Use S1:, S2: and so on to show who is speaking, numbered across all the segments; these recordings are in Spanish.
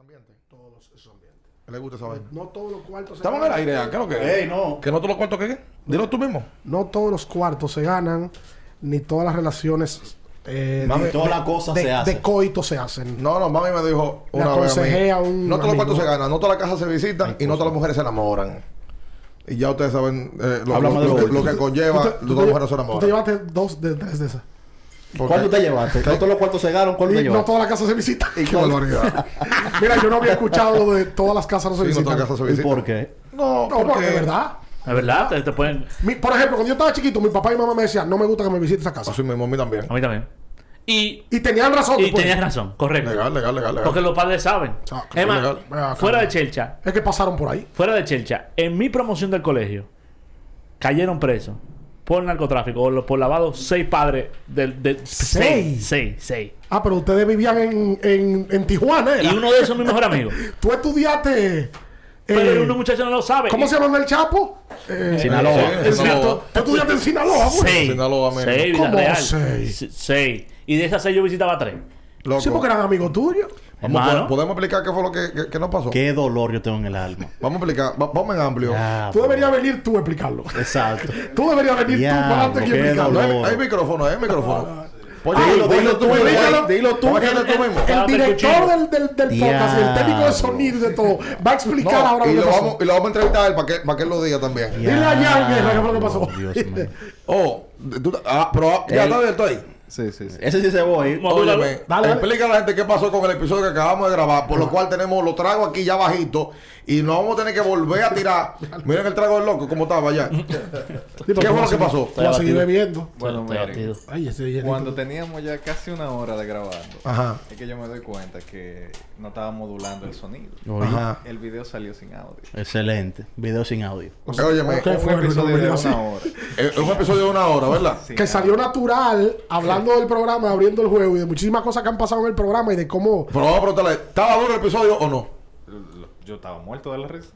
S1: ambientes. Todos esos ambientes.
S2: ¿Le gusta esa vaina?
S1: No todos los cuartos se
S2: Estamos en el
S1: ganan.
S2: aire ya, ¿qué es lo que?
S3: Ey, no.
S2: ¿Que no todos los cuartos que qué? Dilo tú mismo.
S1: No todos los cuartos se ganan, ni todas las relaciones. eh,
S2: Mami,
S1: de-
S2: todas
S1: de-
S3: las cosas
S1: de-
S3: se hacen.
S1: De coito se hacen.
S2: No, no, mami me dijo
S1: Le
S2: una vez. a mí,
S1: aconsejé a un
S2: no todos los
S1: amigo.
S2: cuartos se ganan, no todas las casas se visitan y no todas las mujeres se enamoran. Y ya ustedes saben eh, lo,
S3: Hablamos
S2: lo-
S3: de
S2: lo-
S3: lo
S2: lo que
S3: último.
S2: conlleva,
S1: Tú te-
S2: no
S1: tú
S2: todas las
S1: te-
S2: mujeres se
S1: tú te
S2: enamoran.
S1: llevaste dos de tres de esas.
S2: Porque-
S3: ¿Cuánto te llevaste? No todos los cuartos se ganan, ¿cuánto te
S1: Y no
S3: llevaste?
S1: todas las casas se visitan.
S2: Y qué barbaridad.
S1: Mira, yo no había escuchado lo de todas las casas no se
S2: Sí, no
S1: visitan.
S2: todas las casas se
S3: ¿Y
S2: visitan.
S3: por qué?
S2: No,
S1: No, porque de verdad.
S4: La verdad, te, te pueden.
S1: Mi- por ejemplo, cuando yo estaba chiquito, mi papá y mamá me decían, no me gusta que me visite esa casa.
S2: Así mismo, a mí también.
S4: A mí también. Y,
S1: Y tenían razón. pues.
S4: y
S1: después.
S4: tenías razón, correcto.
S2: Legal, legal, legal, legal.
S4: Porque los padres saben.
S1: Ah,
S4: Es más,
S2: legal.
S1: Ah,
S4: fuera de
S1: cabrón.
S4: chelcha,
S1: Es que pasaron por ahí.
S4: fuera de chelcha, en mi promoción del colegio cayeron presos por narcotráfico o lo- por lavado seis padres del de,
S1: ¿Seis?
S4: seis, seis.
S1: Ah, pero ustedes vivían en, en, en Tijuana,
S4: Y
S1: ¿era?
S4: uno de esos mi mejor amigo.
S1: Tú estudiaste... eh,
S4: Pero uno muchacho no lo sabe.
S1: ¿Cómo se llama el Chapo? Eh,
S3: Sinaloa.
S2: Sí,
S1: en Sinaloa.
S2: Sinaloa.
S1: Tú estudiaste en Sinaloa, güey.
S4: Seis.
S2: Sinaloa, amigo.
S4: Seis,
S1: ¿Cómo
S4: vida real.
S1: seis?
S4: Se- seis. Y de esas seis yo visitaba tres.
S2: Loco. Ah,
S1: Sí, porque eran amigos tuyos.
S2: Vamos,
S4: Hermano.
S2: ¿pod- ¿Podemos explicar qué fue lo que, que- que nos pasó?
S3: Qué dolor yo tengo en el alma.
S2: Vamos a explicar, va- vamos en amplio.
S3: Ah,
S1: Tú
S3: por-
S1: deberías venir tú a explicarlo.
S3: Exacto.
S1: Tú deberías venir tú
S3: Diablo,
S1: para adelante y
S3: qué
S2: No,
S1: explicarlo. ¿eh?
S3: dolor.
S2: hay, hay micrófono, hay micrófono. Pues
S1: Ah,
S2: dilo,
S1: dilo
S2: dilo tú,
S1: tú,
S2: dilo,
S1: dígalo.
S2: dilo tú. Póngate tú mismo.
S1: El
S4: Date el
S1: director
S4: cuchillo.
S1: del, del, del podcast, el técnico de sonido y de todo, va a explicar
S2: No,
S1: ahora
S2: y,
S1: lo
S2: lo
S1: que pasó.
S2: vamos, y lo vamos a entrevistar a él para que, para que él lo diga también.
S1: Dile a Jan que es lo que pasó.
S3: Dios mío.
S2: Oh, tú- ah, pero ya
S3: El-
S2: está abierto ahí.
S5: Sí, sí, sí.
S3: Ese sí se ¿eh? voy.
S4: Mo-
S2: Óyeme,
S1: dale.
S2: explica a la gente qué pasó con el episodio que acabamos de grabar, por lo cual tenemos los tragos aquí ya bajitos y nos vamos a tener que volver a tirar. Miren el trago del loco, cómo estaba ya.
S1: Sí,
S2: ¿Qué
S1: porque
S2: fue lo
S1: vas
S2: que
S1: a-
S2: pasó?
S1: Vas a seguir bebiendo.
S5: Bueno,
S4: Estoy
S5: miren,
S4: abatido.
S1: Ay, ese
S5: cuando teníamos ya casi una hora de grabando,
S2: Ajá,
S5: es que yo me doy cuenta que no estaba modulando el sonido.
S2: ajá.
S5: El video salió sin audio.
S3: Excelente. Video sin audio.
S2: Óyeme,
S1: ¿Qué fue?
S5: un episodio de
S1: Video
S5: una
S1: así.
S5: hora.
S2: es un episodio de una hora, ¿verdad?
S5: Sí,
S1: Que salió natural hablando del programa, abriendo el juego y de muchísimas cosas que han pasado en el programa y de cómo.
S2: Pero vamos a preguntarle, ¿estaba duro el episodio o no?
S5: Yo estaba muerto de la risa.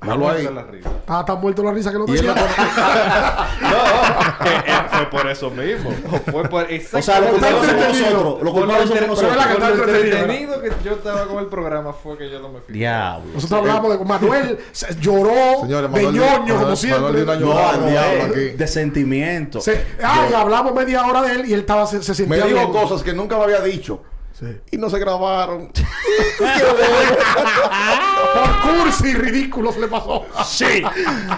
S2: Déjalo ahí.
S5: Muerto de la risa.
S1: Ah, tan muerto la risa que no
S2: Y él
S1: tenía.
S2: no
S5: No, eh, eh, fue por eso mismo. Fue por
S3: O sea,
S1: Está
S3: lo culpables somos
S1: entretenido.
S3: nosotros. Lo
S5: Por lo
S3: culpables somos
S5: entre-
S1: pero
S3: nosotros.
S1: la-
S5: por
S1: que
S5: lo
S1: está entretenida,
S5: entretenido que yo estaba con el programa fue que yo no me fijé.
S3: Diablo.
S1: Nosotros hablamos de Manuel, se- lloró
S2: Señores,
S1: de
S2: Manuel-
S1: ñoño, como
S2: Manuel- Manuel
S1: siempre.
S2: Lina
S3: No,
S2: lloraba el
S3: no,
S2: diablo
S3: eh,
S2: aquí.
S3: de sentimiento.
S1: Se- ah, y hablamos media hora de él y él estaba, se, se
S2: Me
S1: sentía
S2: dijo
S1: bien.
S2: cosas que nunca me había dicho.
S1: Sí.
S2: Y no se grabaron.
S1: Por cursi y ridículos le pasó.
S4: Sí.
S2: Eh,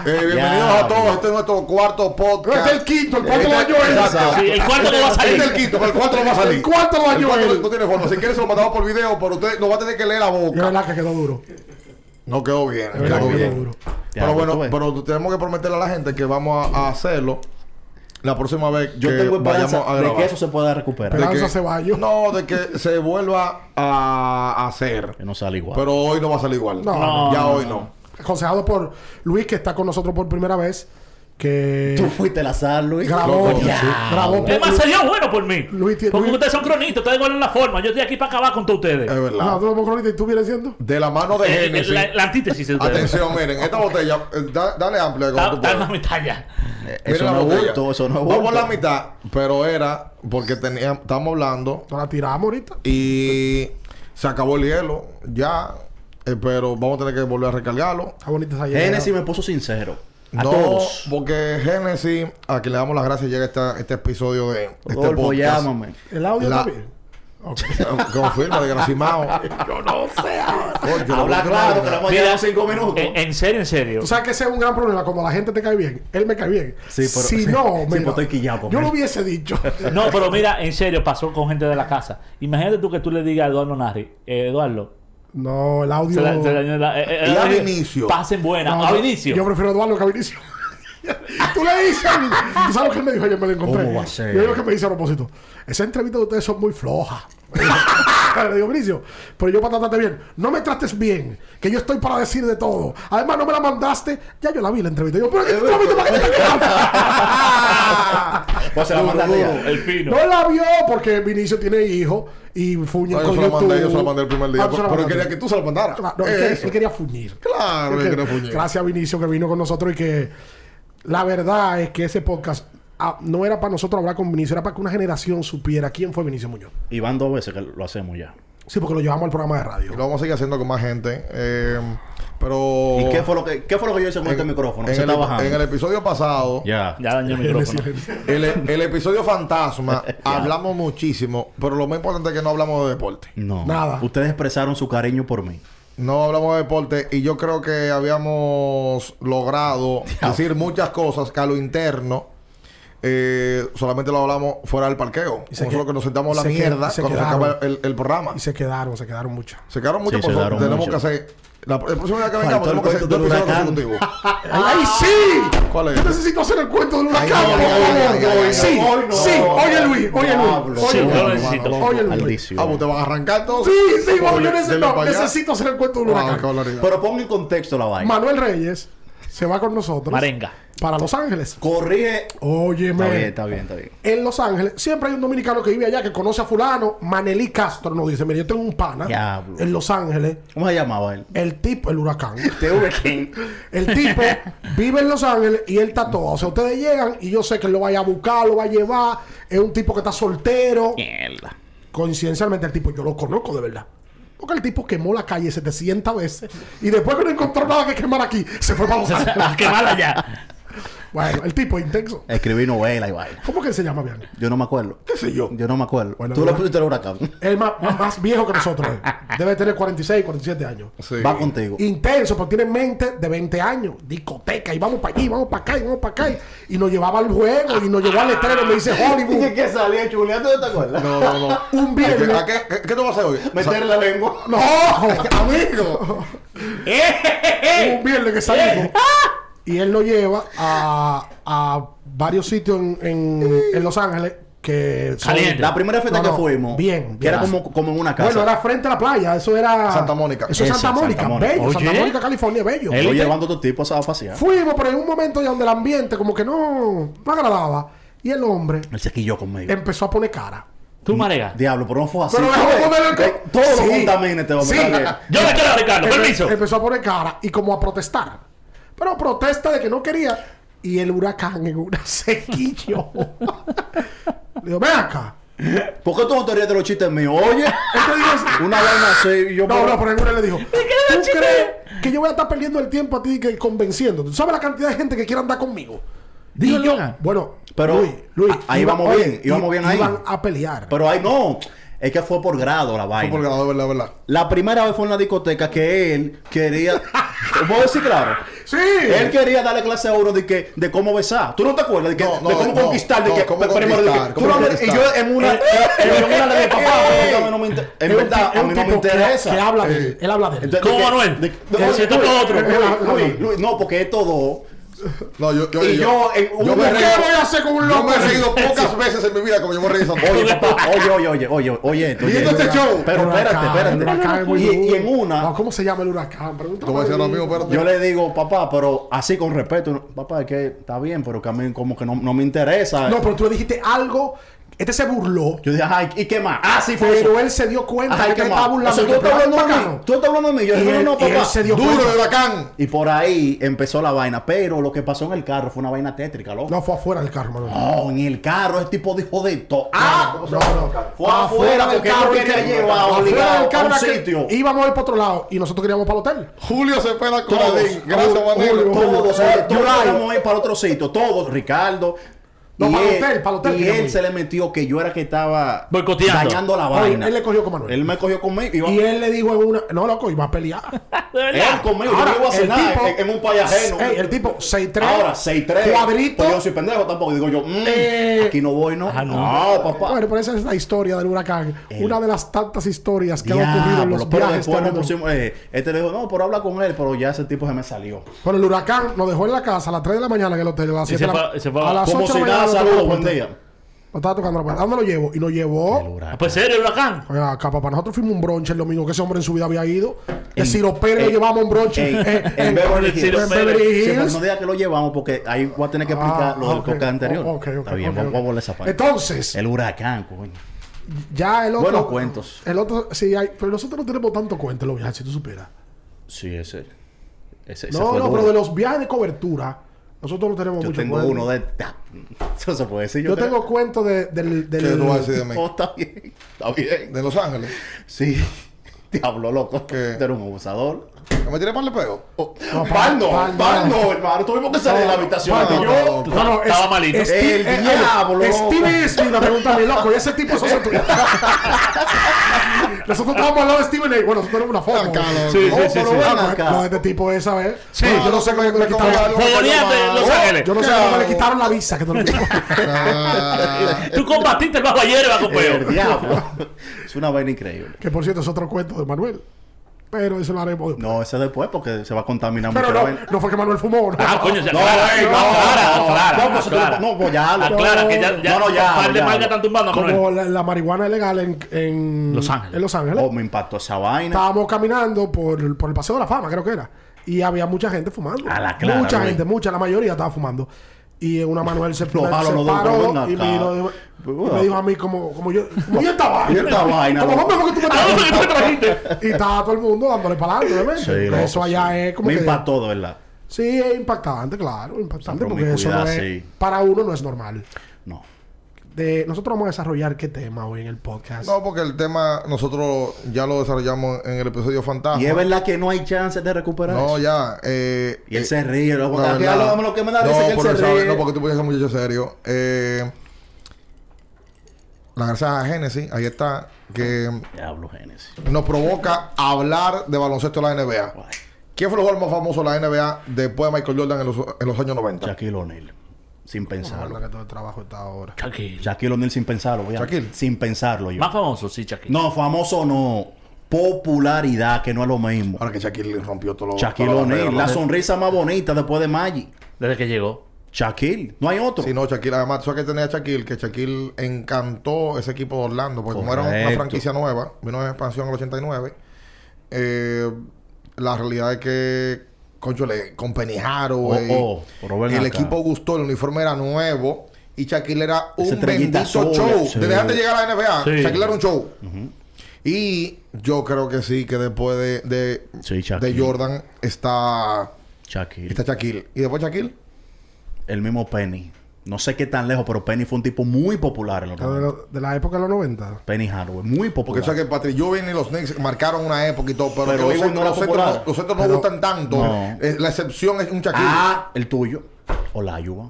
S2: bienvenidos
S3: Ya,
S2: a todos. Este es nuestro cuarto
S1: Pero
S2: podcast.
S1: es el quinto, el cuarto lo
S2: Este-
S1: año él.
S2: Exacto.
S4: Sí, el cuarto no va a
S2: Este
S4: salir.
S2: es el quinto, pero el cuarto no va a salir.
S1: El cuarto lo
S2: El
S1: año
S2: cuarto no- no
S1: él.
S2: tiene forma. Si quieres, se lo mandamos por video, pero usted no va a tener que leer la
S1: Y es
S2: boca.
S1: verdad que quedó duro.
S2: No quedó bien.
S1: Es verdad
S2: quedó
S1: que quedó
S2: bien.
S1: duro.
S2: Pero
S3: Ya, tú
S2: bueno,
S3: ves.
S2: pero tenemos que prometerle a la gente que vamos a, a hacerlo la próxima vez
S3: Yo
S2: que
S3: tengo esperanza
S2: vayamos a
S3: de
S2: grabar.
S3: que eso se pueda recuperar.
S1: Pero-
S2: De que-
S1: Esperanza Ceballos.
S2: No, de que se vuelva a hacer.
S3: Que no sale igual.
S2: Pero hoy no va a salir igual.
S1: No,
S4: no,
S2: ya
S4: no,
S2: hoy no.
S1: Aconsejado por Luis, que está con nosotros por primera vez. Que
S3: Tú fuiste al azar, Luis.
S1: grabó.
S2: loco,
S3: Ya.
S2: sí.
S1: Grabó.
S4: Es más, sería bueno por mí.
S1: Luis tiene-
S4: Porque
S1: Luis-
S4: ustedes son cronistas, ustedes guardan la forma. Yo estoy aquí para acabar con todos ustedes.
S2: Es verdad.
S1: No, tú lo pones ahorita y tú vienes siendo.
S2: De la mano de
S4: Eh, eh,
S2: Génesis.
S4: la, la antítesis de ustedes.
S2: Atención, miren, esta botella, eh, da- dale amplia como
S4: Está
S2: tú
S4: está en la
S2: puedas.
S4: mitad ya.
S2: Miren
S3: Eso
S2: la
S3: no es
S2: botella.
S3: bulto, eso no es
S2: Vamos a la
S3: bulto.
S2: mitad, pero era porque teníamos, estábamos hablando
S1: Nos la tiramos ahorita.
S2: y se acabó el hielo ya, eh, pero vamos a tener que volver a recargarlo.
S1: Está bonita esa idea.
S3: Genesis me puso sincero. A
S2: no,
S3: todos.
S2: porque Génesis, a quien le damos las gracias, llega esta- este episodio de este
S3: Rodolfo,
S2: podcast.
S3: llámame.
S1: El audio
S2: La-
S1: está bien. Ok.
S2: Confirma, desgraciado. Yo no sé.
S3: Habla claro, que la
S1: Pues,
S3: hemos
S4: Mira,
S3: llevado cinco minutos.
S4: En, en serio, en serio.
S1: Tú sabes que ese es un gran problema. Cuando la gente te cae bien, él me cae bien.
S3: Sí, pero-
S1: si
S3: sí,
S1: no,
S3: sí,
S1: mira,
S3: pero estoy quillado con
S1: yo
S3: él.
S1: lo hubiese dicho.
S4: No, pero mira, en serio, pasó con gente de la casa. Imagínate tú que tú le digas a Eduardo Narri, eh, Eduardo,
S1: No, el audio.
S4: se la- se dañó la- eh, eh,
S2: Y a
S4: eh,
S2: Vinicio.
S4: Pasen buena.
S1: No,
S4: a
S1: yo-
S4: Vinicio.
S1: Yo prefiero a Eduardo que a Vinicio. Tú le dices. Tú sabes lo que él me dijo, yo me lo encontré.
S3: ¿Cómo va a ser?
S1: Yo digo que me dice a propósito. Esa entrevista de ustedes son muy flojas. le digo, Vinicio, pero yo para tratarte bien, no me trates bien, que yo estoy para decir de todo. Además, no me la mandaste, ya yo la vi la entrevista. Yo, pero ¿qué entrevista para qué te quedas?
S3: Pues se la manda
S2: Duro,
S3: a
S4: el fino.
S1: No la vio porque Vinicio tiene hijo y fuñe Ah,
S2: No, Ah, yo se la mandé, yo se la mandé el primer día. Pero quería que tú se la mandaras.
S1: Claro, no, es que
S2: Eso.
S1: él quería fuñir.
S2: Claro,
S1: Es
S2: que
S1: que-
S2: no fuñe.
S1: gracias a Vinicio que vino con nosotros y que la verdad es que ese podcast ah, no era para nosotros hablar con Vinicio, era para que una generación supiera quién fue Vinicio Muñoz.
S3: Y van dos veces que lo hacemos ya.
S1: Sí, porque lo llevamos al programa de radio.
S2: Y lo vamos a seguir haciendo con más gente. eh, pero.
S3: ¿Y qué fue lo que, qué fue lo que yo hice con este micrófono?
S2: Oh. en
S3: Se
S2: el,
S3: está bajando.
S2: en el episodio pasado,
S3: Ya.
S4: Ya dañó el micrófono.
S2: el, el episodio fantasma, hablamos muchísimo, pero lo más importante es que no hablamos de deporte.
S3: No.
S1: Nada.
S3: Ustedes expresaron su cariño por mí.
S2: No hablamos de deporte y yo creo que habíamos logrado decir muchas cosas que a lo interno eh, solamente lo hablamos fuera del parqueo.
S1: se
S2: Nosotros
S1: que-
S2: que nos sentamos a la
S1: se que-
S2: mierda
S1: se
S2: cuando se
S1: quedaron.
S2: acaba el, el programa.
S1: Y se quedaron, se quedaron muchas.
S2: Se quedaron muchas
S3: Sí, se
S2: cosas.
S3: quedaron
S2: tenemos
S3: mucho.
S2: que hacer. La pr- el próximo día que
S3: Faltó
S2: vengamos
S3: el
S2: tenemos que hacer
S3: cuento
S2: dos
S3: del
S2: episodios
S3: huracán.
S2: consecutivos.
S1: ¡Ay, sí!
S2: ¿Cuál es?
S1: Yo necesito hacer el cuento del huracán,
S2: Ay, no,
S1: por
S2: ay, ay, ay,
S1: favor. Sí,
S2: ay, no.
S1: sí. Oye, Luis, oye, Luis. Oye,
S4: Sí, yo lo
S1: Luis.
S4: necesito.
S1: Oye, Luis.
S3: Aldicio.
S2: Ah, pues te vas a arrancar entonces.
S1: Sí, sí, vamos, yo
S2: Dele-
S1: necesito,
S2: dele
S1: no,
S2: pa' allá. Ah,
S1: necesito hacer el
S3: Ah,
S1: cuento del
S2: Wow,
S1: huracán. Pues,
S2: qué barbaridad.
S3: Pero ponga en contexto la vaina.
S1: Manuel Reyes se va con nosotros.
S4: Marenga.
S1: Para Los Ángeles.
S3: Corrige. Está bien,
S1: Óyeme.
S3: está bien, está bien.
S1: En Los Ángeles siempre hay un dominicano que vive allá que conoce a fulano. Manelí Castro nos dice, mira, yo tengo un pana
S3: Diablo.
S1: en Los Ángeles.
S3: ¿Cómo se llamaba él?
S1: El tipo, el huracán.
S3: TV King.
S1: El tipo vive en Los Ángeles y él está todo. O sea, ustedes llegan y yo sé que él lo vaya a buscar, lo va a llevar. Es un tipo que está soltero.
S3: Mierda.
S1: Coincidencialmente, el tipo yo lo conozco de verdad. Porque el tipo quemó la calle 700 veces y después que no encontró nada que quemar aquí, se fue para Los Ángeles.
S4: A quemarla Ah, ya.
S1: bueno, el tipo es intenso.
S3: Escribí novela y vaina.
S1: ¿Cómo que se llama, bien?
S3: Yo no me acuerdo.
S1: ¿Qué sé yo?
S3: Yo no me acuerdo.
S1: Bueno,
S3: Tú lo
S1: bueno.
S3: pusiste el huracán.
S1: Es más, más viejo que nosotros. eh. Debe tener 46, 47 años.
S2: Sí.
S3: Va contigo.
S1: Intenso, porque tiene mente de 20 años. Discoteca, y vamos para allí, vamos para acá, y vamos para acá. Y, y nos llevaba al juego, y nos llevó al letrero, me dice Hollywood.
S3: que salía chuleando, ¿tú te acuerdas?
S2: No, no, no.
S1: Un viernes.
S2: ¿A qué, qué, qué tú vas a hacer hoy?
S3: Meterle la lengua.
S1: ¡No! ¡Amigo!
S3: ¡Eh!
S1: un viernes que salimos.
S3: ¡Ah!
S1: y él lo lleva a, a varios sitios en, en, en Los Ángeles que son-
S4: Caliente.
S3: La primera fiesta
S1: No, no.
S3: que fuimos.
S1: Bien,
S3: Que era
S1: bien.
S3: como, como en una casa.
S1: Bueno, era frente a la playa, eso era.
S2: Santa Mónica.
S1: Eso es
S3: Eso,
S1: Santa
S3: Santa
S1: Mónica,
S3: Mónica.
S1: bello. Santa
S4: Oye.
S1: Mónica, California, bello.
S4: El-
S3: Yo
S4: élite.
S3: llevando a tu tipo a pasear.
S1: Fuimos, pero en un momento ya donde el ambiente como que no, no agradaba. Y el hombre
S3: Él se quilló conmigo.
S1: empezó a poner cara.
S4: Tú, Marega.
S3: Diablo, pero no fue así. Eh,
S1: Pero dejó
S3: Todo-
S1: poner el co-
S3: Todo
S1: Sí.
S3: contamina este hombre.
S1: Sí.
S3: está bien.
S4: Yo le quedo, Ricardo.
S1: Empe-
S4: Permiso.
S1: Empezó a poner cara y como a protestar. Pero protesta de que no quería. Y el huracán en una sequillo. Le digo, ven acá.
S3: ¿Por qué tú no te ríes de los chistes míos? Oye,
S1: Él te dijo así.
S3: una vaina así. y Yo
S1: No,
S3: pero-
S1: no, pero el le dijo. ¿Tú crees que yo voy a estar perdiendo el tiempo a ti que convenciendo? ¿Tú sabes la cantidad de gente que quiere andar conmigo? Digo yo,
S4: Diga.
S1: bueno,
S3: Pero
S1: Luis, Luis,
S3: a- ahí
S1: iba-
S3: vamos
S1: oye,
S3: bien, íbamos
S1: i-
S3: bien ahí.
S1: Iban a pelear.
S3: Pero ahí no. Es que fue por grado la vaina.
S2: Porque la verdad, verdad.
S3: La primera vez fue en la discoteca que él quería. ¿Puedo decir claro?
S1: sí.
S3: Él quería darle clase a uno de, que, de cómo besar. ¿Tú no te acuerdas? De, que,
S2: No, no,
S3: de cómo
S2: no,
S3: conquistar. De
S2: no,
S3: que,
S2: cómo
S3: pe- primero de que-
S2: conquistar,
S3: tú
S2: cómo
S3: no me- y yo
S2: conquistar.
S3: en una, yo en una le dije, papá, porque a mí no me inter-
S1: Es
S3: en
S1: un
S3: verdad,
S1: ti-
S3: a
S1: es un
S3: mí no me
S1: tipo que-
S3: interesa.
S1: Que habla de él.
S2: Sí.
S1: Él habla de él.
S3: Entonces,
S4: ¿Cómo,
S3: de que-
S4: Manuel?
S3: de-
S4: Que
S3: Luis,
S4: si esto
S3: Luis,
S4: fue otro.
S3: Luis, Luis, Luis, no, porque estos dos.
S2: No, yo, yo,
S3: Y yo, en un-
S2: me he
S3: ¿Qué
S2: reído-
S1: voy a hacer con un
S2: Yo
S1: loco?
S2: me he reído pocas veces en mi vida como yo me reí de esa
S3: Oye, papá, oye, oye, oye, oye, oye. esto, oye,
S2: Viendo este show.
S3: Pero
S1: El
S3: espérate,
S1: huracán, el huracán es
S3: espérate.
S1: muy
S3: Y, y en
S1: duro.
S3: una,
S1: No, ¿Cómo se llama el huracán? Pregúntame.
S2: Tú vas a decir ahora mismo, espérate.
S3: Yo le digo, papá, pero así con respeto, no, papá, es que está bien, pero que a mí como que no, no me interesa.
S1: No, pero tú le dijiste algo. Este se burló.
S3: Yo dije, ay, ¿y qué más? Ah, sí, fue eso.
S1: Pero él se dio cuenta
S3: Ajá,
S1: que
S3: ¿y qué
S1: te
S3: más?
S1: estaba burlando.
S3: O sea, tú
S1: Pero
S3: estás hablando de mí.
S1: bacano.
S3: Tú estás hablando de mí. Yo
S1: Y
S3: dije, no,
S1: él-
S3: no,
S1: y él
S3: papá.
S1: se dio
S2: Duro
S1: cuenta.
S2: de huracán.
S3: Y por ahí empezó la vaina. Pero lo que pasó en el carro fue una vaina tétrica, loco. No,
S1: No, fue afuera del carro, Manuel.
S3: en el carro ese tipo dijo de todo. Ah,
S1: no, no.
S3: fue afuera
S1: del
S3: porque él
S1: carro,
S3: lo quería
S1: que-
S3: llevar
S1: Afuera
S3: obligado
S1: del carro
S3: a un
S1: era que
S3: sitio.
S1: Íbamos a ir para otro lado y nosotros queríamos para el hotel.
S2: Julio se pela con
S3: Todos.
S2: Adín. Gracias, Juan
S1: Julio,
S2: Negro.
S1: Julio.
S3: todos,
S1: Julio,
S3: eh, todos
S1: Julio.
S3: queríamos ir para otro sitio. Todos, Ricardo.
S1: No,
S3: Y
S1: para el
S3: él-
S1: hotel, para el hotel
S3: Y
S1: queríamos
S3: él
S1: ir.
S3: se le metió que yo era que estaba
S4: Boicoteando.
S3: dañando la
S1: Oye,
S3: vaina.
S1: él le cogió con Manuel.
S3: Él me cogió conmigo. Y, yo-
S1: Y él le dijo en una. No, loco, iba a pelear.
S4: De
S3: él
S4: verdad.
S3: conmigo. yo no iba
S1: el
S3: a cenar
S1: tipo-
S3: en, en un payajeno.
S1: Ey, el tipo 6'3.
S3: Ahora, 6-3.
S1: Cuadrito.
S3: Pues yo no soy pendejo tampoco. Digo yo, mm,
S1: Eh.
S3: aquí no voy, ¿no?
S4: Ah,
S3: no.
S4: no.
S3: papá.
S1: Bueno, pero esa es la historia del huracán.
S3: El-
S1: Una de las tantas historias que han ocurrido en
S3: Diablo,
S1: los
S3: pero
S1: viajes.
S3: después nos
S1: terrenos.
S3: pusimos, eh, este le dijo, no, pero habla con él, pero ya ese tipo se me salió.
S1: Bueno, el huracán nos dejó en la casa a las 3 de la mañana en el hotel. A las
S4: Y
S1: 7 de
S4: se
S1: la
S4: fue- se fue
S1: a
S4: a-
S1: las 8
S3: Como
S1: de la
S3: si
S1: mañana.
S3: nada,
S1: nos tocó la
S3: saludos, buen
S1: puerta.
S3: día.
S1: Nos estaba tocando la puerta. ¿A dónde lo llevo? Y nos llevó.
S4: Ah, Pues serio, el huracán.
S1: Oiga, acá, papá, nosotros fuimos a un bronche el domingo que ese hombre en su vida había ido. De
S3: En-
S1: Ciro Pérez le
S3: en-
S1: llevamos a un bronche.
S3: en-
S1: eh,
S3: en Beverly Hills.
S1: en Beverly
S3: Sí, pero
S1: Hills.
S3: no diga que lo llevamos porque ahí voy a tener que explicar
S1: Ah,
S3: lo del
S1: ok.
S3: coca anterior.
S1: Oh, ok, ok,
S3: Está bien,
S1: ok,
S3: vamos
S1: ok.
S3: vamos a volver esa parte.
S1: Entonces,
S3: el huracán, coño.
S1: ya el otro.
S3: Buenos cuentos.
S1: El otro, sí, hay. Pero nosotros no tenemos tanto cuento en los viajes, si tú supieras.
S3: Sí, ese. Ese, ese
S1: No,
S3: fue
S1: no,
S3: duro.
S1: pero de los viajes de cobertura, nosotros no tenemos
S3: Yo
S1: mucho
S3: tengo
S1: cuento.
S3: uno de. ta- Eso se puede decir.
S1: Yo
S3: creo.
S1: tengo cuento de, del.
S2: ¿Qué
S1: del
S2: tú vas a decir de mí?
S3: Oh, está bien. Está bien.
S2: De Los Ángeles.
S3: Sí. Diablo, loco.
S2: ¿Qué?
S3: Tú eres un abusador.
S2: ¿Me tiré par de pego?
S4: Oh.
S1: No,
S3: Pal no,
S1: pal no.
S3: pal no, hermano. Tuvimos que salir de la habitación.
S1: Pal,
S3: No,
S1: yo-
S3: no, no.
S4: no, no,
S1: es-
S4: estaba malito.
S1: Steve-
S3: El
S1: eh,
S3: diablo.
S1: eh, Steve Espi la pregunta a mi loco. Y ese tipo es socio tuyo. Nosotros estábamos al lado de Steven A. Bueno, nosotros tenemos una foto.
S2: Acá, loco.
S4: Sí, sí,
S2: Oh,
S4: sí,
S2: pero
S4: sí.
S2: bueno.
S1: Ah,
S3: Ven
S1: pues,
S3: acá.
S1: no, este tipo esa vez.
S4: Sí.
S2: Ah,
S1: yo no sé cómo
S2: yo
S1: le
S2: me
S1: quitaron.
S2: como-
S4: Folloniate en Los
S2: Oh,
S4: Ángeles.
S1: Yo no sé
S2: Claro.
S1: cómo le quitaron la visa. Que no lo
S2: Ah,
S4: Tú combatiste el bajo ayer, el bajo peor.
S3: El diablo. es una vaina increíble.
S1: que por cierto es otro cuento de Manuel. Pero eso lo haremos después.
S3: No, ese después porque se va a contaminar
S1: Pero
S3: mucho la
S1: no,
S3: vaina.
S1: no fue que Manuel fumó. ¿no?
S4: Ah, coño, se
S3: No,
S4: aclara,
S3: ey, no,
S4: aclara,
S3: no,
S4: aclara,
S3: no, pues,
S4: aclara.
S3: no, pues, ya, no.
S4: Aclara, que ya, ya,
S3: No, no, ya,
S4: un par de
S3: ya.
S4: marcas están tumbando,
S3: Ah,
S1: Como
S4: Manuel.
S1: la, la marihuana es legal en, en
S4: Los Ángeles.
S1: En Los Ángeles.
S3: eh. Oh, me impactó esa vaina.
S1: Estábamos caminando por, por el Paseo de la Fama, creo que era. Y había mucha gente fumando.
S3: A Ah, la clara,
S1: mucha
S3: güey.
S1: gente, mucha, la mayoría estaba fumando. Y una Manuel se,
S3: Lo malo,
S1: se
S3: lo del
S1: paró
S3: perdón
S1: y
S3: acá.
S1: me, miró- y me dijo a mí como, como yo... Como yo estaba.
S3: Yo esta vaina,
S1: Como
S3: loco.
S1: hombre, ¿por qué tú me
S4: ¿A dónde fue que tú me
S1: trajiste?
S4: trajiste?
S1: Y estaba todo el mundo dándole para adelante, obviamente.
S3: Sí, loco,
S1: eso allá
S3: sí.
S1: es como
S3: Me
S1: que...
S3: impactó, de verdad.
S1: Sí, es impactante, claro. Impactante
S3: Esa
S1: porque eso no es...
S3: promiscuidad, sí.
S1: Para uno no es normal.
S3: No.
S1: De, nosotros vamos a desarrollar qué tema hoy en el podcast.
S2: No, porque el tema nosotros ya lo desarrollamos en el episodio Fantasma.
S3: Y es verdad que no hay chance de recuperar
S2: No,
S3: eso.
S2: ya. Eh,
S3: Y él se ríe. Lo,
S2: la
S3: lo-
S2: verdad.
S3: lo- lo que me da
S2: no,
S3: risa es que él
S2: pero
S3: se
S2: sabe-
S3: ríe.
S2: no, porque tú puedes ser un muchacho serio. Eh, la gracias a Génesis, ahí está, que
S3: Diablo, Génesis.
S2: nos provoca hablar de baloncesto de la NBA.
S3: Guay.
S2: ¿Quién fue el jugador más famoso de la NBA después de Michael Jordan en los, en los años 90?
S3: Shaquille O'Neal. Sin
S1: Habla
S3: pensarlo.
S1: que todo el trabajo está ahora.
S4: Shaquille.
S3: Shaquille O'Neal sin pensarlo. voy a-
S2: Shaquille.
S3: Sin pensarlo yo.
S4: Más famoso, sí, Shaquille.
S3: No, famoso no. Popularidad, que no es lo mismo.
S2: Ahora que Shaquille rompió todo lo
S3: Shaquille
S2: toda
S3: O'Neal,
S2: barrera,
S3: la
S2: ¿no?
S3: sonrisa más bonita después de Maggi.
S4: Desde que llegó.
S3: Shaquille, no hay otro.
S2: Sí, no, Shaquille, además, ¿sabes que tenía Shaquille? Que Shaquille encantó ese equipo de Orlando, porque como era una
S3: Correcto.
S2: franquicia nueva, vino en expansión en el 89, eh, la realidad es que, conchole, con Penijaro,
S3: Oh,
S2: eh,
S3: oh, pero ven
S2: el
S3: acá.
S2: equipo gustó, el uniforme era nuevo, y Shaquille era
S3: Esa
S2: un
S3: estrellita
S2: bendito
S3: azul,
S2: show.
S3: sí.
S2: Desde antes de llegar a la NBA,
S4: Sí.
S2: Shaquille era un show. Y yo creo que sí, que después de, de,
S3: Sí, Shaquille.
S2: de Jordan está,
S3: Shaquille,
S2: está Shaquille. ¿Y después Shaquille?
S3: el mismo Penny. No sé qué tan lejos, pero Penny fue un tipo muy popular en los
S1: Pero De,
S3: 90.
S1: lo- de la época de los 90.
S3: Penny Hardaway, muy
S2: Porque
S3: popular.
S2: eso es que Patrick Ewing y los Knicks marcaron una época y todo, pero,
S3: Pero
S2: que los,
S3: Ewing
S2: centros,
S3: no era
S2: los centros
S3: popular.
S2: no, los centros no
S3: Pero-
S2: gustan tanto.
S3: No.
S2: Eh, la excepción es un Shaquille.
S3: Ah, el tuyo. O la Yuba.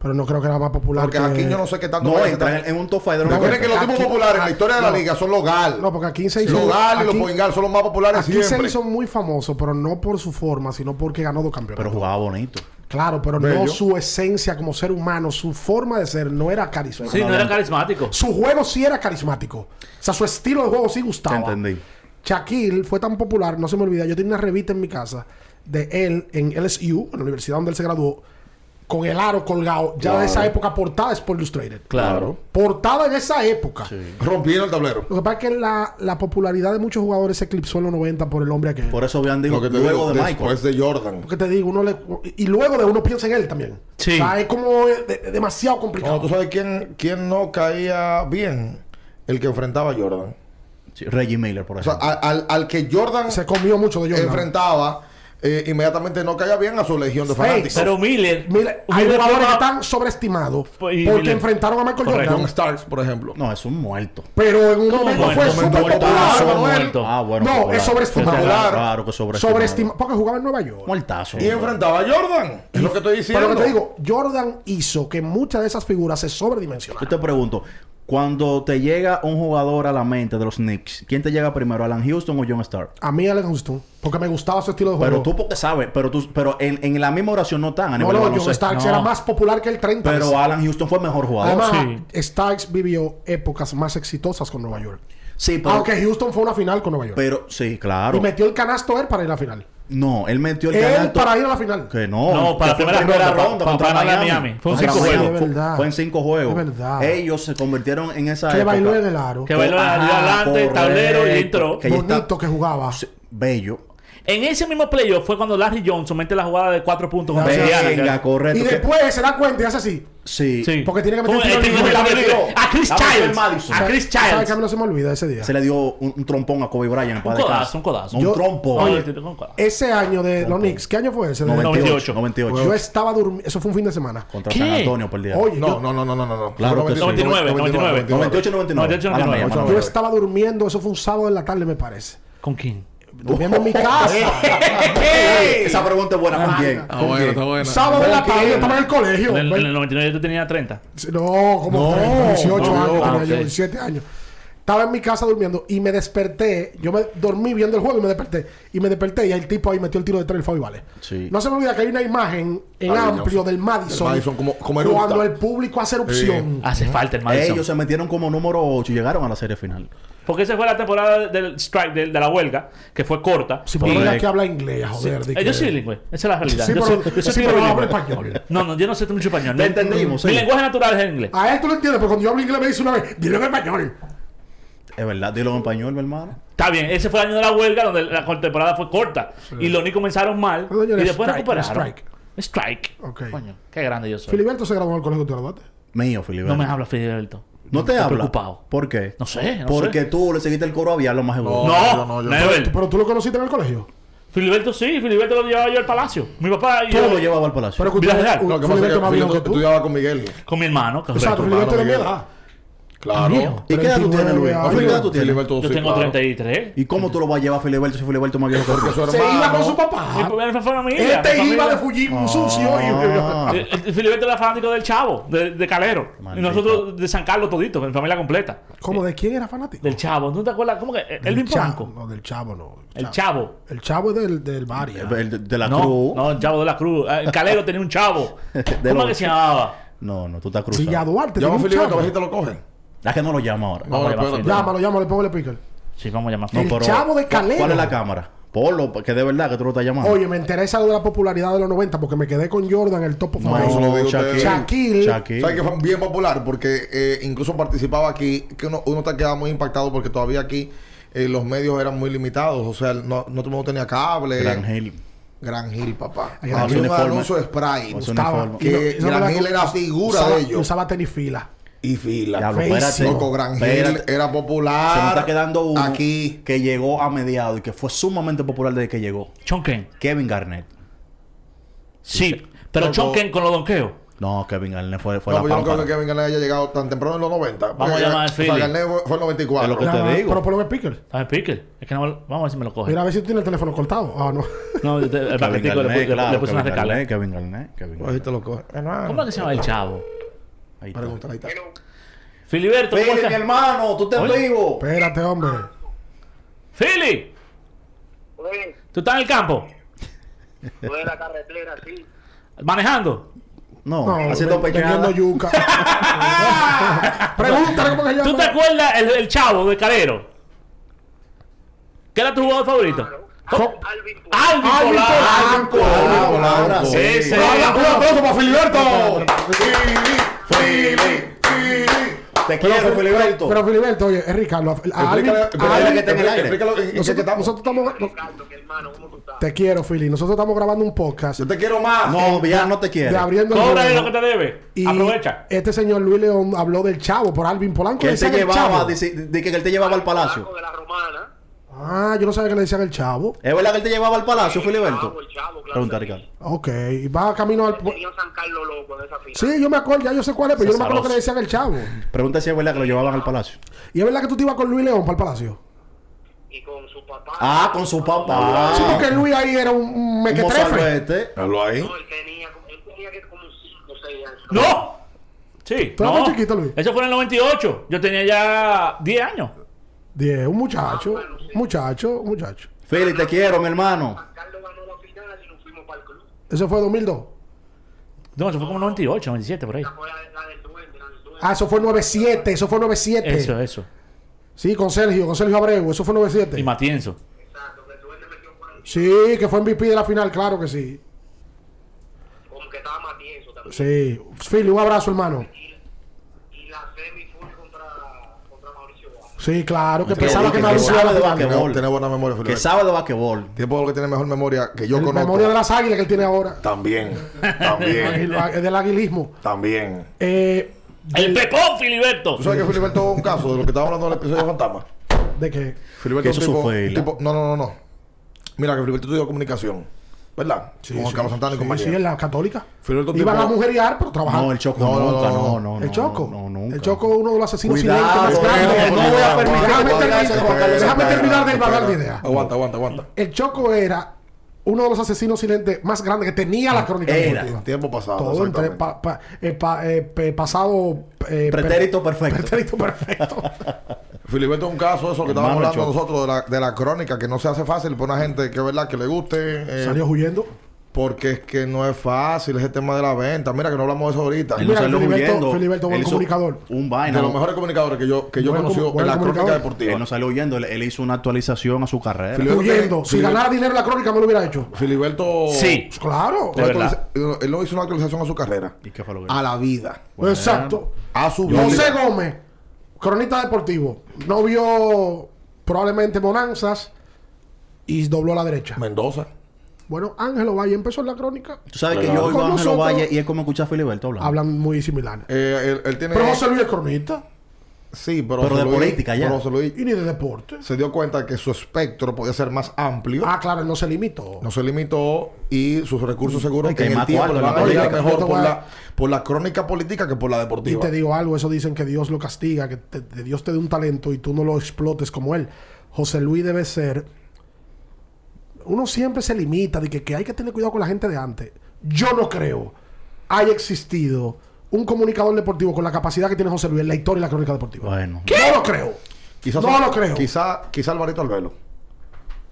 S1: Pero no creo que era más popular.
S2: porque
S1: que-
S2: aquí yo Ah, no sé qué tanto.
S3: No,
S2: vaya a
S3: entra
S2: ser
S3: en, en un top five de
S2: tan-
S3: los
S2: Recuerden
S3: 90.
S2: que los tipos populares en la historia de la liga son los Gal.
S1: No, porque aquí se hizo.
S2: los Gal y los
S1: aquí-
S2: Point Gal son los más populares
S1: Aquí se
S2: siempre.
S1: hizo muy famoso, pero no por su forma, sino porque ganó dos
S3: Pero
S1: campeonatos.
S3: jugaba bonito.
S1: claro, pero no
S2: Bello.
S1: su esencia como ser humano, su forma de ser no era carismática.
S4: Sí, no era carismático.
S1: Su juego sí era carismático. O sea, su estilo de juego sí
S3: Te
S1: gustaba.
S3: entendí.
S1: Shaquille fue tan popular, no se me olvida, yo tenía una revista en mi casa de él en LSU, en la universidad donde él se graduó, con el aro colgado, ya de esa época portada de Sport Illustrated.
S4: Claro.
S1: Portada en esa época.
S2: Rompieron el tablero.
S1: Lo que pasa es que la, la popularidad de muchos jugadores se eclipsó en los 90 por el hombre aquel.
S3: Por eso habían dicho
S2: Lo que te
S3: luego
S2: digo,
S3: de Michael.
S2: después de Jordan.
S1: Porque te digo, uno le, y luego de uno piensa en él también.
S4: Sí.
S1: O sea, es como eh, de- demasiado
S2: No,
S1: complicado.
S2: ¿tú sabes quién, quién no caía bien? El que enfrentaba a Jordan.
S3: Sí, Reggie Miller, por
S2: O sea, ah,
S3: ejemplo.
S2: al, al- al que Jordan
S1: se comió mucho de Jordan.
S2: enfrentaba, eh, inmediatamente no caía bien a su legión de
S1: Sí,
S2: fanáticos.
S4: Pero Miller.
S1: Mira, hay jugadores
S4: Miller
S1: que
S4: jugaba-
S1: están sobreestimados
S4: Pues,
S1: porque
S4: y Miller.
S1: enfrentaron a Michael
S4: Correcto.
S2: John
S1: Jordan.
S2: Starks, por ejemplo.
S3: no, es un muerto.
S1: Pero en un momento
S4: muerto,
S1: fue
S4: como
S1: súper
S4: muerto,
S1: popular,
S4: como
S1: Manuel.
S4: muerto.
S3: Ah, bueno.
S1: No,
S3: popular.
S1: es sobreestimado.
S3: Claro, Claro que sobreestimado.
S1: Sobreestima- porque jugaba en Nueva York.
S3: Muertazo.
S2: Y enfrentaba a Jordan. Es lo que estoy diciendo.
S1: Pero lo que te digo, Jordan hizo que muchas de esas figuras se
S3: Yo
S1: sobredimensionaran.
S3: te pregunto, cuando te llega un jugador a la mente de los Knicks, ¿quién te llega primero, Alan Houston o John Stark?
S1: A mí Alex Houston, porque me gustaba su estilo de juego.
S3: Pero tú porque sabes, pero tú, pero en, en la misma oración no tan a
S1: no,
S3: nivel de
S1: no, John
S3: baloncesto.
S1: Starks
S3: No.
S1: era más popular que el 30.
S3: Pero Alan Houston fue mejor jugador.
S1: Además,
S4: sí.
S1: Starks vivió épocas más exitosas con Nueva York.
S3: sí, pero,
S1: Aunque Houston fue a una final con Nueva York.
S3: pero sí, claro.
S1: Y metió el canasto él para ir a la final.
S3: No, él metió el
S1: él
S3: canasto-
S1: para ir a la final.
S3: Que no.
S4: No, para
S3: que fue
S4: primera
S3: en primera
S4: ronda,
S3: ronda
S4: pa-
S3: contra
S4: para
S3: Miami.
S4: Miami. Fue en
S3: Contra
S4: cinco
S3: Miami.
S1: juegos.
S3: Fue-
S1: Es verdad.
S3: Fue en cinco juegos.
S1: Es verdad.
S3: Ellos se convirtieron en esa
S1: Que
S3: época.
S1: bailó en el aro.
S4: Que bailó
S3: Ajá,
S4: adelante, el tablero y entró.
S3: correcto. que ya está-
S1: Bonito que jugaba.
S3: Bello.
S4: En ese mismo playoff fue cuando Larry Johnson mete la jugada de cuatro puntos contra Indiana.
S3: Venga, correcto.
S1: y
S3: que-
S1: después se da cuenta y hace así.
S3: Sí.
S4: Sí.
S1: Porque tiene que meter
S4: Fue- este
S1: tiro
S4: el tipo
S1: libre.
S4: que la
S3: La
S4: metió.
S3: metió.
S4: A Chris
S3: La metió el
S4: Childs.
S3: Madison.
S4: A Chris
S1: ¿Sabes que a mí
S4: Childs.
S1: no se me olvida ese día?
S3: Se le dio un, un trompón a Kobe Bryant.
S4: Un
S3: para descansar.
S4: codazo, un codazo.
S3: No, un
S1: Yo-
S3: trompo.
S4: Oye,
S3: Oye,
S4: te tengo un codazo.
S1: Ese año de los Knicks, ¿qué año fue ese? De-
S3: 98.
S4: 98.
S1: Yo estaba durmiendo. Eso fue un fin de semana.
S3: Contra
S4: ¿Qué?
S3: San Antonio perdieron.
S1: Oye,
S2: No,
S1: yo,
S2: no, no, no, no, no, no.
S3: Claro que sí.
S4: 99,
S2: 99,
S3: 98-99.
S4: 98-99.
S3: A la media,
S1: yo
S3: Manuel.
S1: estaba durmiendo. Eso fue un sábado en la tarde, me parece.
S4: ¿Con quién?
S1: Durmiendo en mi casa.
S4: ¡Eh!
S3: Esa pregunta es buena también.
S6: Está bueno, está bueno.
S1: Sábado en la tarde, yo estaba en el colegio.
S4: En el, en el 99 yo tenía 30.
S1: No, como
S2: No,
S1: 30, 18
S2: no,
S1: años,
S4: no,
S1: tenía yo,
S4: ok.
S1: 17 años. Estaba en mi casa durmiendo y me desperté. Yo me dormí viendo el juego y me desperté. Y me desperté y el tipo ahí metió el tiro de tres, el Fabi Vale.
S3: Sí.
S1: No se me olvida que hay una imagen en
S2: Maravilloso.
S1: amplio del Madison.
S2: Del Madison, como- como eructa.
S1: cuando el público hace erupción. Ah,
S4: Hace falta el Madison.
S3: Ellos se metieron como número 8 y llegaron a la serie final.
S4: Porque esa fue la temporada del strike, de, de la huelga, que fue corta.
S1: Si
S4: Y-
S1: por
S4: Eh,
S1: que habla inglés, joder. de
S4: eh, yo
S1: que-
S4: soy bilingüe, esa es la realidad.
S1: Sí,
S4: yo
S1: pero-
S4: soy, yo soy
S1: sí, pero no
S4: bilingüe.
S1: hablo español.
S4: No, no, yo no sé mucho español.
S3: Te
S4: Mi-
S3: entendimos,
S4: Mi
S3: sí.
S4: lenguaje natural es el inglés.
S1: A él tú lo entiendes, pero cuando yo hablo inglés me dice una vez, dilo en español.
S3: Es verdad, dilo en español, mi hermano.
S4: Está bien, ese fue el año de la huelga donde la temporada fue corta. Y los ni comenzaron mal
S1: Coño,
S4: y
S1: el
S4: después
S1: strike,
S4: recuperaron.
S1: el strike.
S4: Strike. Strike.
S1: Ok.
S4: Coño, qué grande yo soy.
S1: Filiberto se graduó en el colegio que tú graduaste.
S3: Mío, Filiberto.
S4: No me habla Filiberto.
S3: No te
S4: Estoy
S3: habla.
S4: preocupado.
S3: ¿Por qué?
S4: No sé, no
S3: Porque
S4: sé.
S3: tú le seguiste el coro a Vial, lo más seguro.
S4: No,
S2: No, yo no, yo no.
S4: never.
S1: Tú- Pero tú lo conociste en el colegio.
S4: Filiberto sí, Filiberto lo llevaba yo al palacio. Mi papá y
S3: Todo
S4: yo
S3: lo llevaba al palacio.
S1: Pero que
S4: Vida
S1: usted-
S4: real.
S1: un-
S2: Lo que pasa es
S1: Filiberto
S2: que
S1: más viejo
S2: Filiberto
S1: que tú.
S2: estudiaba con Miguel.
S4: con mi hermano. correcto.
S1: Exacto,
S2: hermano
S1: Filiberto era mi
S2: Miguel.
S1: edad. Ah,
S2: Claro.
S3: ¿Y qué edad tú tienes, Luis?
S1: 29
S3: ¿A qué edad tú tienes?
S2: Filiberto,
S4: yo
S2: sí,
S4: tengo
S2: claro.
S4: 33.
S3: ¿Y cómo tú lo vas a llevar a Filiberto si Filiberto es más viejo que
S2: Porque
S3: tú?
S2: su hermano.
S1: Se iba con su
S4: Mi
S1: papá.
S4: papá fue una familia.
S1: Ah. Este
S4: mi
S1: iba de
S4: familia-
S1: Fujim sucio
S3: Ah.
S1: y...
S4: Eh, eh, Filiberto era fanático del Chavo, de, de Calero. Y
S3: Maldito.
S4: nosotros de San Carlos todito, en familia completa.
S1: ¿Cómo? ¿De quién era fanático?
S4: Del Chavo, ¿no te acuerdas? ¿Cómo que? Eh, Elvin
S1: Chavo.
S4: Polanco.
S1: No, del Chavo no.
S4: El Chavo.
S1: El Chavo es del, del Varia.
S3: El- el de- de la
S4: No,
S3: cruz.
S4: no, el Chavo de la Cruz. Eh, El Calero tenía un Chavo.
S3: De
S4: ¿Cómo
S3: los-
S4: que se llamaba?
S3: No, no, tú estás
S1: Si ya
S3: cruzado.
S1: Duarte
S2: Llama
S1: tiene
S2: a
S1: un
S2: Filiberto, a
S1: Chavo.
S2: ver si te lo cogen.
S3: Es que no lo llama ahora.
S2: No,
S4: Vamos a
S2: espérate.
S4: llamar a Filiberto.
S1: Llámalo, llámalo, ponle picker.
S4: Sí, vamos a llamar.
S1: El Chavo de
S3: ¿Cuál-
S1: Calero.
S3: ¿Cuál es la cámara? Polo, que de verdad que tú lo estás llamando.
S1: Oye, me interesa lo de la popularidad de los 90 porque me quedé con Jordan, el top of
S3: no,
S1: mind.
S2: eso lo digo
S3: Shaquille.
S2: usted.
S1: Shaquille.
S3: Shaquille.
S2: ¿Sabes que fue bien popular? Porque eh, incluso participaba aquí, que uno, uno está quedado muy impactado porque todavía aquí eh, los medios eran muy limitados. O sea, no, no todo el mundo tenía cable.
S3: Gran Hill.
S2: Gran Hill, papá.
S1: Ay, Gran
S2: Había
S3: Hill.
S2: un
S3: Uniforme.
S2: anuncio de Sprite.
S3: Con su
S2: Gustavo,
S1: Estaba.
S3: uniforme.
S1: Y no-
S2: Que
S1: eso me
S2: Gran
S1: la-
S2: Hill era figura
S1: usaba-
S2: de ellos.
S1: Usaba tenis fila.
S2: Y fila.
S3: Diablo,
S1: Facebook.
S3: espérate.
S2: Loco, Gran Hill
S3: Espérate.
S2: era popular.
S3: Se nos está quedando uno
S2: Aquí.
S3: que llegó a mediados y que fue sumamente popular desde que llegó.
S4: Chonken.
S3: Kevin Garnett.
S4: Sí, pero
S2: Loco.
S4: Chonken con los donqueos.
S3: No, Kevin Garnett fue, fue
S2: No,
S3: la
S2: pero yo no creo
S3: pámpara.
S2: que Kevin Garnett haya llegado tan temprano en los 90.
S4: Vamos a llamar al
S2: o sea,
S4: Philly.
S2: Garnett fue, fue el 94.
S3: Es lo que- te
S1: Nada,
S3: digo.
S1: Pero ponle picker.
S4: ¿Sabes, Pickle? Es que no, me lo- vamos a ver si me lo coge.
S1: Mira a ver si tiene el teléfono cortado. Ah, no.
S4: No, yo te- el
S3: Kevin
S4: paquetico le,
S3: Garnett,
S4: le- le
S3: claro,
S4: puse
S3: Kevin
S4: una recala.
S3: Garnett, Kevin Garnett, Kevin
S2: Ahí
S3: Garnett.
S2: te lo coge.
S4: ¿Cómo es que se llama el Chavo?
S3: Ahí está.
S2: Pregunta, ahí está.
S4: Filiberto, ¿cómo
S3: Felipe, mi
S4: estás?
S3: hermano, tú estás
S4: Oye.
S3: vivo.
S1: Espérate, hombre.
S4: ¡Fili!
S7: Fue,
S4: ¿Tú estás en el campo?
S7: fue Pues, la carretera, sí.
S4: ¿Manejando?
S3: No,
S1: No,
S3: haciendo
S1: ven-
S3: pequeñada.
S1: vendiendo yuca. Pregúntale cómo se llama.
S4: ¿Tú te acuerdas el, el Chavo de Calero? ¿Qué era tu jugador favorito? ¿Cómo?
S7: Alvin Pujol.
S4: ¡Alvin
S1: Alvin
S4: Polanco!
S2: Polanco,
S3: Ahora
S2: Polanco.
S3: sí.
S4: Sí, sí.
S1: Ah,
S2: Un aplauso para Filiberto.
S3: Te quiero, Filiberto.
S1: Pero Filiberto, oye, es Ricardo. A- a Alvin-
S2: Explícale- explícale-
S1: a
S3: Alvin que
S1: Alvin-
S3: está en el aire.
S2: explícalo en- en qué
S1: Nosotros
S2: estamos.
S1: nosotros estamos.
S7: Ricardo, que hermano, ¿cómo tú estás?
S1: Te quiero, Fili. Nosotros estamos grabando un podcast
S2: Yo te quiero más.
S3: No, ya no te quiere.
S1: de abriendo el
S4: Cóbrale
S1: Juego.
S4: lo que te debe.
S1: Y
S4: Aprovecha.
S1: Este señor Luis León habló del chavo por Alvin Polanco.
S3: Que
S1: le
S3: él te
S1: decían el
S3: llevaba,
S1: chavo.
S3: dice, de que él te llevaba al
S7: Paco
S3: palacio.
S7: de la Romana.
S1: Ah, yo no sabía que le decían el chavo.
S3: ¿Es verdad que él te llevaba al palacio,
S7: Chavo,
S3: Filiberto?
S7: el chavo, claro.
S3: Pregunta,
S7: que sí.
S3: Ricardo.
S1: Ok, y va camino al.
S7: Tenía San Carlos loco en esa fila.
S1: Sí, yo me acuerdo, ya yo sé cuál es, pero yo no me acuerdo que
S4: Azaroso.
S1: le decían el chavo.
S3: Pregunta si es verdad que lo llevaban al palacio.
S1: Y es verdad que tú te ibas con Luis León para el palacio.
S7: Y con su papá.
S3: Ah, con su papá.
S1: Sí, porque Luis ahí era un- un
S3: Un
S1: mequetrefe.
S3: mozalbete.
S2: Hablo ahí.
S7: No, él tenía, como- él tenía que como 5 o 6 años.
S4: ¡No! Sí.
S1: Tú eras
S4: no.
S1: muy chiquito, Luis.
S4: Eso fue en el 98. Yo tenía ya 10 años.
S1: Diez, un muchacho,
S2: Ah,
S1: muchacho, muchacho.
S3: Fili, te quiero, mi hermano.
S7: San Carlos ganó la final y nos fuimos para el club.
S1: Eso fue 2002.
S4: No, eso fue como 98, 97, por ahí.
S7: Fue la, la del duende, la del duende.
S1: Ah, eso fue 97, eso fue 97.
S4: Eso, eso.
S1: Sí, con Sergio, con Sergio Abreu, eso fue
S4: Y
S1: 97.
S4: Matienzo.
S7: Exacto, que el duende metió por ahí.
S1: Sí, que fue MVP de la final, claro que sí.
S7: Como que estaba Matienzo también.
S1: Sí, Philly, un abrazo, hermano.
S7: Y, y la semi fue contra, contra Mauricio Guapo.
S1: Sí, claro, que
S2: Qué
S1: pensaba
S2: bonito,
S1: que
S2: qué
S1: me había
S3: bonito.
S1: sido la final.
S3: Qué gol.
S2: Tiene buena memoria,
S3: Que
S2: Filiberto.
S3: sabe de basquetbol.
S2: Tipo que tiene mejor memoria que yo
S1: El
S2: conozco.
S1: memoria de las águilas que él tiene ahora.
S2: También. También.
S1: El- el del aguilismo.
S2: también.
S1: Eh,
S4: ¡El pepón, Filiberto!
S2: ¿Tú sabes que Filiberto es un caso de lo que estaba hablando en el episodio de Fantasma?
S1: de que
S2: Filiberto
S3: Que eso
S2: es un tipo,
S3: fue,
S2: un
S3: la-
S2: tipo- No, no, no, no. Mira, que Filiberto estudió comunicación. ¿Verdad? Con Juan Carlos Santana y
S1: Sí, sí,
S2: compañía.
S1: en la católica.
S2: Fue otro
S1: Iban
S2: tipo-
S1: a mujeriar, pero trabajaban.
S3: No, el Choco
S2: No, no,
S3: nunca,
S2: no,
S3: no,
S2: no.
S3: no.
S1: El
S3: no,
S1: Choco.
S3: No, nunca.
S1: el Choco es uno de los asesinos
S3: Cuidado,
S1: silentes más grandes.
S3: eh, no voy a permitir que
S1: Déjame
S3: me digas
S1: terminar-
S3: eso, Juan
S2: Espera,
S3: Carlos.
S1: Déjame
S2: espera,
S1: terminar de
S2: espera.
S1: embarrar la idea.
S2: Aguanta, aguanta, aguanta.
S1: El Choco era uno de los asesinos silentes más grandes que tenía la crónica
S3: Era.
S1: deportiva.
S2: Tiempo pasado.
S1: Todo en tres-
S2: exactamente.
S1: pa- pa- eh, pa- eh, pe- pasado. eh,
S3: Pretérito
S1: per-
S3: perfecto.
S1: Pretérito perfecto.
S2: Filiberto es un caso, eso que estábamos
S3: Hermano
S2: hablando
S3: Choco.
S2: nosotros de la, de la crónica, que no se hace fácil para una gente que verdad que le guste. eh,
S1: Salió huyendo.
S2: porque es que no es fácil ese tema de la venta. Mira que no hablamos de eso ahorita.
S3: Él
S1: Mira,
S3: no salió
S1: Filiberto-
S3: huyendo.
S1: Filiberto, buen
S3: Él hizo
S1: comunicador.
S3: Un vaina.
S2: de los mejores comunicadores que yo, que yo
S1: Buen
S2: conocí
S1: comu- buen
S2: en la crónica
S1: comunicador.
S2: deportiva.
S3: Él no salió huyendo. Él, él hizo una actualización a su carrera.
S2: Filiberto- Creo que-
S1: Huyendo. Si
S2: Filiberto-
S1: ganara dinero la crónica, me lo hubiera hecho.
S2: Filiberto.
S4: Sí.
S1: Pues claro.
S4: De verdad.
S2: Él él no hizo una actualización a su carrera.
S3: ¿Y qué fue lo que
S2: A la vida.
S1: Exacto.
S2: A su vida.
S1: José Gómez, cronista deportivo, no vio probablemente Bonanzas y dobló a la derecha.
S2: Mendoza.
S1: Bueno, Ángelo Valle empezó en la crónica.
S3: Tú sabes que yo oigo
S1: Con
S3: a Ángelo
S1: nosotros-
S3: Valle y es como escuchar a Filiberto hablar.
S1: Hablan muy similares.
S2: Eh, él, él tiene.
S1: Pero José Luis es cronista
S2: Sí, pero.
S3: Pero
S2: José
S3: de
S2: Luis-
S3: política ya.
S2: pero José Luis
S1: y ni de deporte.
S2: se dio cuenta que su espectro podía ser más amplio.
S1: Ah, claro, él no se limitó.
S2: No se limitó y sus recursos seguros
S3: Ay, que
S2: en el
S3: más
S2: tiempo
S3: cuarto
S2: le van
S3: en
S2: a
S3: la
S2: llegar
S1: política. Yo
S2: mejor
S1: te voy
S2: por
S1: a-
S2: la, por la crónica política que por la
S1: Y
S2: deportiva.
S1: te digo algo, eso dicen que Dios lo castiga, que te- te- Dios te dé un talento y tú no lo explotes como él. José Luis debe ser... Uno siempre se limita de que, que hay que tener cuidado con la gente de antes. Yo no creo haya existido un comunicador deportivo con la capacidad que tiene José Luis en la historia y la crónica deportiva.
S3: Bueno.
S1: No lo creo.
S2: Quizás-
S1: no lo creo.
S2: Quizá, quizá Alvarito Albelo.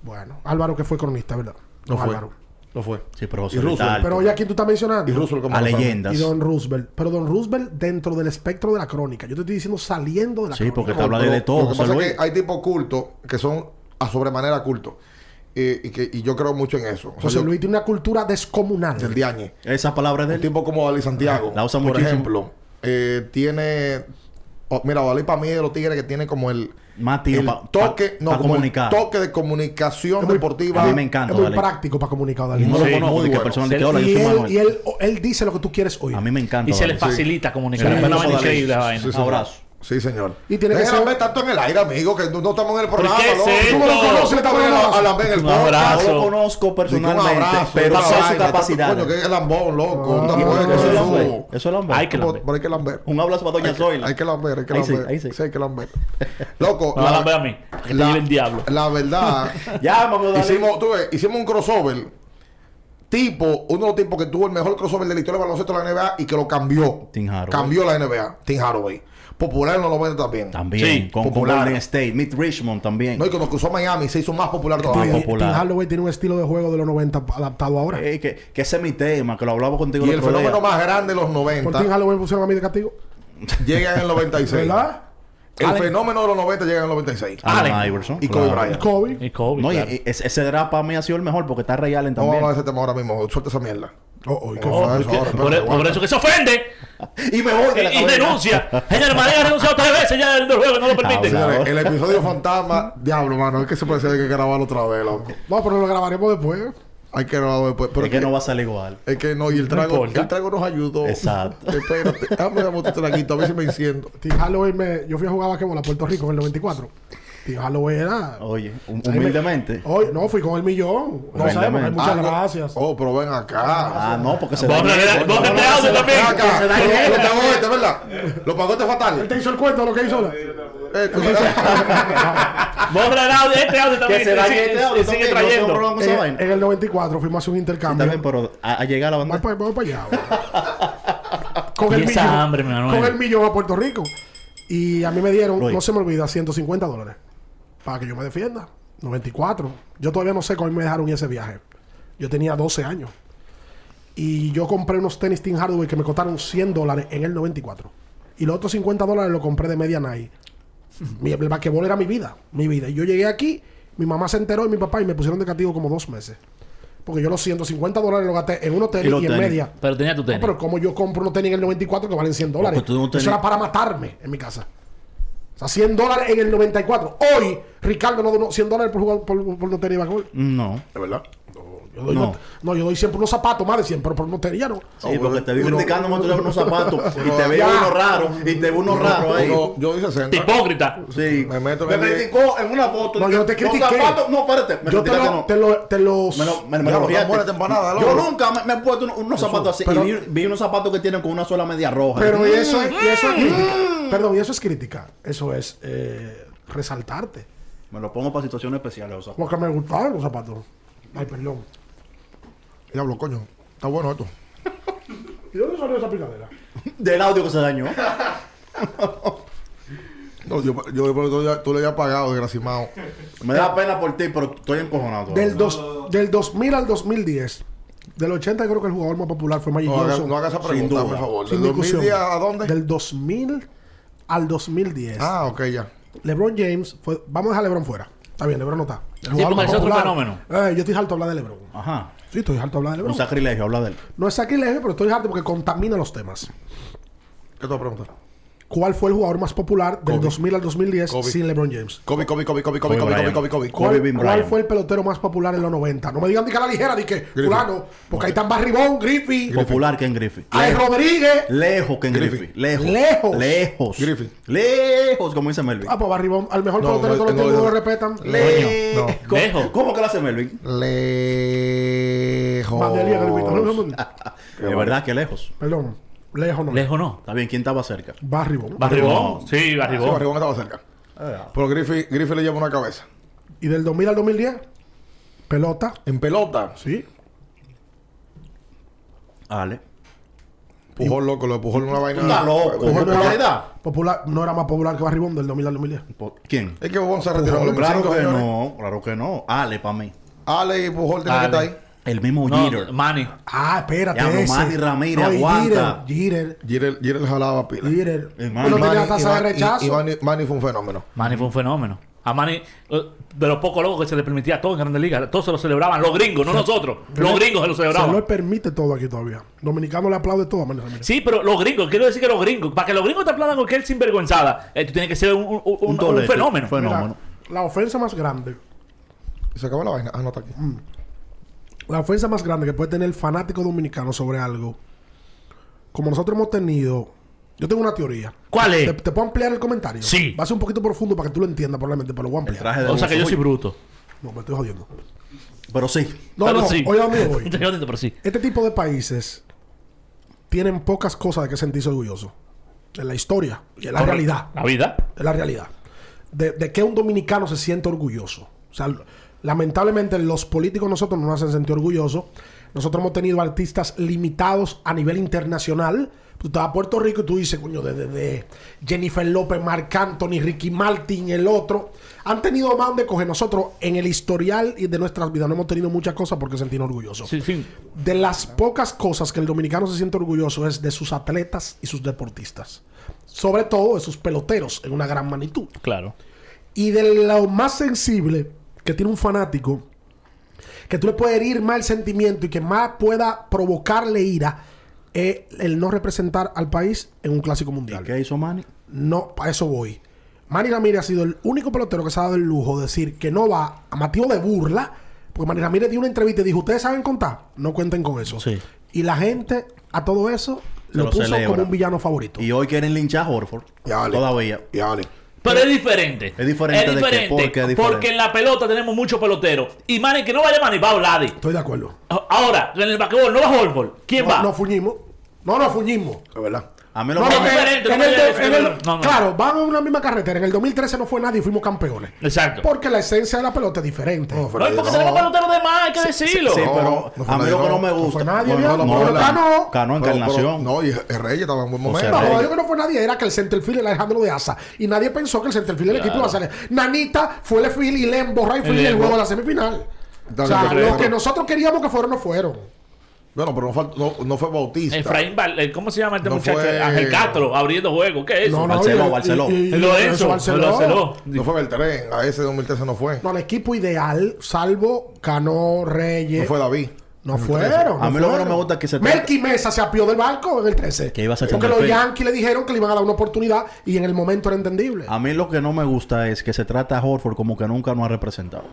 S1: Bueno, Álvaro que fue cronista, ¿verdad?
S2: No
S1: Don
S2: fue.
S1: Álvaro.
S2: No fue.
S3: Sí, pero José
S2: Y
S3: Luis
S2: Russell,
S3: está alto.
S1: Pero oye, ¿a quién tú estás mencionando?
S2: Y Russell como
S3: a
S2: lo sabe.
S3: leyendas.
S1: Y Don Roosevelt. Pero Don Roosevelt dentro del espectro de la crónica. Yo te estoy diciendo saliendo de la
S3: Sí,
S1: crónica.
S3: porque te habla de,
S2: Pero
S3: de todo.
S2: Lo que
S3: José
S2: pasa
S3: Luis.
S2: es que hay tipos cultos que son a sobremanera cultos. Eh, y, que, y yo creo mucho en eso. O sea,
S1: José
S2: yo-
S1: Luis tiene una cultura descomunal.
S2: Del Diañe.
S3: Esa palabra es de
S2: Un
S3: él.
S2: tipo como Dalí Santiago.
S3: La usa
S2: por
S3: muchísimo.
S2: ejemplo. eh, tiene. o- mira, Dalí para mí es de los tigres que tiene como el.
S3: Más tiro
S2: el
S3: pa- pa-
S2: toque, no,
S3: pa
S2: como el
S3: comunicar.
S2: toque de comunicación
S1: Es muy-
S2: deportiva.
S3: a mí me encanta,
S1: es muy
S3: Dalí.
S1: práctico para comunicar, Dalí.
S3: Y no
S4: Sí,
S3: lo conozco.
S2: muy
S3: ni qué
S2: bueno.
S3: persona ni
S4: Sí,
S3: qué habla.
S1: y
S3: Yo soy
S1: él,
S3: Manuel.
S1: y él, o- él dice lo que tú quieres oír.
S3: A mí me encanta.
S4: Y se le
S3: Dalí.
S4: facilita comunicar.
S3: Sí.
S4: Es una
S3: Sí.
S4: vaina
S3: Sí.
S4: increíble la
S2: Sí,
S4: vaina.
S2: señor.
S3: Abrazo.
S2: Sí, señor.
S1: Y tiene que
S2: Déjame
S1: ser-
S2: tanto en el aire, amigo, que no, no estamos en el programa.
S4: qué
S2: ¿no?
S4: es
S2: ¿Cómo lo
S4: esto?
S2: conoces? Le estamos hablando a Lambert en el
S3: Un
S2: podcast.
S4: abrazo.
S3: Yo lo conozco
S2: Sí, que un
S3: personalmente,
S2: abrazo,
S3: pero
S2: una
S3: sé su
S2: vaina,
S3: capacidad.
S2: Coño, que es lambón, loco.
S1: Ah.
S2: Una mujer que
S3: Eso es el
S2: se
S3: hombre.
S2: subo.
S3: Eso es el hombre.
S4: Ay, que-
S2: Pero- pero hay que lamber.
S3: Un abrazo para Doña
S2: Hay que-
S3: Zoila.
S2: Hay que lamber, hay que
S3: Ahí sí,
S2: lamber.
S3: ahí sí.
S2: hay que lamber. Loco,
S4: No, lambe a mí, que te lleve el diablo.
S2: La verdad,
S3: Llámame, Dalí.
S2: hicimos, tú ves, hicimos un crossover. Tipo, uno de los tipos que tuvo el mejor crossover de la historia del baloncesto de la NBA y que lo cambió.
S3: Tim Hardaway.
S2: Cambió la NBA. Tim Hardaway. Popular en los 90 también.
S3: También.
S4: Sí,
S3: con, con
S2: popular.
S3: Golden State. Mitt Richmond también.
S2: No, y cuando cruzó Miami se hizo más popular todavía.
S3: Más
S1: Tim,
S3: popular. Eh,
S1: Tim Hardaway tiene un estilo de juego de los 90 adaptado ahora.
S3: Ey, que, que ese es mi tema, que lo hablaba contigo
S2: Y
S3: el
S2: el
S3: otro
S2: fenómeno
S3: día.
S2: más grande de los
S1: ¿Por Tim
S2: 90
S1: Halloween pusieron a mí de castigo?
S2: llega en el 96.
S1: ¿Verdad?
S2: El
S4: Allen.
S2: fenómeno de los 90 llega en el 96.
S3: Allen
S4: Allen.
S3: Ah, Iverson.
S2: Y Kobe
S3: claro.
S2: Bryant.
S1: Kobe.
S4: Y Kobe,
S3: No, y- eh,
S4: claro.
S3: y ese, ese draft para mí ha sido el mejor porque está Ray Allen
S2: No vamos a
S3: también.
S2: hablar de ese tema ahora mismo. Suelta esa mierda.
S1: Oh, oh, ¿y qué
S2: Oh,
S1: fue?
S2: eso
S4: Porque-
S2: ahora,
S4: por,
S2: espérate,
S4: por
S2: aguanta.
S4: eso que se ofende
S3: y me voy de la
S4: y, y
S3: cabina.
S4: renuncia. Señor Marea ha renunciado tres veces ya del juego, no lo permite.
S3: Habla.
S2: Señores, el episodio fantasma, diablo, mano, es que se puede ser que hay que grabarlo otra vez, loco.
S1: No, pero lo grabaremos después.
S2: Hay que grabarlo después. Pero
S3: Es que no va a salir igual.
S2: es que no, y el trago,
S4: importa.
S2: el trago nos ayudó.
S3: Exacto.
S2: Espérate, dame dame otro traguito, a ver si me enciendo.
S1: Tim Halloween me... Yo fui a jugar a basquetbol a Puerto Rico en el 94. Tim Halloween era...
S3: Oye, hum-
S1: Ahí me- Oh,
S3: humildemente.
S1: Oye, no, fui con el millón. No sabemos, hay
S3: Humildemente.
S1: muchas
S2: Ah, no.
S1: gracias.
S2: Oh, pero ven acá.
S3: Ah, no, porque se
S4: Vamos a
S3: dañó.
S4: hablar de- vamos a hablar de audio también.
S2: Ven
S3: Que
S2: acá.
S3: se
S2: Lo
S3: da bien.
S2: lo pagó este, ¿verdad? Lo pagó este
S1: Él
S2: fatal.
S1: te hizo el cuento de lo que hizo. la-
S2: Eh, tú-
S4: Borra el audio, este audio también.
S3: Que se
S4: y
S3: dañe
S4: sigue-
S3: este
S4: y
S3: audio
S4: sigue
S3: también, no
S4: trayendo.
S3: tengo problema con esa
S1: En,
S3: vaina.
S1: Eh, en el 94 fuimos a hacer un
S3: Está bien,
S1: intercambio.
S3: pero a, a llegar a la
S1: Vamos
S3: banda.
S1: para, allá. bro. con,
S4: Y
S1: el
S4: esa
S1: millón,
S4: hambre, mi Manuel.
S1: con el millón a Puerto Rico. Y a mí me dieron,
S3: Luis.
S1: no se me olvida, 150 dólares. Para que yo me defienda. 94. Yo todavía no sé cómo me dejaron ir ese viaje. Yo tenía 12 años. Y yo compré unos tenis Team Hardware que me costaron 100 dólares en el 94. Y los otros 50 dólares los compré de media night. Mi, el basquetbol era mi vida, mi vida. Y yo llegué aquí, mi mamá se enteró y mi papá y me pusieron de castigo como dos meses. Porque yo los 150 dólares los gasté en unos tenis
S3: Y
S1: y,
S3: los
S1: en
S3: tenis.
S1: media.
S4: Pero tenía tu
S1: No,
S4: tenis.
S1: pero como yo compro unos tenis en el 94 que valen 100 dólares.
S3: Porque tú no tenías-
S1: Eso era para matarme en mi casa. O sea, 100 dólares en el 94. Hoy, Ricardo no donó 100 dólares por jugar por, por no tener basquetbol.
S3: No.
S2: ¿De verdad?
S1: Yo doy-
S3: No.
S1: no, yo doy siempre unos zapatos, más de 100, pero por montería no.
S3: Sí, porque te vi criticando mucho unos zapatos y te veo
S1: Ya.
S3: uno raro y te veo uno raro ahí.
S2: Yo, yo doy 60.
S4: Hipócrita.
S3: Sí.
S2: Me meto
S3: Me
S2: en el-
S3: criticó en una foto.
S1: No, yo no te
S3: Los
S1: critiqué.
S3: zapatos- no, espérate. Me
S1: yo te,
S3: criticaste,
S1: lo-
S3: no.
S1: te, lo- te los.
S3: Me lo- me- me
S2: Ya,
S3: lo
S2: no,
S3: pillaste.
S2: no muérete empanada,
S3: Yo
S2: loco.
S3: nunca me, me he puesto unos, unos zapatos así.
S1: pero-
S3: y vi, vi unos zapatos que tienen con una sola media roja.
S1: pero eso es, y
S3: Mm.
S1: eso es crítica. Perdón, y eso es crítica. Eso es eh, resaltarte.
S3: Me lo pongo para situaciones especiales. O sea.
S1: Porque me gustaban los zapatos. Ay, perdón.
S2: Diablo, coño. Está bueno esto.
S1: ¿Y dónde salió esa picadera?
S3: Del audio que se dañó.
S2: No, yo, yo, tú, le- tú le habías pagado, desgraciado.
S3: Me da pena por ti, pero estoy encojonado.
S1: Del, dos, del 2000 al 2010. Del 80 creo que el jugador más popular fue Magic
S2: No, haga-
S1: Johnson.
S2: no hagas esa pregunta,
S3: duda.
S2: por favor.
S1: Sin
S2: ¿Del 2010
S1: discusión.
S2: a dónde?
S1: Del 2000 al 2010.
S2: Ah, ok, ya.
S1: LeBron James fue... Vamos a dejar a LeBron fuera. Está bien, LeBron no está. El
S4: Sí, porque
S1: más
S4: ese es otro
S1: popular.
S4: fenómeno.
S1: Eh, yo estoy harto de hablar de LeBron.
S3: Ajá.
S1: Sí, estoy harto de hablar de
S3: Un
S1: LeBron.
S3: sacrilegio, habla de él.
S1: No es sacrilegio, pero estoy harto porque contamina los temas.
S2: ¿Qué te voy a preguntar?
S1: ¿Cuál fue el jugador más popular del
S2: Kobe.
S1: 2000 al 2010
S2: Kobe.
S1: sin LeBron James?
S2: Kobe, Kobe, Kobe, Kobe, Kobe, Kobe,
S3: Kobe
S2: Kobe,
S3: Bryant.
S2: Kobe, Kobe,
S1: ¿Cuál,
S3: Kobe Bean
S1: cuál
S3: Bryant.
S1: fue el pelotero más popular en los 90? No me digan ni que a la ligera, ni que fulano, porque ahí están Barry Bond, Griffey,
S3: Popular que en Griffith.
S1: Ay
S3: Lejos,
S1: Rodríguez.
S3: lejos que en
S2: Griffith.
S3: Griffith. Lejos.
S1: Lejos.
S3: Lejos.
S2: Griffith.
S3: Lejos, como dice Melvin.
S1: Ah, pues Barry Bond, al mejor pelotero de todos los
S2: no,
S1: tiempos
S2: no.
S1: no lo respetan.
S3: Lejos.
S2: Coño,
S4: no. Lejos.
S3: ¿Cómo que lo hace Melvin?
S1: Mandelía, Griffith. No, no,
S2: Lejos.
S1: no, no.
S3: De verdad que lejos.
S1: Perdón, lejos no.
S4: Lejos no.
S3: Está bien, ¿quién estaba cerca?
S1: Barry Bond.
S4: Barribón. Sí,
S2: Sí,
S4: barribón.
S2: Barrigón estaba cerca. Pero Griffith, Griffith le lleva una cabeza.
S1: Y del 2000 al 2010, pelota.
S2: En pelota.
S1: Sí.
S3: Ale.
S2: Pujol loco, lo empujó en una vaina.
S3: Está loco.
S2: Pujol-
S3: ¿Por
S1: Bond no era-
S3: popularidad?
S1: Popular, no era más popular que Barry Bond del 2000 al 2010.
S3: Po- ¿Quién?
S2: Es que Bobón se retiró.
S3: Pujol,
S2: los
S3: claro que
S2: 25 millones.
S3: no, claro que no. Ale para mí.
S2: Ale y Pujol tienen que
S4: Ale.
S2: estar ahí.
S3: El mismo Jeter.
S4: No, Manny.
S1: Ah, espérate.
S3: Ya, no,
S1: ese.
S3: Manny Ramírez,
S1: y
S3: aguanta.
S1: Jeter,
S2: Jirel Jirel jalaba pila.
S1: Jeter, Jeter.
S3: El Manny.
S1: Uno
S2: Y
S1: tenía
S2: Manny-
S1: tasa de
S2: y Manny-
S1: rechazo.
S2: Y, y Manny, Manny fue un fenómeno.
S4: Manny fue un fenómeno. A Manny, eh, de los pocos locos que se le permitía a todos en Grandes Ligas, todos se lo celebraban, los gringos, no nosotros. Los gringos se lo
S1: Se
S4: celebraban.
S1: lo permite todo aquí todavía. Dominicano le aplaude todo a Manny Ramírez.
S4: Sí, pero los gringos, quiero decir que los gringos, para que los gringos te aplaudan cualquier sinvergüenzada, eh, tú tienes que ser un, un- un- un
S3: tolete.
S4: fenómeno.
S3: Fenómeno.
S1: Mira, la ofensa más grande,
S2: Y se acabó la vaina. Ah, no, está aquí.
S1: la ofensa más grande que puede tener el fanático dominicano sobre algo, como nosotros hemos tenido, yo tengo una teoría.
S4: ¿Cuál es?
S1: ¿Te, te puedo ampliar el comentario?
S4: Sí.
S1: Va a ser un poquito profundo para que tú lo entiendas probablemente, pero lo voy a
S3: El
S1: ampliar.
S3: traje de
S4: O sea que yo
S3: buzo.
S4: soy bruto.
S1: No, me estoy jodiendo.
S3: Pero sí.
S1: No,
S4: Pero
S1: no,
S4: sí.
S1: oye, ¿a dónde voy?
S4: Estoy jodiendo, pero sí.
S1: Este tipo de países tienen pocas cosas de que sentirse orgulloso. En la historia y en la realidad.
S4: La vida.
S1: Es la realidad. De, de que un dominicano se siente orgulloso. O sea, l- lamentablemente los políticos nosotros no nos hacen sentir orgullosos. Nosotros hemos tenido artistas limitados a nivel internacional. Tú estás a Puerto Rico y tú dices, coño, desde Jennifer López, Marc Anthony, Ricky Martin, el otro. Han tenido más de coger nosotros en el historial y de nuestras vidas. No hemos tenido muchas cosas porque sentirnos orgullosos.
S4: Sí, sí.
S1: De las pocas cosas que el dominicano se siente orgulloso es de sus atletas y sus deportistas. Sobre todo de sus peloteros en una gran magnitud.
S4: Claro.
S1: Y de lo más sensible que tiene un fanático, que tú le puedes herir más el sentimiento y que más pueda provocarle ira, es el no representar al país en un clásico mundial.
S3: ¿Y qué hizo Manny?
S1: No, para eso voy. Manny Ramírez ha sido el único pelotero que se ha dado el lujo de decir que no va a motivo de burla, porque Manny Ramírez dio una entrevista y dijo, ¿ustedes saben contar? No cuenten con eso.
S4: Sí.
S1: Y la gente a todo eso
S3: Se
S1: lo,
S3: lo
S1: puso
S3: celebra.
S1: como un villano favorito.
S3: Y hoy quieren linchar a Horford.
S2: Y Ale.
S3: Todavía.
S2: Y Ale.
S4: Pero es diferente.
S3: Es diferente de qué, ¿por qué es diferente?
S4: Porque en la pelota tenemos muchos peloteros. Y Manny, que no vaya Manny, va Vladi.
S1: Estoy de acuerdo.
S4: Ahora, en el basquetbol no va Holford. ¿Quién
S1: No,
S4: va?
S1: nos fuñimos. No nos fuñimos.
S2: Es verdad.
S3: A mí
S1: No,
S3: lo
S1: no,
S3: que
S1: que-
S3: me-
S4: diferente,
S1: que en
S4: no
S1: el
S4: me-
S1: de- en el-
S4: no, no.
S1: Claro, van en una misma carretera. En el 2013 no fue nadie y fuimos campeones.
S4: Exacto.
S1: Porque la esencia de la pelota es diferente.
S4: No, y porque tenemos peloteros de más, hay que decirlo.
S3: Sí,
S2: No,
S3: pero
S2: no fue
S3: a mí
S2: nadie,
S3: lo que
S2: no.
S3: no me
S2: No
S3: gusta.
S1: fue nadie,
S3: Bueno,
S1: viejo.
S3: no,
S1: Pero
S3: la-
S1: Cano-
S3: Cano
S2: Pero-
S3: Ah, Encarnación.
S2: pero- No, y el Reyes estaba en buen momento.
S3: sea,
S1: No,
S3: Reyes.
S1: yo que no fue nadie, era que el centerfield era Alejandro de Asa. Y nadie pensó que el centerfield del equipo iba a salir. Nanita fue el field y le emborra y fue
S4: El
S1: el
S4: Lembo.
S1: juego de la semifinal.
S2: Está
S1: O sea,
S2: bien,
S1: lo
S2: claro.
S1: que nosotros queríamos que fueron, no fueron.
S2: Bueno, pero no, fal- no- no fue Bautista.
S4: Efraín, Val- eh, ¿cómo se llama este
S2: No
S4: muchacho?
S2: fue-
S4: Ángel Castro, abriendo juego. ¿Qué es eso?
S1: No, no,
S3: Barceló,
S1: y-
S3: Barceló.
S1: y- y- y-
S4: Lorenzo,
S1: Barceló.
S4: Barceló.
S2: No fue Beltrán. A ese 2013 no fue.
S1: No, el equipo ideal, salvo Cano, Reyes.
S2: No fue David.
S1: No fueron.
S3: A mí lo que no
S1: fueron.
S3: me gusta es que se-
S1: Melky Mesa se apió del barco en el 13.
S3: Que iba a ser
S1: Porque los
S3: centerfield.
S1: Yankees le dijeron que le iban a dar una oportunidad y en
S3: Ah.
S1: el momento era entendible.
S3: A mí lo que no me gusta es que se trata a Horford como que nunca nos ha representado.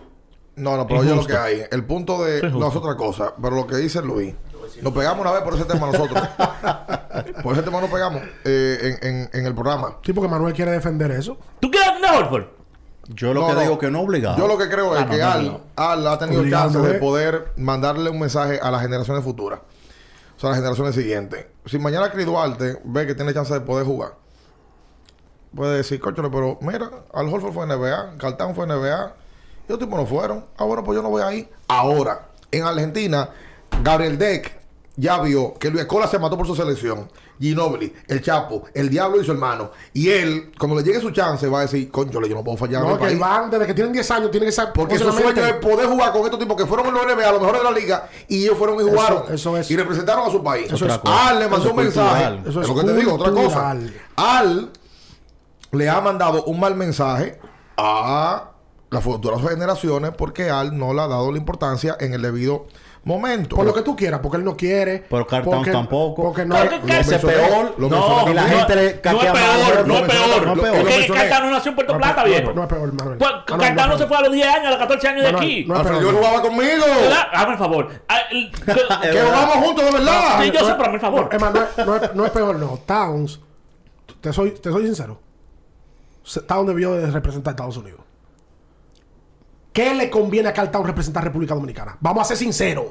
S2: No, no, pero oye lo
S4: Injusto.
S2: que hay. El punto de.
S4: Eso es
S2: No es
S4: justo.
S2: otra cosa, pero lo que dice Luis. Nos pegamos una vez por ese tema nosotros. por ese tema nos pegamos eh, en, en- en el programa.
S1: Sí, porque Manuel quiere defender eso.
S4: ¿Tú quieres defender a Horford?
S3: Yo lo
S2: No,
S3: que
S2: no.
S3: digo que no obligado.
S2: Yo lo que creo es
S3: Ah, no,
S2: que
S3: no,
S2: Al,
S3: no.
S2: Al ha tenido
S1: Obligando,
S2: chance de
S1: ¿eh?
S2: poder mandarle un mensaje a las generaciones futuras. O sea, a las generaciones siguientes. Si mañana Cris Duarte ve que tiene chance de poder jugar, puede decir, cochole, pero mira, Al Holford fue NBA, Cartán fue NBA, y los tipos no fueron. Ah, bueno, pues yo no voy ahí. Ahora, en Argentina, Gabriel Deck ya vio que Luis Escola se mató por su selección. Ginobili, el Chapo, el Diablo y su hermano. Y él, cuando le llegue su chance, va a decir, conchole, yo no puedo fallar. a mi
S1: No, que
S2: país".
S1: van desde que tienen 10 años, tienen que saber.
S2: Porque su
S1: solamente-
S2: sueño es poder jugar con estos tipos que fueron en los NBA, a lo mejor de la liga, y ellos fueron y jugaron.
S1: eso es-
S2: Y representaron a su país.
S1: Eso es-
S2: Al le mandó
S3: Eso
S2: un
S3: es
S2: mensaje.
S3: cultural.
S1: Eso es
S2: lo que te digo, otra cosa.
S1: cultural.
S2: Al le ha mandado un mal mensaje a las futuras generaciones porque Al no le ha dado la importancia en el debido momento.
S1: Por lo que tú quieras, porque él no quiere.
S3: Pero Cartón
S1: porque-
S3: tampoco.
S1: Porque no.
S4: Pero que-
S2: Lo
S4: Ese
S2: mencioné,
S3: peor,
S2: lo
S3: no,
S2: mencioné
S3: y la
S2: también.
S3: gente- le
S4: No
S3: caquea
S4: es
S3: más a
S4: peor,
S3: Horford.
S4: no es peor.
S2: No es
S4: No
S2: peor.
S4: es
S2: Lo
S4: que
S2: mencioné.
S4: Cartano nació en Puerto
S1: No,
S4: Plata,
S1: no,
S4: viejo.
S1: no es peor, Manuel.
S4: Pues,
S1: Ah, no, no es
S4: Cartano se
S1: peor.
S4: fue a los 10 años, a los 14 años de
S1: Manuel,
S4: aquí.
S1: no es
S2: Alfredo,
S1: peor.
S2: yo jugaba conmigo.
S4: ¿Verdad? Hazme el favor. Ah, el-
S2: Que jugamos juntos, de verdad.
S4: Sí, yo sé, pero hazme el favor.
S1: Emanuel, no es, no es peor, no. Towns, te soy, te soy sincero. Se- Towns debió de representar a Estados Unidos. ¿Qué le conviene a Carl Towns representar a República Dominicana? Vamos a ser sinceros.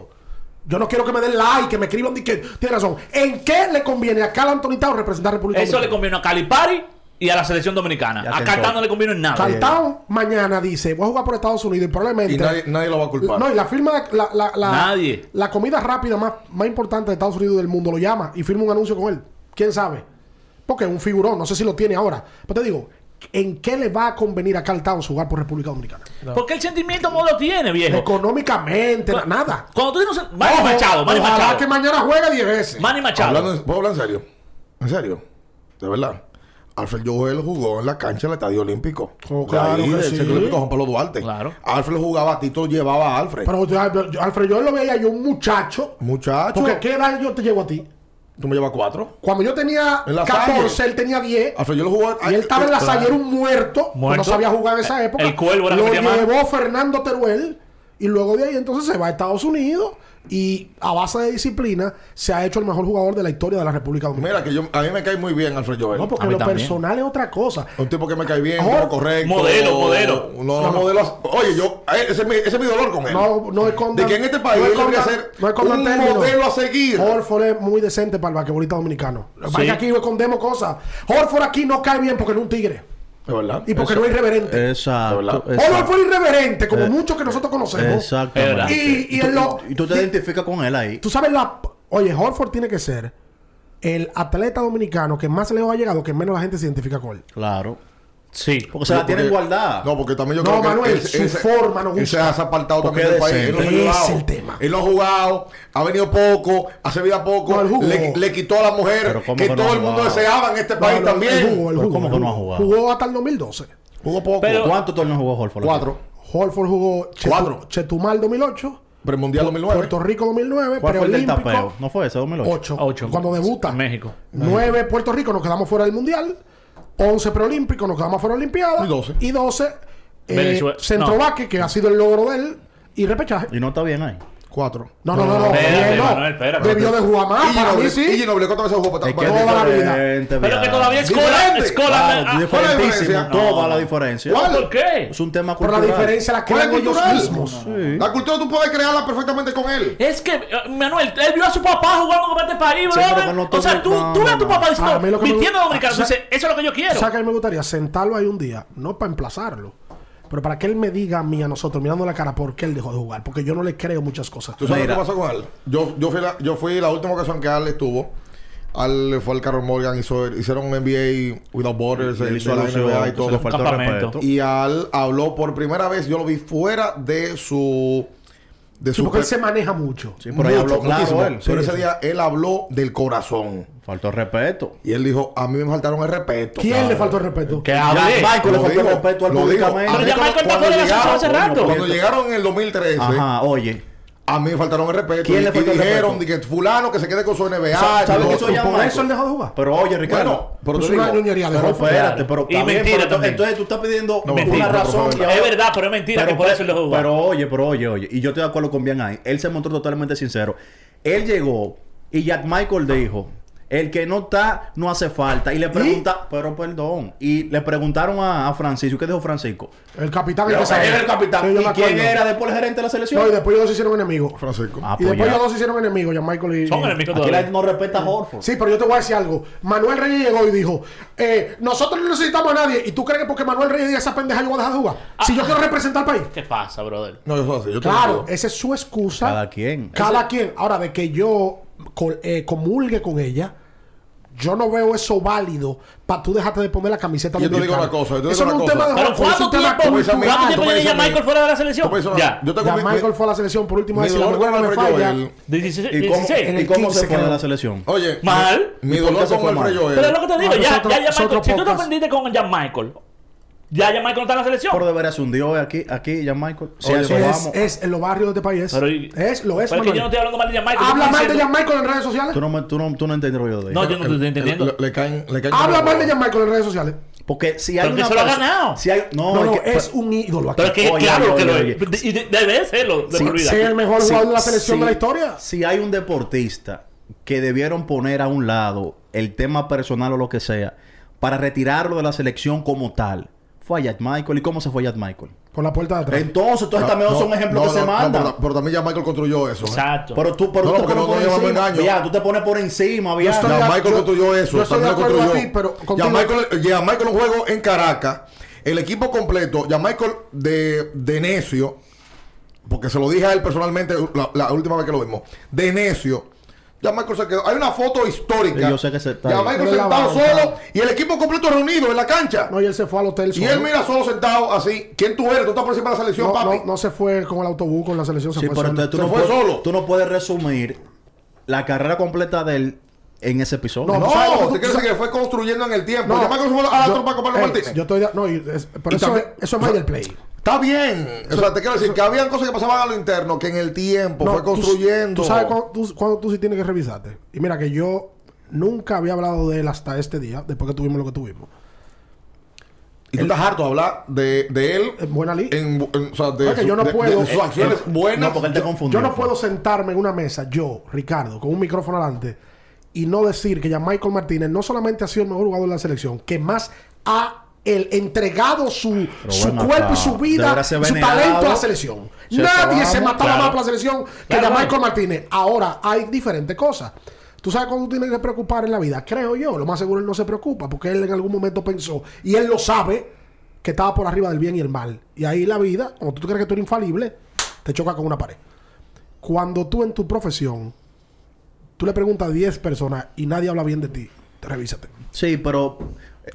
S1: Yo no quiero que me den like, que me escriban de que tiene razón. ¿En qué le conviene a Carl Anthony Towns representar a República
S4: Eso le
S1: Dominicana?
S4: conviene a Calipari y a la selección
S3: Ya
S4: dominicana. A
S3: te
S4: Cartano
S3: entró.
S4: no le conviene en
S2: Ah,
S4: nada.
S1: Carl Towns mañana dice, voy a jugar por Estados Unidos y probablemente...
S2: Y nadie, nadie lo va a culpar.
S1: No, y la firma de- la, la- la-
S4: Nadie.
S1: la comida rápida más, más importante de Estados Unidos y del mundo lo llama y firma un anuncio con él. ¿Quién sabe? Porque es un figurón, no sé si lo tiene ahora. Pero te digo, ¿en qué le va a convenir a Carl Towns jugar por República Dominicana? Pues,
S4: Porque el sentimiento no lo tiene, viejo.
S1: Económicamente, na- nada.
S4: Cuando tú tienes un sen- Manny
S1: Ojo,
S4: Machado, Manny
S1: ojalá que
S4: Machado.
S1: mañana juegue 10 veces.
S4: Manny
S2: Hablando
S4: Machado.
S2: en- ¿Puedo hablar en serio? ¿En serio? De verdad. Alfred Joel jugó en la cancha del Estadio Olímpico.
S1: Oh,
S2: De
S1: claro
S2: ahí,
S1: que
S2: del
S1: sí.
S2: Centro Olímpico Juan Pablo Duarte.
S4: Claro.
S2: Alfred jugaba, Tito llevaba a Alfred.
S1: Pero yo- yo- Alfred, yo lo veía yo un muchacho.
S2: Muchacho,
S1: Porque ¿qué edad yo te llevo a ti?
S2: tú me llevas cuatro.
S1: Cuando yo tenía
S2: En la
S1: 14,
S2: Salle.
S1: él tenía 10.
S2: Alfred Joel jugó...
S1: Y él estaba en la
S2: Claro.
S1: salle, era un muerto,
S4: Muerto.
S1: no sabía jugar en esa época.
S4: El Cuervo era
S1: Lo
S4: lo que se llamaba.
S1: llevó Fernando Teruel y luego de ahí entonces se va a Estados Unidos y a base de disciplina se ha hecho el mejor jugador de la historia de la República Dominicana.
S2: Mira, que yo, a mí me cae muy bien Alfred Joel.
S1: no, porque
S4: a mí
S1: lo
S4: también.
S1: personal es otra cosa.
S2: Un tipo que me cae bien,
S1: Ahora-
S2: un tipo correcto.
S4: Modelo, modelo.
S2: No, no, modelo. Oye, yo... eh, Ese es mi, ese es mi dolor con él.
S1: No, no es con
S2: De que en este país yo debería ser un modelo a seguir.
S1: Horford es muy decente para el basquetbolista dominicano. Lo que pasa es que aquí no escondemos cosas. Horford aquí no cae bien porque no es un tigre
S2: De verdad.
S1: y porque
S2: Eso- Eh,
S1: no es irreverente.
S3: Exacto.
S2: De
S1: Horford
S3: exacto.
S1: fue irreverente, como muchos que nosotros conocemos.
S3: Exactamente.
S1: Y- y
S3: tú-
S1: en lo-
S3: y tú te
S1: y-
S3: identificas con él ahí.
S1: Tú sabes la... Oye, Horford tiene que ser el atleta dominicano que más lejos ha llegado, que menos la gente se identifica con él.
S3: Claro.
S4: Sí.
S3: Porque se la tienen guardada.
S2: No, porque también yo
S1: No,
S2: creo que
S1: Manuel,
S2: él-
S1: su
S2: él se-
S1: forma no
S2: él se
S1: gusta.
S2: ha apartado
S3: Porque
S2: también del
S3: es
S2: país. Él no ha
S1: decente.
S2: jugado.
S1: Ese es el tema.
S2: Él no ha jugado, ha venido poco, hace vida poco.
S1: No, él jugó.
S2: le, le quitó a la mujer
S3: Pero ¿cómo
S2: que
S3: que no
S2: todo
S3: ha
S2: el mundo
S3: jugado?
S2: deseaba en este país
S1: No, no,
S2: también.
S1: él jugó, él
S3: Pero
S1: jugó,
S3: ¿cómo
S1: él
S3: que no
S1: jugó.
S3: ha jugado?
S1: Jugó hasta el 2012.
S2: Jugó poco.
S4: Pero-
S3: ¿Cuántos torneos jugó Horford?
S2: cuatro.
S1: Horford jugó Chetu-
S2: Cuatro.
S1: Chetumal 2008,
S2: Pero el Mundial 2009.
S1: Puerto Rico 2009,
S3: ¿Cuál fue el del tapeo?
S1: preolímpico
S3: ¿No fue ese?
S1: 8.
S3: 2008.
S4: Ocho.
S1: Cuando debuta.
S4: México.
S1: 9 Puerto Rico, nos quedamos fuera del Mundial. 11 preolímpico, nos quedamos fuera de Olimpiada.
S2: Y 12.
S1: Y 12 eh,
S4: Venezuela-
S1: Centrovaque, que ha sido el logro de él. Y repechaje.
S3: Y no está bien ahí.
S2: Cuatro.
S1: No, no, no, no.
S4: Espérate,
S1: bien, no.
S4: Manuel, espérate.
S1: Debió de jugar más.
S2: y
S1: Para mí
S2: Ginobili,
S1: sí.
S2: y Ginobili, ¿cuántas veces jugó para
S3: Es que
S2: para-
S1: toda la
S3: es
S1: vida.
S3: diferente,
S4: Pero que
S3: ¿verdad?
S4: todavía es cola.
S2: Diferente.
S4: Es cola.
S3: Claro,
S4: ah,
S2: ¿cuál es la
S3: diferentísimo.
S2: diferencia?
S3: Toda la diferencia.
S2: ¿Cuál?
S4: ¿Por qué?
S3: Es un
S1: Pero
S3: tema cultural.
S1: la diferencia la
S2: ¿Cuál
S1: crean
S2: es
S1: ellos
S2: cultural?
S1: mismos.
S2: La cultura tú puedes crearla perfectamente con él.
S4: Es que, eh, Manuel, él vio a su papá jugando con este país,
S3: Sí, pero
S4: brother.
S3: que no
S4: o
S3: tome-
S4: sea, tú,
S3: no,
S4: tú ves a
S3: no,
S4: tu
S3: no.
S4: papá
S1: A mí lo
S4: diciendo,
S1: que me-
S4: vistiendo dominicano.
S1: O sea-
S4: Dice, eso es lo que yo quiero.
S1: O sea, que a mí me gustaría sentarlo ahí un día, no para emplazarlo, pero para que él me diga a mí, a nosotros, mirando la cara, por qué él dejó de jugar. Porque yo no le creo muchas cosas.
S2: ¿Tú sabes
S3: Mira.
S2: qué pasó con él? Yo, yo, fui la, yo fui la última ocasión que Al estuvo. Al fue al Carol Morgan, hizo, hicieron un NBA Without Borders,
S3: Él
S2: el
S3: hizo
S2: de la
S3: alusión,
S2: NBA y
S3: se
S2: todo.
S3: le faltó el
S4: Campamento.
S3: respeto.
S2: Y Al habló por primera vez, yo lo vi fuera de su. de
S1: Sí,
S2: su.
S1: porque él se maneja mucho.
S3: Sí, pero ahí
S2: mucho,
S3: habló claro
S2: muchísimo.
S3: él.
S2: pero
S3: Sí,
S2: ese
S3: sí.
S2: día él habló del corazón.
S3: Faltó el respeto.
S2: Y él dijo: A mí me faltaron el respeto.
S1: ¿Quién le faltó el respeto?
S4: que
S3: Ya
S4: hable.
S3: Michael le
S2: Lo
S3: faltó el
S2: dijo,
S3: respeto al
S2: lo dijo.
S3: públicamente.
S4: Pero ya
S2: Cuando-
S4: Michael está
S2: cuando
S4: fuera de la
S2: llegaron-
S4: selección hace rato.
S2: Cuando llegaron en el 2013,
S3: Ajá, oye.
S2: A mí me faltaron el respeto.
S3: ¿Quién
S2: y,
S3: le
S2: y
S3: faltó el
S2: dijeron
S3: respeto?
S2: de que fulano que se quede con su NBA.
S3: Sa- ¿Sabes
S2: y
S3: que
S2: lo
S3: eso pues
S2: otro.
S3: llama
S1: por
S3: eso?
S1: eso él dejó de jugar.
S3: Pero oye, Ricardo.
S2: Bueno, pero
S1: Es
S2: te
S1: una
S2: digo,
S1: ñoñería de
S3: pero
S1: Jorge.
S3: espérate, pero.
S4: Y
S3: está bien,
S4: mentira
S3: pero tú-
S4: también.
S3: Entonces tú estás pidiendo
S2: No,
S4: mentira,
S3: una
S4: por
S3: razón.
S2: favor.
S3: y ahora-
S4: Es verdad, pero es mentira que por eso él dejó de jugar.
S3: Pero oye, pero oye, oye. Y yo estoy de acuerdo con bien ahí. Él se mostró totalmente sincero. Él llegó y Jack Michael dijo: El que no está, no hace falta. Y le pregunta, pero perdón. Y le preguntaron a, a Francisco. ¿Qué dijo Francisco?
S1: El capitán
S3: Pero
S1: el que
S3: él
S1: sabe.
S3: era el capitán.
S1: Sí, yo
S3: ¿Y
S1: me
S3: quién
S1: acuerdo.
S3: era después el gerente de la selección?
S1: No, y después ellos se hicieron enemigos.
S2: Francisco.
S3: Ah,
S1: Y
S3: pues
S1: después
S3: ya.
S1: ellos dos se hicieron enemigos, Jan Michael y.
S4: Son enemigos
S3: Aquí la gente
S4: todavía.
S3: no respeta a Horford.
S1: Sí, pero yo te voy a decir algo. Manuel Reyes llegó y dijo: eh, Nosotros no necesitamos a nadie. ¿Y tú crees que porque Manuel Reyes diga esa pendeja yo voy a dejar de jugar? Si yo quiero representar al país.
S4: ¿Qué pasa, brother?
S2: No, yo soy así. Yo te lo
S1: Claro,
S2: digo.
S3: eh,
S1: esa es su excusa.
S3: Cada quien.
S1: Cada quien. Ahora, de que yo col- eh, comulgue con ella, yo no veo eso válido para tú dejarte de poner la camiseta
S2: Yo te digo
S1: dominicana.
S2: una cosa, yo te
S1: Eso
S2: digo una
S1: no es un tema
S2: cosa.
S1: de
S4: Pero
S1: Horford, es
S4: ¿cuánto
S1: un tema
S4: tiempo?
S2: Tú me dices a mí,
S4: ¿Cuánto tiempo
S2: tú me
S4: lleva
S2: dices a mí.
S4: Michael fuera de la
S2: Yo
S4: selección?
S2: por eso-
S4: Ya.
S2: Yo te
S1: Ya
S2: comí-
S1: Michael fue a la selección por última
S2: mi
S1: vez. Si la
S2: dolor
S1: memoria
S2: con
S1: no me
S2: Alfred
S1: falla,
S2: Joel.
S3: ¿Y cómo,
S4: 16.
S3: ¿Y
S1: el
S3: cómo
S1: 15
S3: se fue de
S1: creo.
S3: la selección?
S2: Oye,
S4: Mal.
S2: mi
S3: ¿Y por qué
S2: dolor
S3: se fue
S2: con
S3: mal?
S2: Alfred
S4: Pero es
S2: Joel.
S4: lo que te digo,
S1: Bueno,
S4: ya,
S1: es otro-
S4: ya, ya
S1: es
S4: Michael,
S1: otro
S4: si tú te
S1: podcast.
S4: ofendiste con Jan Michael, ya Jan Michael no está en la selección.
S3: Por debería se hundió aquí, aquí, ya Michael. Si a
S2: Oye,
S3: eso
S2: pero
S1: Es,
S3: vamos.
S1: es en los barrios de este país.
S4: Pero y-
S1: es, lo es.
S4: Pero es que
S1: Manuel.
S4: yo no estoy hablando mal de Jan Michael.
S1: Habla
S4: yo
S1: mal
S4: estoy
S1: de Jan
S4: diciendo-
S1: Michael en redes sociales.
S3: Tú no, me- tú no, tú no entiendes lo yo de
S4: No,
S3: él.
S4: yo no te estoy entendiendo.
S2: Le- Le caen. le caen
S1: Habla
S2: como
S1: mal de
S2: huevo.
S1: Jan Michael en redes sociales.
S3: Porque si hay
S4: Pero que
S3: una
S4: se lo ha
S3: persona-
S4: ganado.
S3: Si hay, no,
S1: No, no,
S3: es que-
S1: es un ídolo aquí.
S4: Pero es que
S3: Oye,
S4: claro
S3: oye,
S4: que lo
S3: oye.
S4: es. Y de- debe serlo, de
S3: Sí,
S4: por vida.
S1: Ser el mejor
S3: Si-
S1: jugador de la selección
S3: si-
S1: de la historia.
S3: Si hay un deportista que debieron poner a un lado el tema personal o lo que sea para retirarlo de la selección como tal, fue a Jack Michael. ¿Y cómo se fue Jack Michael?
S1: Por la puerta de atrás.
S3: Entonces, todos estas
S2: No,
S3: medios son
S2: no,
S3: ejemplos que
S2: no,
S3: se
S2: no,
S3: mandan.
S2: pero- Pero también ya Michael construyó eso. ¿eh?
S4: Exacto.
S3: Pero tú, pero
S2: No,
S3: tú te
S2: porque
S3: pones
S2: no- no
S3: por
S2: llevamos
S3: encima.
S2: engaño.
S3: Ya, tú te pones por encima,
S1: Yo
S3: ya.
S1: estoy
S2: Ya
S1: de-
S2: Michael
S1: yo-
S2: construyó eso.
S1: yo
S2: también
S1: estoy de
S2: lo
S1: acuerdo
S2: construyó.
S1: a ti, pero
S2: ya
S1: contigo-
S2: Michael, ya Michael un juego en Caracas. El equipo completo, ya Michael de, de necio, porque se lo dije a él personalmente la, la última vez que lo vimos, de necio. Ya Michael se quedó. Hay una foto histórica.
S3: Sí, yo sé que se- está
S2: Ya
S3: bien.
S2: Michael
S1: Él la
S2: sentado
S1: va a
S2: solo
S1: buscar.
S2: y el equipo completo reunido en la cancha.
S1: No, y él se fue al hotel.
S2: y
S1: solo.
S2: él mira solo sentado así. ¿Quién tú eres? ¿Tú estás por encima de la selección,
S1: no,
S2: papi?
S1: no- no se fue con el autobús, con la selección. Se
S3: Sí,
S1: fue
S3: pero
S1: solo.
S3: entonces tú
S2: Se
S3: no,
S2: fue
S3: puedes,
S2: solo.
S3: tú no puedes resumir la carrera completa de él en ese episodio.
S1: No,
S2: No,
S1: tú sabes lo que tú-
S2: te quiero
S1: tú
S2: decir que fue construyendo en el tiempo.
S1: No,
S2: Ya Michael se fue a la
S1: yo- eh,
S2: tropa con Pablo
S1: ey,
S2: Martínez.
S1: Yo estoy de- no, y es- pero
S2: Y
S1: eso,
S2: también- pues
S1: es, eso es Major Play.
S2: Está bien. O sea, te quiero decir que habían cosas que pasaban a lo interno que en el tiempo
S1: No,
S2: fue
S1: tú-
S2: construyendo.
S1: Tú, sabes cuándo tú, cuándo tú sí tienes que revisarte. Y mira que yo nunca había hablado de él hasta este día, después que tuvimos lo que tuvimos.
S2: y tú estás harto de hablar de, de él.
S1: En buena liga.
S2: En, en- o sea, de,
S1: Porque
S2: su-
S1: yo no
S2: de- de-
S1: puedo-
S2: de sus
S1: Eh,
S2: acciones
S3: eh,
S2: buenas.
S3: no, porque él te confundió.
S1: Yo no puedo sentarme en una mesa, yo, Ricardo, con un micrófono adelante, y no decir que ya Michael Martínez no solamente ha sido el mejor jugador de la selección, que más ha el entregado su, su
S3: ven acá,
S1: cuerpo y su vida,
S3: deberá
S1: su
S3: ser venerado.
S1: talento a la selección.
S3: Se
S1: Nadie
S3: trabaja,
S1: se mataba
S4: claro.
S1: más por la selección que
S4: Claro.
S1: ya Michael Martínez. Ahora hay diferentes cosas. Tú sabes cuando tú tienes que preocupar en la vida, creo yo. Lo más seguro él no se preocupa porque él en algún momento pensó y él lo sabe que estaba por arriba del bien y el mal. Y ahí la vida, cuando tú crees que tú eres infalible, te choca con una pared. Cuando tú en tu profesión, tú le preguntas a 10 personas y nadie habla bien de ti, revísate.
S3: Sí, pero.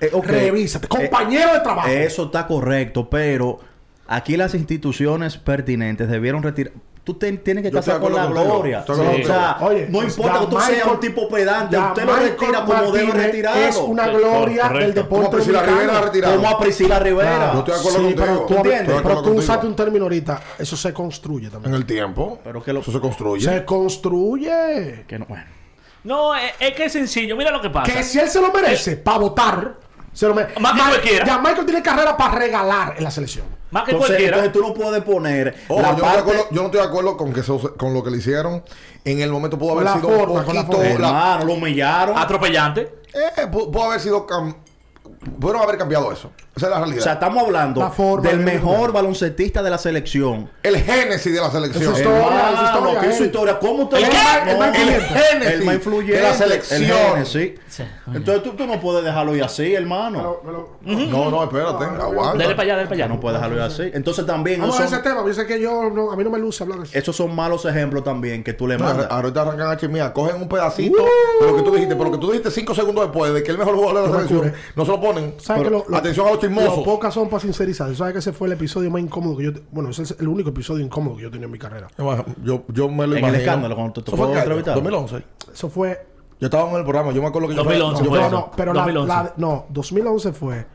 S3: eh, ok.
S1: Revísate.
S3: Eh,
S1: Compañero de trabajo.
S3: Eso está correcto, pero aquí las instituciones pertinentes debieron retirar. Tú te- tienes que
S2: Yo estoy de
S3: casar con la
S2: acuerdo contigo.
S3: gloria.
S2: Estoy de acuerdo
S3: O sea,
S1: contigo. Oye,
S3: no
S1: pues,
S3: importa
S1: ya
S3: que tú seas
S1: Michael-
S3: un tipo pedante,
S1: ya
S3: usted lo
S1: Michael
S3: retira como debe
S1: Martínez
S3: retirarlo.
S1: Es una
S4: Sí,
S1: gloria
S4: correcto.
S1: del
S2: Como
S1: deporte
S2: Priscila
S1: dominicano.
S2: Rivera retirado.
S3: Como a Priscila Rivera.
S2: Yo estoy de acuerdo
S1: Sí,
S2: contigo.
S1: pero tú,
S2: Estoy de
S3: entiendes?
S2: acuerdo
S1: pero tú
S2: contigo.
S1: usaste un término ahorita. Eso se construye también.
S2: En el tiempo.
S3: Pero que lo-
S2: Eso se construye.
S1: Se construye.
S3: Que no- bueno.
S4: No, es, es que es sencillo. Mira lo que pasa.
S1: Que si él se lo merece, para votar, se lo merece.
S4: Más que cualquiera.
S1: Ya Michael tiene carrera para regalar en la selección.
S4: Más que
S3: Entonces,
S4: cualquiera.
S3: entonces tú no puedes poner
S2: Ojo,
S3: la
S2: yo,
S3: parte-
S2: no estoy de acuerdo, yo no estoy de acuerdo con, que eso- con lo que le hicieron. En el momento pudo haber
S1: la
S2: sido
S1: forma,
S2: un
S1: con la
S2: poquito.
S1: forma.
S2: la-
S3: Hermano, lo humillaron.
S4: Atropellante.
S2: eh, pu- pudo haber sido. cam- Pudieron haber cambiado eso. Esa es la realidad.
S3: O sea, estamos hablando
S1: La forma
S3: del
S1: de-
S3: mejor baloncetista de la selección.
S2: el génesis de la selección.
S1: Eso es todo. Historia,
S3: Hermano,
S1: historia,
S3: que hizo
S1: él.
S3: historia. ¿Cómo usted
S1: ¿El
S3: no-
S1: qué?
S3: no,
S1: El más influyente.
S2: Génesis
S3: El más influyente.
S2: de la selección.
S3: El Génesis.
S4: Sí, oye.
S3: Entonces tú, tú no puedes dejarlo ir así, hermano.
S1: Pero- pero-
S2: No, no, espérate.
S1: Ah,
S2: Aguanta.
S4: Dale para allá, dale para allá.
S3: Ya no puedes dejarlo ir así. Entonces también
S1: Vamos a
S3: esos
S1: ese
S3: son,
S1: tema. Yo sé que yo, no- a mí no me luce hablar de eso.
S3: esos son malos ejemplos también que tú le
S2: No,
S3: mandas.
S2: ahorita arrancan a chismear, cogen un pedacito de lo que tú dijiste, pero lo que tú dijiste cinco segundos después de que el mejor jugador de la
S1: No me
S2: selección
S1: cure.
S2: no se lo ponen. Pero
S1: ¿Sabes que lo- lo-
S2: atención a los
S1: Lo
S2: chismosos.
S1: pocas son para sincerizar. ¿Sabes que ese fue el episodio más incómodo que yo... te- Bueno, ese es el único episodio incómodo que yo tenía en mi carrera.
S2: Yo, yo- yo me lo
S3: En el
S2: imagino.
S3: escándalo, cuando te
S2: Eso
S3: tocó
S2: fue en Cali,
S3: entrevistar.
S2: 2011.
S1: Eso fue...
S2: Yo estaba en el programa, yo me acuerdo que yo
S4: 2011
S2: yo
S4: fue
S1: No,
S4: eso.
S1: no, pero la-
S4: 2011.
S1: La, No, 2011 fue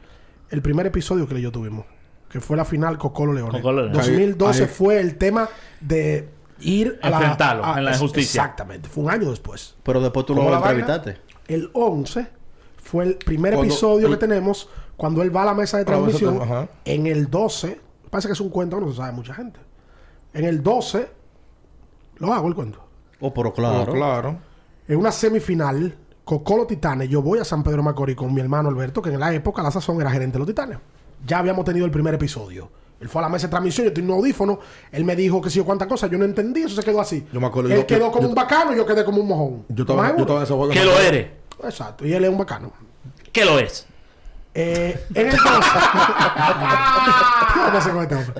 S1: el primer episodio que yo tuvimos. Que fue la final Cocolo Leones.
S4: Cocolo Leones.
S1: 2012
S2: Ahí- ahí-
S1: fue el tema de... ir a la-
S4: Enfrentarlo en la
S1: es-
S4: justicia.
S1: Exactamente. Fue un año después.
S3: Pero después tú
S2: ¿Cómo
S3: lo
S2: la vaina?
S3: entrevistaste.
S1: El 11 fue el primer
S2: Cuando-
S1: episodio
S2: el-
S1: que tenemos cuando él va a la mesa
S2: Ah,
S1: de
S2: eso te-
S1: transmisión.
S2: ajá.
S1: En el 12, parece que es un cuento que no se sabe mucha gente. En el 12, lo hago el cuento.
S3: Oh, pero
S2: Claro.
S3: claro.
S2: claro.
S1: En una semifinal, Cocolo Titanes, yo voy a San Pedro Macorís con mi hermano Alberto, que en la época la sazón era gerente de los Titanes. Ya habíamos tenido el primer episodio. Él fue a la mesa de transmisión, yo tenía un audífono, él me dijo que sí o cuántas cosas, yo no entendí, eso se quedó así.
S2: Yo me acuerdo,
S1: él
S2: yo-
S1: quedó
S2: yo-
S1: como
S2: yo-
S1: un bacano y yo quedé como un mojón.
S2: Yo estaba,
S1: Más
S2: yo estaba en
S1: uno.
S2: ese juego.
S4: ¿Qué lo eres?
S1: Exacto, y él es un bacano.
S4: ¿Qué lo es?
S1: Eh, en el 12. Yo no sé cómo este hombre.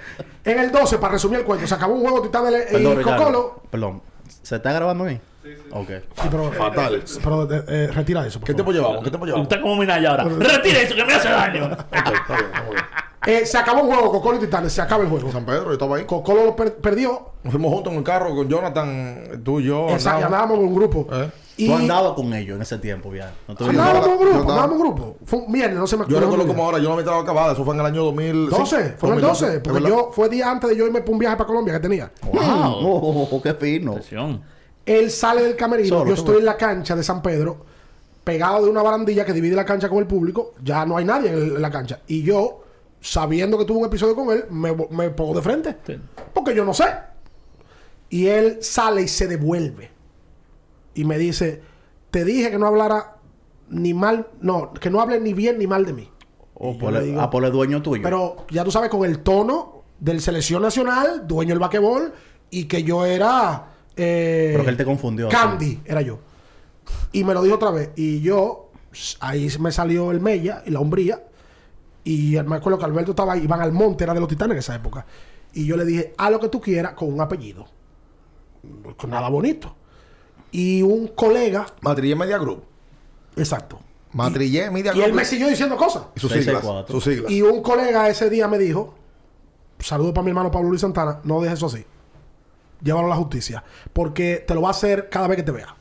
S1: En el 12, para resumir el cuento, se acabó un juego Titanes y
S3: Perdón, Ricardo.
S1: Cocolo.
S3: Perdón. ¿Se está grabando ahí? Sí, sí. Ok.
S1: Sí, pero,
S2: Fatal.
S1: pero, eh, eh, retira eso. Por
S2: ¿Qué tiempo
S1: favor.
S2: llevamos? ¿Qué tiempo llevamos?
S4: Usted como Minaya ahora. ¡Retira eso que me hace daño!
S2: Ok, está bien, está muy bien.
S1: Eh, se acabó el juego, Cocolo y Titanes, se acaba el juego.
S2: San Pedro, yo estaba ahí.
S1: Cocolo lo per- perdió.
S2: Nos fuimos juntos en el carro con Jonathan, tú y yo.
S1: Exacto,
S2: andamos.
S1: y andábamos con un grupo.
S2: Oh, Eh.
S1: Y
S3: Tú andabas con ellos en ese tiempo ya. No te
S2: Andaba.
S1: andábamos
S3: olvides.
S1: con un
S2: Yo
S1: grupo,
S2: andaba.
S1: andábamos con un grupo. Fue un viernes, no se me
S2: Yo
S1: acuerdo.
S2: recuerdo como ahora, yo no me estaba acabada, eso fue en el año 2012.
S1: 12, fue en el 12, porque yo fue día antes de yo irme para un viaje para Colombia que tenía.
S3: ¡Wow! Oh, oh, oh, ¡Qué fino!
S4: Atención.
S1: Él sale del camerino,
S3: Solo,
S1: yo
S3: tú
S1: estoy
S3: ves.
S1: en la cancha de San Pedro, pegado de una barandilla que divide la cancha con el público, ya no hay nadie en, el- en la cancha. Y yo, sabiendo que tuve un episodio con él, me, bo- me pongo de frente,
S4: Sí.
S1: porque yo no sé. Y él sale y se devuelve. Y me dice, te dije que no hablara ni mal, no, que no hable ni bien ni mal de mí.
S3: Oh,
S1: yo
S3: por
S1: le
S3: el-
S1: digo-
S3: ah, por el dueño tuyo.
S1: Pero ya tú sabes, con el tono del selección nacional, dueño del vaquebol, y que yo era. eh,
S3: Pero que él te confundió,
S1: Candy, era yo. Y me lo dijo otra vez. Y yo, s- ahí me salió el Mella y la hombría. Y me acuerdo que Alberto estaba ahí, iban al monte, era de los titanes en esa época. Y yo le dije, haz lo que tú quieras con un apellido. Con nada bonito. Y un colega,
S2: Matrillé Media Group.
S1: exacto.
S2: Matrillé Media
S1: Y
S2: Group.
S1: él me siguió diciendo cosas.
S2: Y sus
S3: Seis, seis,
S2: siglas.
S3: cuatro.
S2: Sus siglas.
S1: Y un colega ese día me dijo, saludo para mi hermano Pablo Luis Santana, no dejes eso así. Llévalo a la justicia, porque te lo va a hacer cada vez que te vea.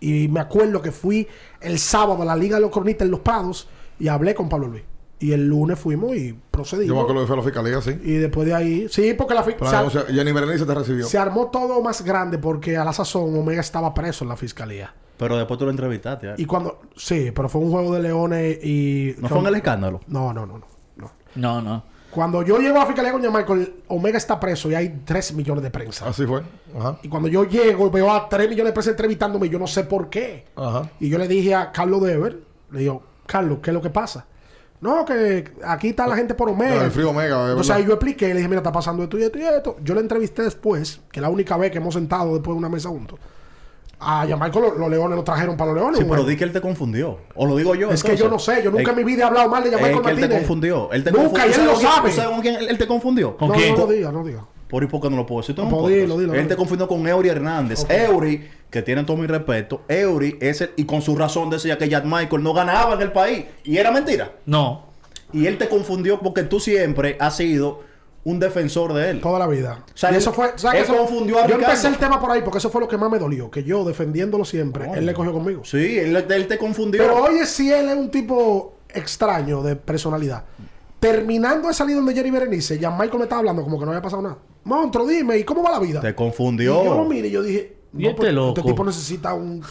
S1: Y me acuerdo que fui el sábado a la Liga de los Cronistas en Los Prados y hablé con Pablo Luis. Y el lunes fuimos y
S2: Yo me
S1: procedimos.
S2: acuerdo que fue a la fiscalía, sí.
S1: Y después de ahí, sí, porque la fi-
S2: Para
S1: se, ar-
S2: denunciar. Jenny Berenice te recibió.
S1: se armó todo más grande porque a la sazón Omega estaba preso en la fiscalía.
S3: Pero después tú lo entrevistaste. ¿eh?
S1: Y cuando, sí, pero fue un juego de leones y...
S3: ¿No fue en el escándalo?
S1: No, no, no, no. no.
S4: No, no.
S1: Cuando yo llego a la fiscalía con Michael, Omega está preso y hay 3 millones de prensa.
S2: Así fue. Ajá.
S1: Y cuando yo llego y veo a 3 millones de prensa entrevistándome, yo no sé por qué.
S2: Ajá.
S1: Y yo le dije a Carlos Dever, le digo, Carlos, ¿qué es lo que pasa? No, que aquí está la gente por
S2: Lo
S1: Omega.
S2: del frío Omega, es
S1: Entonces
S2: verdad.
S1: ahí yo expliqué, le dije, mira, está pasando esto y esto y esto. Yo le entrevisté después, que es la única vez que hemos sentado después de una mesa juntos. A Michael, los, los leones lo trajeron para los leones.
S3: Sí,
S1: un
S3: pero
S1: juego.
S3: di que él te confundió. O lo digo yo.
S1: es que yo no sé, yo nunca en mi vida he hablado mal de
S3: Es
S1: Michael
S3: que él
S1: Martínez.
S3: te confundió. Él te
S1: Nunca,
S3: confundió.
S1: y él lo
S3: ¿Tú sabes con
S1: sabe.
S3: quién- ¿Sabes con quién él, él te confundió?
S4: ¿Con
S1: No,
S4: quién?
S1: no, no diga, no diga.
S3: Por y porque no lo puedo decir. Tengo un
S1: No,
S3: podcast.
S1: dilo, dilo,
S3: él
S1: dilo.
S3: te confundió con Eury Hernández. Eury, que tiene todo mi respeto, Eury es el, y con su razón decía que Jack Michael no ganaba en el país. Y era mentira.
S4: No.
S3: Y él te confundió porque tú siempre has sido un defensor de él.
S1: Toda la vida.
S3: O sea,
S1: Y
S3: él-
S1: eso fue. ¿sabes
S3: él
S1: qué? Eso-
S3: confundió a
S1: Yo
S3: Ricardo.
S1: empecé el tema por ahí porque eso fue lo que más me dolió. Que yo defendiéndolo siempre,
S3: Coño.
S1: él le cogió conmigo.
S3: Sí, él, él te confundió.
S1: Pero oye, si él es un tipo extraño de personalidad. Terminando de salir donde Jerry Berenice, ya Michael me estaba hablando como que no había pasado nada. Monstruo, dime, ¿y cómo va la vida?
S3: te
S1: y
S3: confundió.
S1: yo lo miré y yo dije.
S4: Y este
S1: pues,
S4: loco.
S1: este tipo necesita un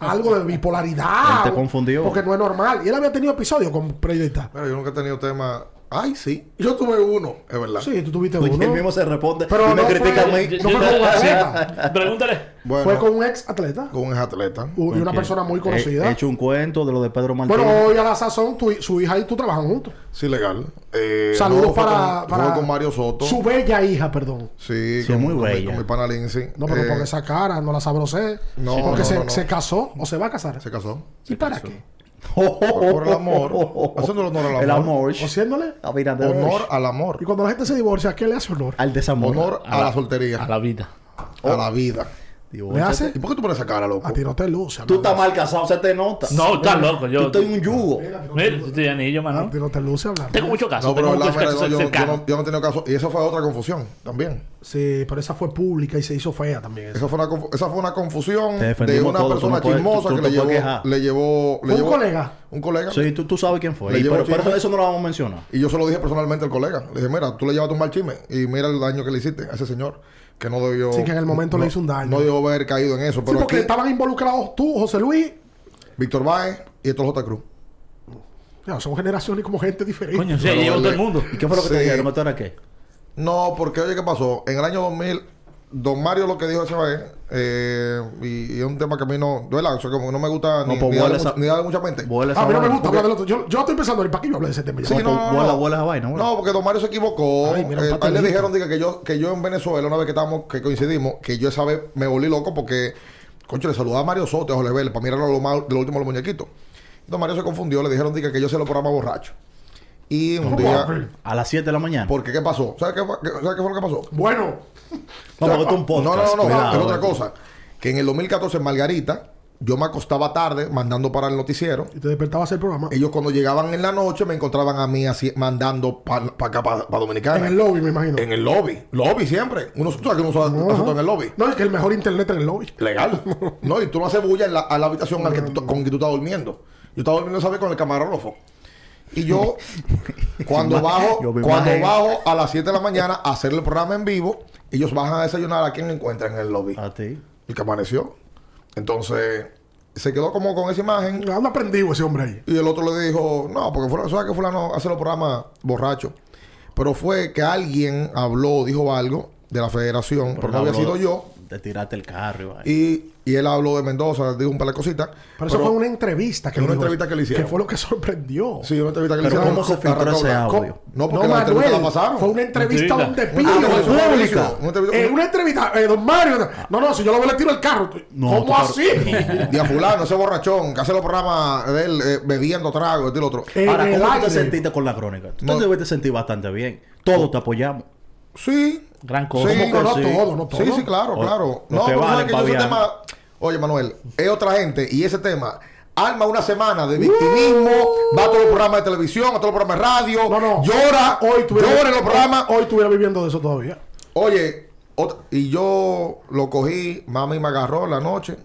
S1: algo de
S3: Él
S1: bipolaridad.
S3: te
S1: o-
S3: confundió.
S1: Porque no es normal. Y él había tenido episodios con periodistas.
S2: Mira, yo nunca he tenido tema. Ay, sí. Yo tuve uno, es verdad.
S1: Sí, tú tuviste
S3: Oye,
S1: uno.
S3: él mismo se responde
S1: Pero
S3: y me
S1: no fue-
S3: critica a mí.
S1: Yo- yo- fue con atleta.
S4: Pregúntale.
S2: Bueno,
S1: Fue con un ex atleta.
S2: con un atleta.
S1: u- Y una
S3: Ok.
S1: persona muy
S3: He-
S1: conocida.
S3: He hecho un cuento de lo de Pedro Martínez.
S1: Bueno, hoy a la sazón, tu- su hija y tú trabajan juntos.
S2: Sí, legal. Eh,
S1: Saludos
S2: no, fue
S1: para,
S2: con-
S1: para-
S2: Fue con Mario Soto.
S1: Su bella hija, perdón.
S2: Sí,
S3: Sí,
S2: con,
S3: muy
S2: con mi-
S3: bella.
S2: con mi pana Lindsay.
S1: No, pero
S2: Eh,
S1: porque esa cara no la sabrosé.
S2: No,
S1: No, porque
S2: no,
S1: se,
S2: no, no.
S1: se casó o se va a casar.
S2: Se casó.
S1: ¿Y para qué?
S2: Por, por el amor. Haciéndole honor al amor.
S3: El amor.
S1: Haciéndole.
S3: Abinader.
S2: Honor al
S1: Y
S2: amor.
S1: cuando la gente se divorcia, ¿a ¿qué le hace honor?
S3: al desamor.
S2: Honor a la soltería.
S4: A la vida.
S2: A la vida.
S1: ¿Le hace?
S2: ¿Y por qué tú pones esa cara, loco?
S1: A ti no te luce.
S3: este Tú
S1: amigo.
S3: estás mal casado, se te nota.
S4: No, estás loco.
S3: Yo
S4: Yo.
S3: estoy en un yugo.
S4: Mira, tú tienes anillo,
S1: A
S4: mano.
S1: ti no te luce hablar.
S4: Tengo mucho caso.
S2: No, pero
S4: tengo
S2: la
S4: muchos
S2: verdad,
S4: casos
S2: yo, yo
S4: cercanos.
S2: no, yo no he tenido caso. Y esa fue otra confusión también.
S1: Sí, pero esa fue pública y se hizo fea también. Eso.
S2: Esa fue una, confu- esa fue una confusión
S3: Te
S2: de
S3: defendimos
S2: una
S3: todo, tú
S2: persona
S3: no puedes-
S2: chismosa
S3: tú- tú
S2: que le
S3: te puedes
S2: llevó,
S3: quejar.
S2: le llevó. le
S1: ¿Un
S2: llevó-
S1: colega?
S2: Un colega.
S3: Sí, tú, tú sabes quién fue.
S2: Le
S3: Y
S2: llevo
S3: pero pero
S2: chisme.
S3: eso no lo vamos a mencionar.
S2: Y yo se lo dije personalmente al colega. Le dije, mira, tú le llevaste un mal chisme y mira el daño que le hiciste a ese señor. que no debió.
S1: Sí, que en el momento
S2: no-
S1: le hizo un daño.
S2: No debió haber caído en eso.
S1: Sí,
S2: Pero
S1: porque
S2: aquí,
S1: estaban involucrados tú, José Luis.
S2: Víctor Báez y Héctor J. Cruz.
S1: Ya, son generaciones como gente diferente.
S4: Coño, se
S2: Pero
S4: llevó todo
S2: vale.
S4: el mundo.
S3: ¿Y qué fue lo que te
S2: Sí.
S3: dijeron? ¿Me ahora qué?
S2: No, porque oye, ¿qué pasó? En el año 2000, don Mario lo que dijo esa vez, eh, y, y es un tema que a mí no, yo lanzo, como que no me gusta ni,
S3: No, pues
S2: ni
S3: vuela
S2: darle,
S3: esa-
S2: mucha, ni darle mucha mente.
S3: Vuela esa
S1: a mí no Ah, me
S3: vaina.
S1: gusta hablar del otro. Yo, yo estoy pensando, ¿para qué yo hablo de ese tema? ya?
S2: Sí, no, no,
S3: Vuela,
S2: no.
S3: vuela esa vaina, vuela.
S2: No, porque don Mario se equivocó.
S1: Ay, mira,
S2: Eh, a
S1: un
S2: él
S1: patalito.
S2: le dijeron diga, que, yo, que yo en Venezuela, una vez que estábamos, que coincidimos, que yo esa vez me volví loco porque, concho, le saludaba a Mario Soto, a Jorge Vélez, para mirar lo, más- lo último de los muñequitos. Don Mario se confundió, le dijeron diga, que yo se lo programa borracho. Y un día,
S3: A las 7 de la mañana.
S2: porque qué pasó? ¿Sabes qué, fue- qué- ¿Sabes qué fue lo que pasó?
S1: Bueno,
S3: Vamos a
S2: O sea,
S3: botar un podcast.
S2: No, no, no,
S3: cuidado,
S2: pero otra
S3: eh.
S2: cosa. Que en el 2014 en Margarita, yo me acostaba tarde mandando para el noticiero.
S1: y te despertaba a hacer el programa.
S2: Ellos cuando llegaban en la noche me encontraban a mí así mandando para acá, para Dominicana.
S1: en el lobby, me imagino.
S2: En el lobby. Lobby siempre. Uno tú sabes que uno usa usa
S1: Ajá.
S2: todo en el lobby.
S1: No, es que el mejor internet en el lobby.
S2: Legal. no, y tú no haces bulla en la, a la habitación al que tú- con que tú estás durmiendo. Yo estaba durmiendo, ¿sabes? Con el camarógrafo. Y yo, cuando bajo,
S3: Yo me
S2: cuando
S3: imagino.
S2: bajo a las 7 de la mañana a hacer el programa en vivo, ellos bajan a desayunar a quien encuentran en el lobby.
S1: Ah.
S3: A ti.
S2: El que amaneció. Entonces, se quedó como con esa imagen.
S1: Anda aprendido ese hombre ahí.
S2: Y el otro le dijo, no, porque fulano, ¿sabes que fulano hace los programas borracho? Pero fue que alguien habló, dijo algo de la federación, pero no había
S3: Habló
S2: sido yo.
S3: De tirarte el carro y vaina.
S2: Y, y él habló de Mendoza, dijo un par de cositas.
S1: Pero eso fue una entrevista que
S2: Una
S1: le dijo.
S2: entrevista que le hicieron.
S1: Que fue lo que sorprendió.
S2: Sí, una entrevista que
S3: Pero
S2: le hicieron.
S3: ¿cómo se filtró
S2: Arrancó
S3: ese
S2: Blanco.
S3: audio?
S2: No, porque la entrevista la pasaron.
S1: Fue una entrevista a un
S4: Entrevista.
S1: despido.
S2: Ah, fue
S1: Fue
S2: pública.
S1: público.
S2: Una entrevista-
S1: Eh, una entrevista. eh, don Mario. No, no, si yo lo veo le tiro el carro.
S3: No, tú-
S1: ¿Cómo así?
S2: Y a fulano, ese borrachón, que hace los programas de él eh, bebiendo trago, este y lo otro.
S1: En
S3: Ahora,
S1: el
S3: ¿cómo tú
S1: aire.
S3: te sentiste con la crónica? Tú
S2: No.
S3: te debiste sentir bastante bien. Todos te apoyamos.
S2: Sí.
S4: Gran cosa.
S2: Sí,
S1: No, no
S3: Sí.
S1: todo, no todo.
S2: Sí, sí, claro,
S3: O-
S2: claro.
S3: no
S2: No,
S3: te
S2: pero sabes
S3: valen,
S2: que yo ese
S3: Fabián.
S2: tema. Oye, Manuel, es otra gente y ese tema arma una semana de victimismo, va a todos los programas de televisión, a todos los programas de radio,
S1: No, no.
S2: llora,
S1: Hoy estuviera-
S2: llora en los programas.
S1: Hoy estuviera viviendo de eso todavía.
S2: Oye, ot- y yo lo cogí, mami me agarró en la noche,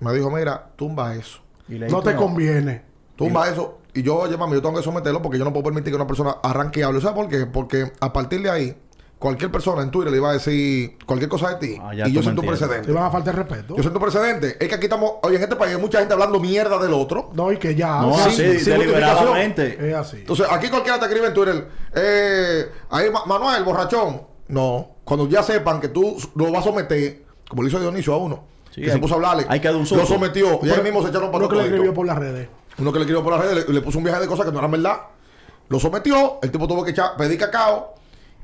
S2: me dijo, mira, tumba eso,
S3: Y le
S1: No
S3: diste
S1: te conviene.
S2: tumba eso. Y yo, oye, mami, yo tengo que someterlo porque yo no puedo permitir que una persona arranque y hable. ¿Sabes por qué? Porque a partir de ahí, cualquier persona en Twitter le iba a decir cualquier cosa de ti
S3: Ah, ya
S2: y
S3: tú
S2: yo
S3: me
S2: siento un
S3: entiendes.
S2: precedente.
S1: Te van a faltar respeto.
S2: Yo siento precedente. Es que aquí estamos, oye, en este país hay mucha gente hablando mierda del otro.
S1: No, y que ya.
S3: No,
S1: ya-
S2: Sin-
S3: así,
S2: sin
S3: deliberadamente.
S1: Es así.
S2: Entonces, aquí cualquiera te escribe en Twitter, eh, ahí Ma- Manuel, borrachón. No, cuando ya sepan que tú lo vas a someter, como le hizo Dionisio a uno,
S3: Sí,
S2: que
S3: hay-
S2: se puso a hablarle,
S3: hay que dar un susto.
S2: lo sometió y ahí mismo se echaron para
S1: Uno que le
S2: atrás
S1: escribió
S2: todito.
S1: por las redes.
S2: Uno que le escribió por las redes, le, le puso un viaje de cosas que no eran verdad. Lo sometió, el tipo tuvo que echar, pedir cacao.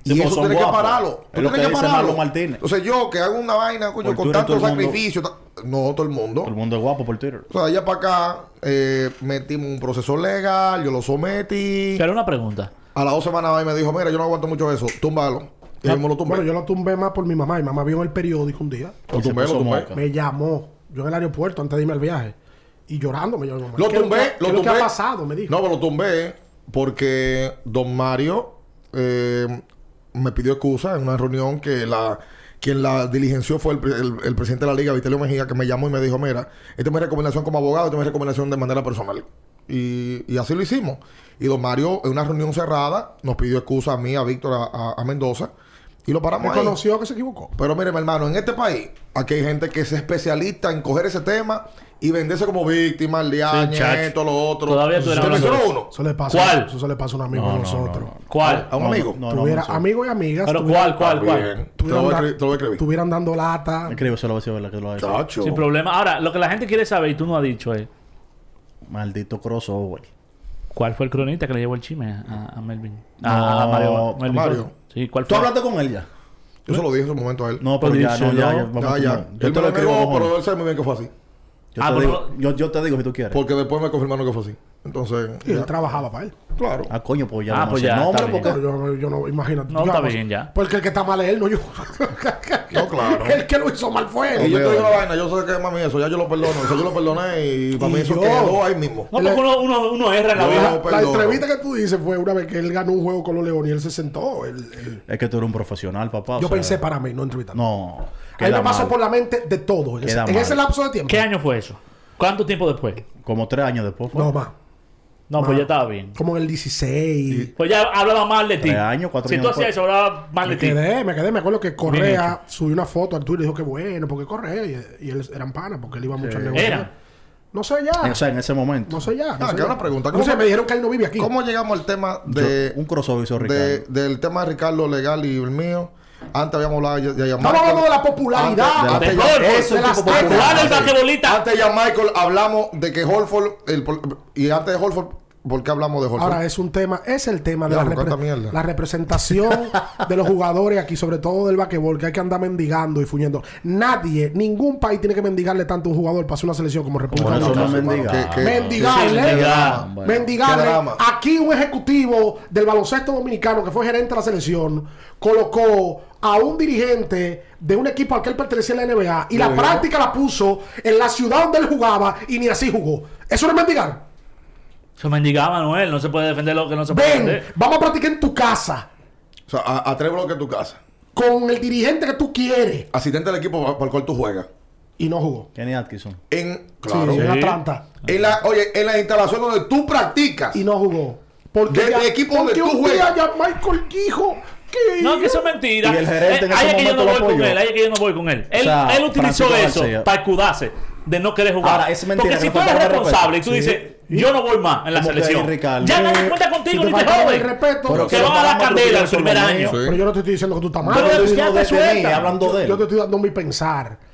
S3: Sí,
S2: Y
S3: porque
S2: eso
S3: son
S2: tiene que
S3: guapos.
S2: pararlo.
S3: Es
S2: Tú
S3: lo
S2: tienes
S3: que
S2: que
S3: dice
S2: pararlo.
S3: Marlon Martínez.
S2: Entonces yo que hago una vaina, coño,
S3: Por
S2: con
S3: Twitter
S2: tanto
S3: todo el mundo-
S2: sacrificio. ta- No, todo el mundo.
S3: Todo el mundo es guapo por Twitter.
S2: O sea, de allá para acá eh, metimos un proceso legal, yo lo sometí.
S4: Pero una pregunta.
S2: A las dos semanas ahí me dijo, mira, yo no aguanto mucho eso, túmbalo. Y ahí mismo lo tumbé.
S1: Ah, Bueno, yo lo tumbé más por mi mamá. Mi mamá vio en el periódico un día.
S2: lo
S3: Se
S2: tumbé, lo
S3: puso
S2: tumbé.
S3: moca.
S1: Me llamó. Yo en el aeropuerto antes de irme al viaje. Y llorando me llamó. mi mamá.
S2: Lo
S1: ¿Qué-
S2: tumbé,
S1: qué-
S2: lo
S1: qué
S2: tumbé.
S1: lo que ha pasado? Me dijo.
S2: No, pero lo tumbé porque don Mario eh, me pidió excusa en una reunión que la quien la diligenció fue el, pre- el- el presidente de la liga, Vitelio Mejía, que me llamó y me dijo, mira, esta es mi recomendación como abogado, esta es mi recomendación de manera personal. Y, y así lo hicimos. Y don Mario, en una reunión cerrada, nos pidió excusa a mí, a Víctor, a, a- a Mendoza, y lo paramos ahí.
S1: Reconoció que se equivocó.
S2: Pero mire, mi hermano, en este país, aquí hay gente que es especialista en coger ese tema y venderse como víctima, el
S4: Sí,
S2: diañe,
S4: chacho.
S2: todo lo otro.
S4: Todavía tú eres
S2: Se
S4: hablando
S2: mencionó
S4: de
S2: uno.
S1: Eso le pasa.
S4: ¿Cuál?
S1: Eso se le pasa a un amigo
S3: No,
S1: a
S3: no,
S1: nosotros.
S3: no, no.
S4: ¿Cuál?
S2: A un
S3: No,
S2: amigo.
S3: No, no,
S1: Tuviera
S3: no.
S1: amigos y amigas.
S4: Pero
S1: tuviera-
S4: ¿cuál, cuál, cuál?
S2: Bien. Te lo voy a
S1: tuvieran
S2: escribir. Te lo voy a escribir.
S1: Estuvieran dando lata.
S3: Escríbeselo a ver si es verdad que lo ha dicho.
S2: Chacho.
S4: Sin problema. Ahora, lo que la gente quiere saber y tú no has dicho es...
S3: Maldito crossover.
S4: ¿Cuál fue el cronista que le llevó el chisme a, a Melvin?
S3: No,
S4: a, a Mario.
S3: a
S4: Melvin
S2: Mario.
S4: Soto. Sí, ¿cuál
S3: ¿Tú
S4: fue?
S3: hablaste con él ya?
S2: Yo se lo dije en su momento a él.
S3: No, pero ya, no,
S4: Díselo.
S3: ya, ya.
S2: Ah,
S3: vamos,
S2: ya.
S3: no. Yo
S2: Él
S3: te
S2: me
S3: lo
S2: lo
S3: escribo,
S2: negó,
S3: mejor.
S2: pero él sabe muy bien que fue así.
S3: Yo
S4: Ah,
S3: te
S4: pero
S3: digo- Yo yo te digo si tú quieres.
S2: Porque después me confirmaron que fue así. Entonces.
S1: Y él
S2: ya.
S1: trabajaba para él.
S2: Claro.
S3: Ah, coño, pues ya.
S4: Ah,
S3: no
S4: pues
S3: sé.
S4: ya,
S3: No,
S4: está
S3: hombre,
S4: bien.
S3: porque...
S1: Pero yo, yo no, imagínate.
S4: No, está
S1: Digamos,
S4: bien, ya.
S1: Porque el que está mal es él, no yo.
S2: No, claro.
S1: El que lo hizo mal fue él.
S2: Y yo te digo una vaina, yo sé que mami eso, ya yo lo perdono. Eso yo lo perdoné y para
S1: Y
S2: mí eso
S1: yo-
S2: quedó ahí mismo.
S4: No, porque uno, uno, uno erra en la
S2: No,
S4: vida.
S2: pero-
S1: La
S2: Perdón.
S1: entrevista que tú dices fue una vez que él ganó un juego con los Leones y él se sentó. Él- él-
S3: Es que tú eres un profesional, papá. o
S1: Yo
S3: sea,
S1: pensé para mí, no entrevista.
S3: No.
S1: A mí
S3: queda
S1: me pasó
S3: mal.
S1: por la mente de todo. En, ese,
S3: Queda
S1: en ese
S3: mal.
S1: lapso de tiempo.
S4: ¿Qué año fue eso? ¿Cuánto tiempo después?
S3: Como tres años después. fue.
S1: No, más.
S4: No, pues ya estaba bien.
S1: Como en el 16.
S4: Pues ya hablaba mal de ti.
S3: Tres años, cuatro
S4: si
S3: años
S4: tú hacías
S3: después.
S4: eso, hablaba mal de
S1: Me
S4: ti.
S1: quedé, me quedé. Me acuerdo que Correa
S4: hecho.
S1: subió una foto al Twitter y dijo que bueno, porque Correa y, y él eran panas, porque él iba mucho al negocio.
S4: Era.
S1: No sé ya.
S3: O sea, en ese momento.
S1: No sé ya. No
S2: Ah,
S1: sé
S2: que
S1: ya.
S2: una pregunta.
S1: No sé,
S2: ¿Cómo-
S1: me dijeron que él no vive aquí.
S2: ¿Cómo llegamos al tema de,
S3: Yo- un crossover hizo Ricardo.
S2: de- del tema de Ricardo legal y el mío? Antes habíamos hablado ya, ya
S1: Estamos hablando de la popularidad.
S2: Antes-
S4: De
S2: antes ya-
S4: Holford.
S2: eso es un tipo
S1: De las
S2: popular.
S1: teclas.
S4: Popular el basquetbolista.
S2: Antes ya Michael hablamos de que Holford el pol- y antes de Holford ¿por qué hablamos de Holford?
S1: Ahora eh, es un tema, es el tema de
S2: Ya,
S1: la,
S2: pero
S1: repre-
S2: cuánta mierda.
S1: la representación de los jugadores aquí, sobre todo del vaquebol, que hay que andar mendigando y fuñendo. Nadie, ningún país tiene que mendigarle tanto a un jugador para hacer una selección como República
S3: Por eso
S1: Dominicana.
S3: no
S2: Bueno,
S3: mendiga.
S2: que- que-
S1: Mendigarle.
S4: Qué
S1: mendigarle.
S3: drama.
S1: Mendigarle.
S2: Qué drama.
S1: Aquí un ejecutivo del baloncesto dominicano que fue gerente de la selección colocó a un dirigente de un equipo al que él pertenecía en la NBA y la práctica la puso en la ciudad donde él jugaba y ni así jugó. Eso no es mendigar.
S4: Se mendigaba Manuel. No se puede defender lo que no se puede
S1: Ven,
S4: defender.
S1: vamos a practicar en tu casa.
S2: o sea, a, a tres bloques de tu casa.
S1: con el dirigente que tú quieres.
S2: Asistente del equipo para el cual tú juegas.
S1: Y no jugó.
S3: Kenny Atkinson.
S2: En,
S1: Sí, en
S4: Sí.
S1: Atlanta.
S2: en la, oye, en la instalación donde tú practicas.
S1: Y no jugó. Porque,
S2: Del equipo donde
S1: porque
S2: tú
S1: un
S2: juegas.
S1: día ya Michael dijo que...
S4: No, que eso es mentira.
S3: Y el gerente en
S4: Eh, ahí
S3: ese
S4: es que yo no
S3: momento
S4: voy
S3: lo
S4: con
S3: apoyó.
S4: él. Ahí es que yo no voy con él. Él,
S3: sea,
S4: él utilizó
S3: Francisco
S4: eso
S3: García.
S4: para escudarse de no querer jugar.
S3: Ahora, es mentira,
S4: Porque si
S3: le
S4: tú eres
S3: faltaba el
S4: responsable y tú
S3: respeto.
S4: dices, yo no voy más en
S3: Como que
S4: la
S3: ahí
S4: selección.
S3: Ricardo.
S4: Ya nadie
S1: Eh,
S4: cuenta contigo
S1: si
S4: ni
S1: te
S4: te
S1: faltaba el
S4: jode.
S1: respeto,
S4: Pero
S1: que
S4: que van a la
S3: vamos a
S4: candela el
S3: criticar
S4: primer
S3: por lo
S4: año.
S3: menos.
S1: Pero yo no te estoy diciendo que tú estás mal.
S4: Pero
S1: Yo Ah, te
S4: ya
S1: estoy-
S4: te suelta.
S3: hablando de él.
S1: yo te estoy dando mi pensar.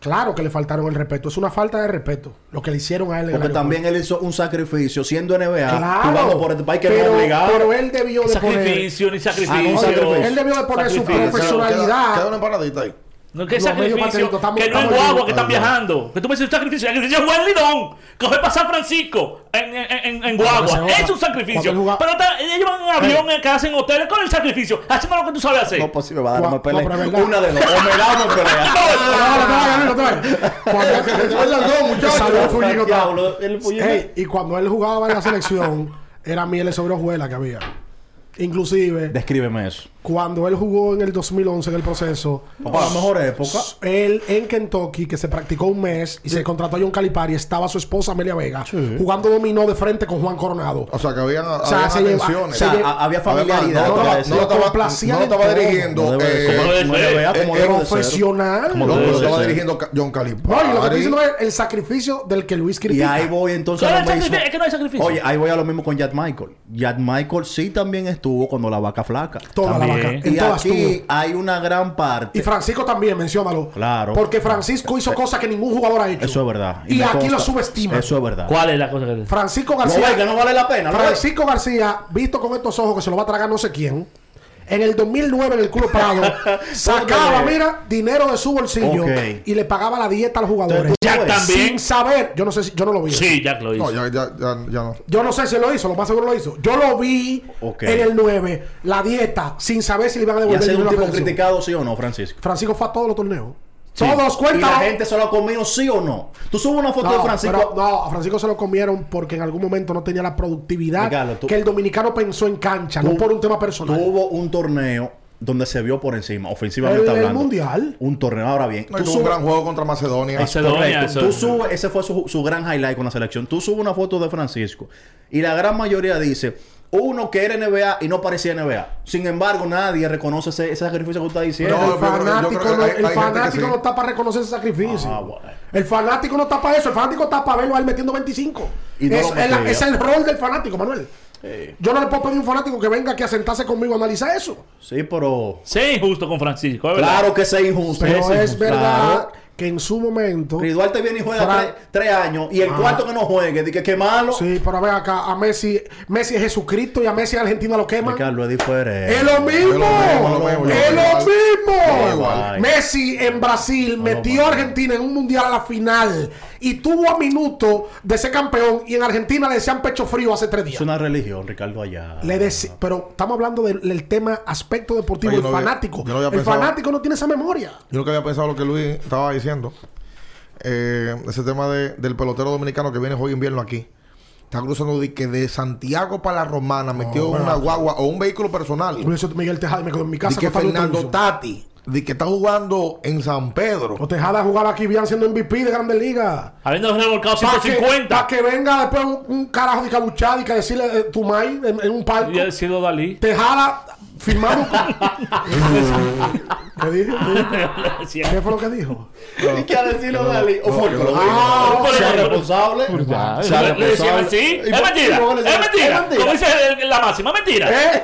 S1: Claro que le faltaron el respeto. Es una falta de respeto. Lo que le hicieron a él en el
S3: Porque
S1: aeropuerto.
S3: también él hizo un sacrificio siendo NBA,
S1: Claro.
S3: jugando por este país que
S1: pero,
S3: no obligado.
S1: pero él debió de poner...
S4: Sacrificio, ni
S3: Ah,
S4: sacrificio.
S3: no, sacrificio.
S1: Él debió de poner su
S4: Sacrificio.
S2: Queda-
S1: profesionalidad.
S2: Queda, una empanadita ahí.
S4: No, que
S1: Los medios
S4: sacrificio.
S1: patrióticos, estamos-
S4: que no es
S1: estamos
S4: guagua
S1: yendo-
S4: que están
S2: Ay, no.
S4: viajando. Que tú me dices sacrificio. Sacrificio es Juan Lidón. Coger para San Francisco en, en, en- en
S1: Cuando
S4: guagua.
S1: se va-
S4: Es un sacrificio.
S1: cuando él jugaba-
S4: Pero está- ellos van en avión, en casa, en hoteles, con el sacrificio. Haciendo lo que tú sabes hacer.
S3: Eh. No, pues sí, me va a dar
S1: Gua-
S3: una pelea.
S1: no, pero es verdad.
S3: una de dos. O me da o me pelea.
S1: No, no, no, no, no, no, no. Cuando- Saludos, Fulgino,
S3: Diablo, el fulgino.
S1: Ey, y cuando él jugaba en la selección, era miel sobre hojuela que había. Inclusive,
S3: Descríbeme eso.
S1: cuando él jugó en el 2011 en el proceso,
S3: Papá, la mejor época.
S1: él en Kentucky, que se practicó un mes y se contrató a John Calipari, estaba su esposa Amelia Vega, jugando dominó de frente con Juan Coronado.
S2: O sea, que habían,
S1: sea,
S2: habían
S1: se lleva-
S2: atenciones.
S3: O sea,
S1: Oye,
S3: a- había
S2: Además,
S3: familiaridad.
S2: no,
S3: te voy a
S2: estaba,
S3: decir.
S2: no estaba-
S1: Complacían
S2: no estaba
S1: en todo.
S2: dirigiendo.
S3: Como debe-
S2: eh,
S3: como debe-
S4: como
S3: como debe-
S4: debe-
S3: como
S2: eh,
S3: debe de ser.
S1: Profesional.
S3: Como
S2: No,
S3: debe
S2: pero
S3: de
S2: estaba
S3: ser.
S2: dirigiendo Ca- John Calipari.
S1: No, y lo que estoy diciendo es el sacrificio del que Luis
S3: Y
S1: critica.
S3: ahí voy entonces
S4: ¿Cuál
S3: a
S4: es
S3: lo
S4: el
S3: mismo.
S4: sacrificio? Es que no hay sacrificio.
S3: Oye, ahí voy a lo mismo con Jack Michael. Jack Michael sí también estuvo cuando la vaca flaca.
S1: toda la
S4: También.
S1: vaca. En
S3: y
S1: todas tuvo.
S3: aquí hay una gran parte.
S1: Y Francisco también, menciónalo.
S3: Claro.
S1: Porque Francisco hizo cosas que ningún jugador ha hecho.
S3: Eso es verdad.
S1: Y,
S3: me
S1: aquí
S3: consta.
S1: lo subestima.
S3: Eso es verdad.
S4: ¿Cuál es la cosa que te
S1: Francisco
S3: No,
S1: García.
S3: ve que no vale la pena. ¿no ve?
S1: Francisco García, visto con estos ojos que se lo va a tragar no sé quién. En el 2009 en el Club Prado sacaba,
S3: Óyeme.
S1: mira, dinero de su bolsillo
S3: Ok.
S1: y le pagaba la dieta a los jugadores. Pues,
S3: Entonces, tú
S4: Jack
S3: ves.
S4: también.
S1: Sin saber, yo no sé si yo no lo vi.
S4: Sí, Jack lo
S2: No,
S4: hizo.
S2: ya, ya, ya, ya no.
S1: Yo no sé si lo hizo, lo más seguro lo hizo. Yo lo vi
S3: Ok.
S1: en el 9, la dieta, sin saber si le iban a
S3: ¿Y
S1: devolver
S3: ha sido
S1: dinero
S3: un
S1: a la
S3: tipo
S1: federación.
S3: criticado, sí o no, Francisco?
S1: Francisco fue a todos los torneos.
S3: Sí.
S1: Todos,
S3: ¿Y la
S1: cuéntalo.
S3: gente se lo ha comido, sí o no? Tú subes una foto de Francisco.
S1: pero no, a Francisco se lo comieron porque en algún momento no tenía la productividad
S3: Ricardo, tú-
S1: que el dominicano pensó en cancha, no
S3: Tú-
S1: por un tema personal.
S3: Tuvo un torneo donde se vio por encima, ofensivamente
S1: El- el
S3: hablando.
S1: Mundial.
S3: Un torneo, ahora bien.
S2: No, y
S3: tú
S2: tuvo un
S3: subes-
S2: gran juego contra Macedonia.
S4: Eso- Macedonia,
S3: Correcto.
S4: eso-
S3: Tú subes, ese fue su, su gran highlight con la selección. Tú subes una foto de Francisco y la gran mayoría dice, uno que era NBA y no parecía NBA. Sin embargo, nadie reconoce ese, ese sacrificio que usted está diciendo.
S2: No,
S1: el
S2: yo creo que- yo
S1: fanático,
S2: creo que
S1: no,
S2: hay-
S1: el
S2: hay gente
S1: fanático
S2: que sí.
S1: no está para reconocer ese sacrificio.
S3: Ah, bueno.
S1: El fanático no está para eso. El fanático está para verlo a él metiendo 25.
S3: Y no
S1: es,
S3: lo
S1: es la-
S3: metió.
S1: es el rol del fanático, Manuel. Yo no le puedo pedir a un fanático que venga aquí a sentarse conmigo a analizar eso.
S3: Sí, pero...
S4: Sí, injusto con Francisco. es verdad.
S3: Claro que ese injusto.
S1: Pero
S3: ese
S1: es
S3: injusto.
S1: verdad
S3: Claro.
S1: que en su momento.
S3: Y Duarte viene y juega
S1: Fra-
S3: tres, tres años y el
S1: Ah.
S3: cuarto que no juegue, dice que, que malo.
S1: Sí, pero a ver acá, a Messi, Messi es Jesucristo y a Messi Argentina lo queman.
S3: Ricardo, es diferente.
S1: ¡Es lo mismo!
S2: Es lo mismo, es lo mismo.
S1: ¡Es lo
S2: Es
S1: mismo!
S3: igual.
S1: Messi en Brasil metió a Argentina en un mundial a la final y tuvo a minuto de ser campeón y en Argentina le decían pecho frío hace tres
S3: Es
S1: días.
S3: una religión, Ricardo, allá.
S1: Le deci- pero estamos hablando del, del tema aspecto deportivo,
S2: Oye,
S1: el
S2: no había-
S1: fanático.
S2: yo no había
S1: el
S2: pensado-
S1: fanático no tiene esa memoria.
S2: Yo nunca había pensado lo que Luis estaba diciendo. Eh, ese tema de- del pelotero dominicano que viene hoy invierno aquí. Está cruzando de, que de Santiago para la Romana, metió una guagua o un vehículo personal.
S1: Por eso Miguel Tejada me quedó en mi
S2: Y
S1: casa.
S2: que
S1: con Fernando
S2: Fernando
S1: Alonso.
S2: Tati. de que está jugando en San Pedro.
S1: O te jala jugar aquí bien siendo MVP de Grandes Ligas.
S4: Habiendo revolcado
S1: Para que,
S4: 150.
S1: pa' que venga después un, un carajo de cabuchada y que decirle eh, tu mai en, en un parque.
S4: Y ha sido Dalí.
S1: Te jala firmado. ¿Qué dije? ¿Qué dije? ¿Qué fue lo que dijo?
S3: ¿Y qué ha decirlo, Dalí? O Forco, lo dijo.
S1: Ah,
S3: O sea responsable.
S4: Ah,
S3: Sea
S4: le- le
S1: pues,
S4: decían
S3: responsable.
S4: así.
S3: ¿Y
S4: Es
S3: por qué
S4: mentira.
S3: no le
S4: Es
S3: decían-
S4: mentira. Como dice el- la máxima, es mentira.
S1: ¿Eh?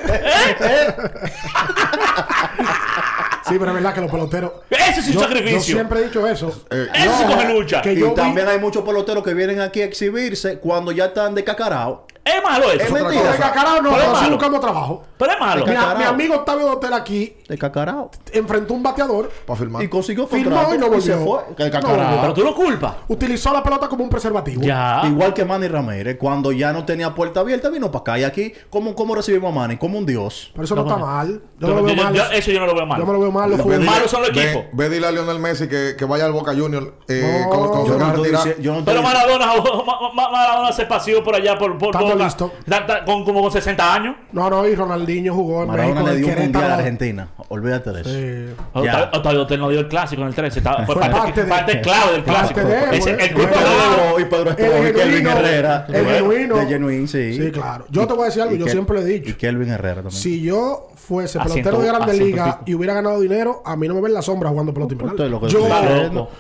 S1: Sí, pero es verdad que los peloteros.
S4: Eso es un
S1: Yo, yo
S4: sacrificio.
S1: siempre he dicho eso.
S3: Eh,
S2: eh,
S4: Eso es coger lucha.
S1: que
S3: Y
S1: yo vi-
S3: también hay muchos peloteros que vienen aquí a exhibirse cuando ya están descacarados.
S4: Es malo eso.
S3: Es
S2: otra
S3: mentira.
S2: cosa.
S1: Cacarajo no,
S4: Pero es
S1: pero sí
S4: malo.
S1: buscamos trabajo.
S4: Pero es malo.
S1: Mi,
S3: Mira, Cacarajo.
S1: mi amigo Octavio Dotel aquí
S3: Descacarado.
S1: enfrentó un bateador,
S2: Para firmar.
S3: Y consiguió
S1: Firmó
S3: contrato
S1: y no volvió.
S3: se fue. Descacarao.
S1: No volvió.
S4: Pero tú lo culpas.
S1: utilizó la pelota como un preservativo.
S4: Ya.
S3: Igual que Manny Ramírez, cuando ya no tenía puerta abierta, vino para acá. Y aquí, ¿cómo, cómo recibimos a Manny? Como un dios.
S1: Pero eso no, está
S4: bueno.
S1: mal. Yo no lo veo
S4: Yo-
S1: mal.
S4: yo- Eso yo no lo veo mal.
S1: Yo me lo veo mal. Lo fue-
S2: dile-
S4: malos son los
S2: ve-
S4: equipos.
S2: Ve, dile a Lionel Messi que, que vaya al Boca Junior eh,
S1: No,
S2: con, con
S1: yo
S2: su
S1: no
S2: gran
S3: estoy
S2: retirada.
S3: dici- yo no estoy
S4: Pero
S3: dic-
S4: Maradona, Ma- Ma- Maradona se paseó por allá por, por
S1: Tanto
S4: Boca.
S1: listo.
S4: Ta- ta- con como con 60 años.
S1: No, no, y Ronaldinho jugó en
S3: Maradona
S1: México.
S3: le
S1: en
S3: dio un mundial a
S1: Querétaro.
S3: Argentina. Olvídate de eso.
S1: Eh,
S3: Ya.
S4: Octavio Octavio Dotel no dio el clásico en el 13. Estaba- fue
S1: Fue
S4: parte,
S1: parte de-
S4: parte clave del
S1: parte
S4: clásico.
S1: de él,
S4: Ese-
S1: güey.
S4: el culpa
S1: Bueno,
S4: de-
S3: Escobar y Pedro
S1: El
S3: Escobar y Kelvin
S1: genuino,
S3: Herrera.
S1: el
S3: Bueno,
S1: genuino.
S3: De Genuine, sí.
S1: Sí, claro. Yo te voy a decir algo,
S3: y
S1: yo siempre lo he dicho.
S3: Y Kelvin Herrera también.
S1: Si yo fuese
S4: A
S1: pelotero de
S4: ciento-
S1: Grandes
S4: a ciento
S1: Ligas
S4: pico.
S1: y hubiera ganado dinero, a mí no me ven la sombra jugando pelota invernal.
S3: Esto es lo que
S1: Yo-
S3: estoy diciendo.
S4: loco.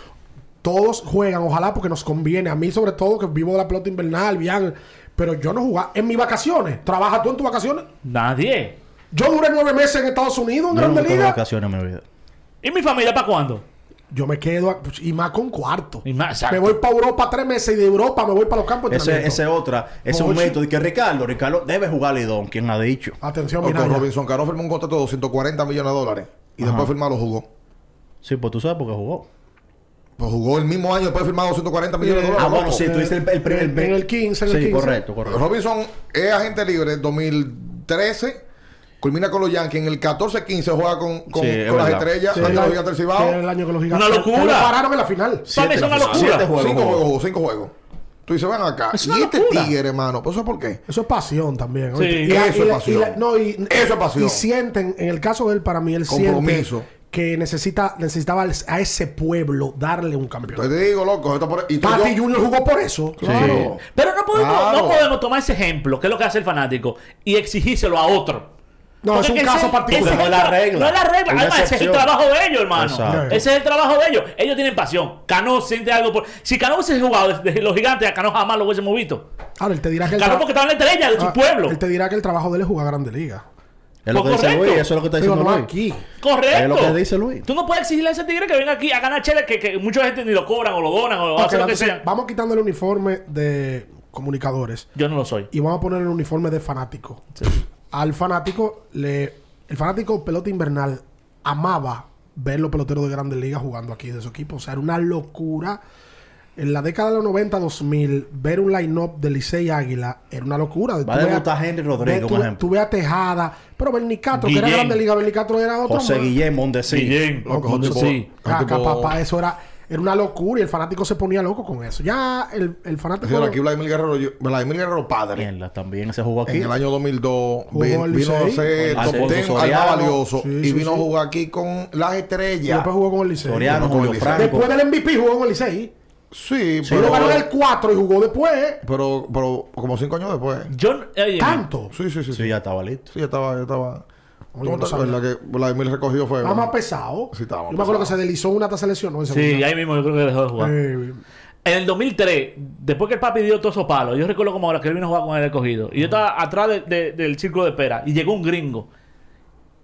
S1: todos juegan, ojalá porque nos conviene. A mí, sobre todo, que vivo de la pelota invernal, bien. Pero yo no jugaba en mis vacaciones. ¿Trabajas tú en tus vacaciones?
S4: Nadie.
S1: Yo duré nueve meses en Estados Unidos, en
S3: Yo nunca
S1: Grandes
S3: tuve
S1: Ligas.
S3: vacaciones en mi vida.
S4: ¿Y mi familia para cuándo?
S1: Yo me quedo, a- pues, y más con cuarto.
S4: Y más, exacto.
S1: Me voy para Europa tres meses y de Europa me voy para los campos de
S3: Ese
S1: entrenamiento.
S3: ese otra, ese
S1: Ocho.
S3: momento de que Ricardo, Ricardo debe jugar Lidón, quien ha dicho.
S1: Atención,
S2: O con
S1: Minaya.
S2: Robinson Cano firmó un contrato de 240 millones de dólares. Y después firmar lo jugó.
S3: Sí, pues tú sabes porque jugó.
S2: Pues jugó el mismo año, después firmar 240 millones de
S1: Ah,
S2: dólares.
S3: Ah,
S2: loco.
S3: bueno, sí, tú dices el, el primer
S1: En- en el 15, en el
S3: sí,
S1: 15.
S3: correcto, correcto.
S2: Robinson es agente libre en 2013. Culmina con los Yankees. En el 14-15 juega con, con,
S3: Sí, es
S2: con las
S3: verdad.
S2: estrellas.
S1: Sí,
S2: ante los
S1: el-
S2: Gigantes del Cibao.
S1: que el año que los gigantes.
S4: Una locura.
S1: que lo pararon en la final.
S4: Para mí es una
S3: finales,
S4: locura.
S3: siete juegos.
S2: cinco
S3: jugó.
S2: juegos, Pues jugó, cinco juegos. Tú dices, ven acá.
S4: Es
S2: y
S4: una
S2: este
S4: locura.
S2: tigre, hermano. ¿Pues eso por qué?
S1: Eso es pasión también.
S4: Sí.
S1: ¿oíste? Y la-
S2: Eso
S1: y
S2: es
S1: la-
S2: pasión.
S1: y la- no, y-
S2: Eso es pasión.
S1: Y sienten, en el caso de él, para mí, él
S2: Compromiso.
S1: siente que necesita, necesitaba al- a ese pueblo darle un campeón.
S2: Entonces te digo, loco. Esto por... y tú,
S1: Tati
S2: yo-
S1: Junior jugó por eso.
S2: Claro.
S4: Pero no podemos,
S2: Claro.
S4: no podemos tomar ese ejemplo, que es lo que hace el fanático, y exigírselo a otro.
S1: No, es un
S4: que
S1: caso
S4: ese-
S1: particular.
S4: ese
S3: No es la
S4: tra-
S3: regla.
S4: No es la regla.
S3: Una
S4: Además, ese es el
S3: excepción.
S4: trabajo de ellos, hermano.
S3: Exacto.
S4: Ese es el trabajo de ellos. Ellos tienen pasión. Cano siente algo por. Si Cano hubiese jugado desde los gigantes, a Cano jamás lo hubiésemos visto.
S1: Ahora, él te dirá que el
S4: Cano
S1: tra-
S4: porque estaba en la estrella de su
S1: ah,
S4: pueblo.
S1: Él te dirá que el trabajo de él es jugar a Grande Liga.
S3: Es lo que dice
S4: correcto.
S3: Luis, eso es lo que está
S1: Pero
S3: diciendo
S1: no
S3: Luis.
S1: aquí.
S4: Correcto.
S3: Es lo que dice Luis.
S4: Tú no puedes exigirle a ese tigre que venga aquí a ganar cheles que, que mucha gente ni lo cobran o lo donan o
S1: Ok,
S4: hace lo que
S1: entonces,
S4: sea.
S1: vamos quitando el uniforme de comunicadores
S4: Yo no lo soy.
S1: y vamos a poner el uniforme de fanático. Al fanático le. El fanático pelota invernal amaba ver los peloteros de grandes ligas jugando aquí de su equipo. O sea, era una locura. En la década de los 90, 2000, ver un line-up de Licey y Águila era una locura.
S3: Va a
S1: Tú ve
S3: debutar Henry Rodríguez,
S1: ve-
S3: como
S1: tú-
S3: ejemplo.
S1: Tú ve a Tejada, pero Bernicastro, que era
S4: Guillén.
S1: grande liga, Bernicastro era otro.
S3: José
S1: más.
S3: Guillermo, donde sí.
S4: Guillén.
S2: Loco,
S4: Con-
S2: un tipo-
S4: sí.
S3: ah,
S2: un
S1: Acá,
S2: tipo-
S1: papá, eso era, era una locura y el fanático se ponía loco con eso. Ya el, el fanático.
S2: Señor, aquí Vladimir Guerrero, yo- Vladimir Guerrero padre.
S3: Mierda, también se jugó aquí.
S2: En el año 2002
S1: Jugó
S2: vino,
S1: al
S2: vino a
S1: Licey.
S2: ser
S3: Con
S2: top
S3: Alfonso
S2: 10 al más
S3: Soriano.
S2: valioso
S1: Sí,
S2: y
S1: sí,
S2: vino a
S1: sí.
S2: jugar aquí con las
S1: y
S2: estrellas.
S1: después jugó con el Licey.
S3: Soriano,
S2: Con
S3: Julio
S2: el-
S3: Franco.
S1: Después del MVP jugó con el Licey.
S2: Sí,
S1: Pero
S2: pero,
S1: ganó en el 4 y jugó después.
S2: pero, pero como cinco años después.
S4: Yo. oye,
S1: Tanto.
S2: Sí, sí, sí.
S3: Sí,
S2: Sí,
S3: ya estaba listo.
S2: Sí, ya estaba, ya estaba.
S1: Oye,
S2: ¿Cómo
S1: no
S2: te-
S1: sabía.
S2: la que Vladimir recogió fue.
S1: Estaba más pesado.
S2: Sí, estaba más
S1: Yo me acuerdo que se
S2: pesado.
S1: deslizó una hasta se lesionó en
S4: Sí,
S1: segunda.
S4: ahí mismo yo creo que dejó de jugar.
S1: Eh,
S4: En el 2003, después que el papi dio todos esos palos, yo recuerdo como ahora que él vino a jugar con el escogido. Y yo estaba atrás de- de- del círculo de espera y llegó un gringo.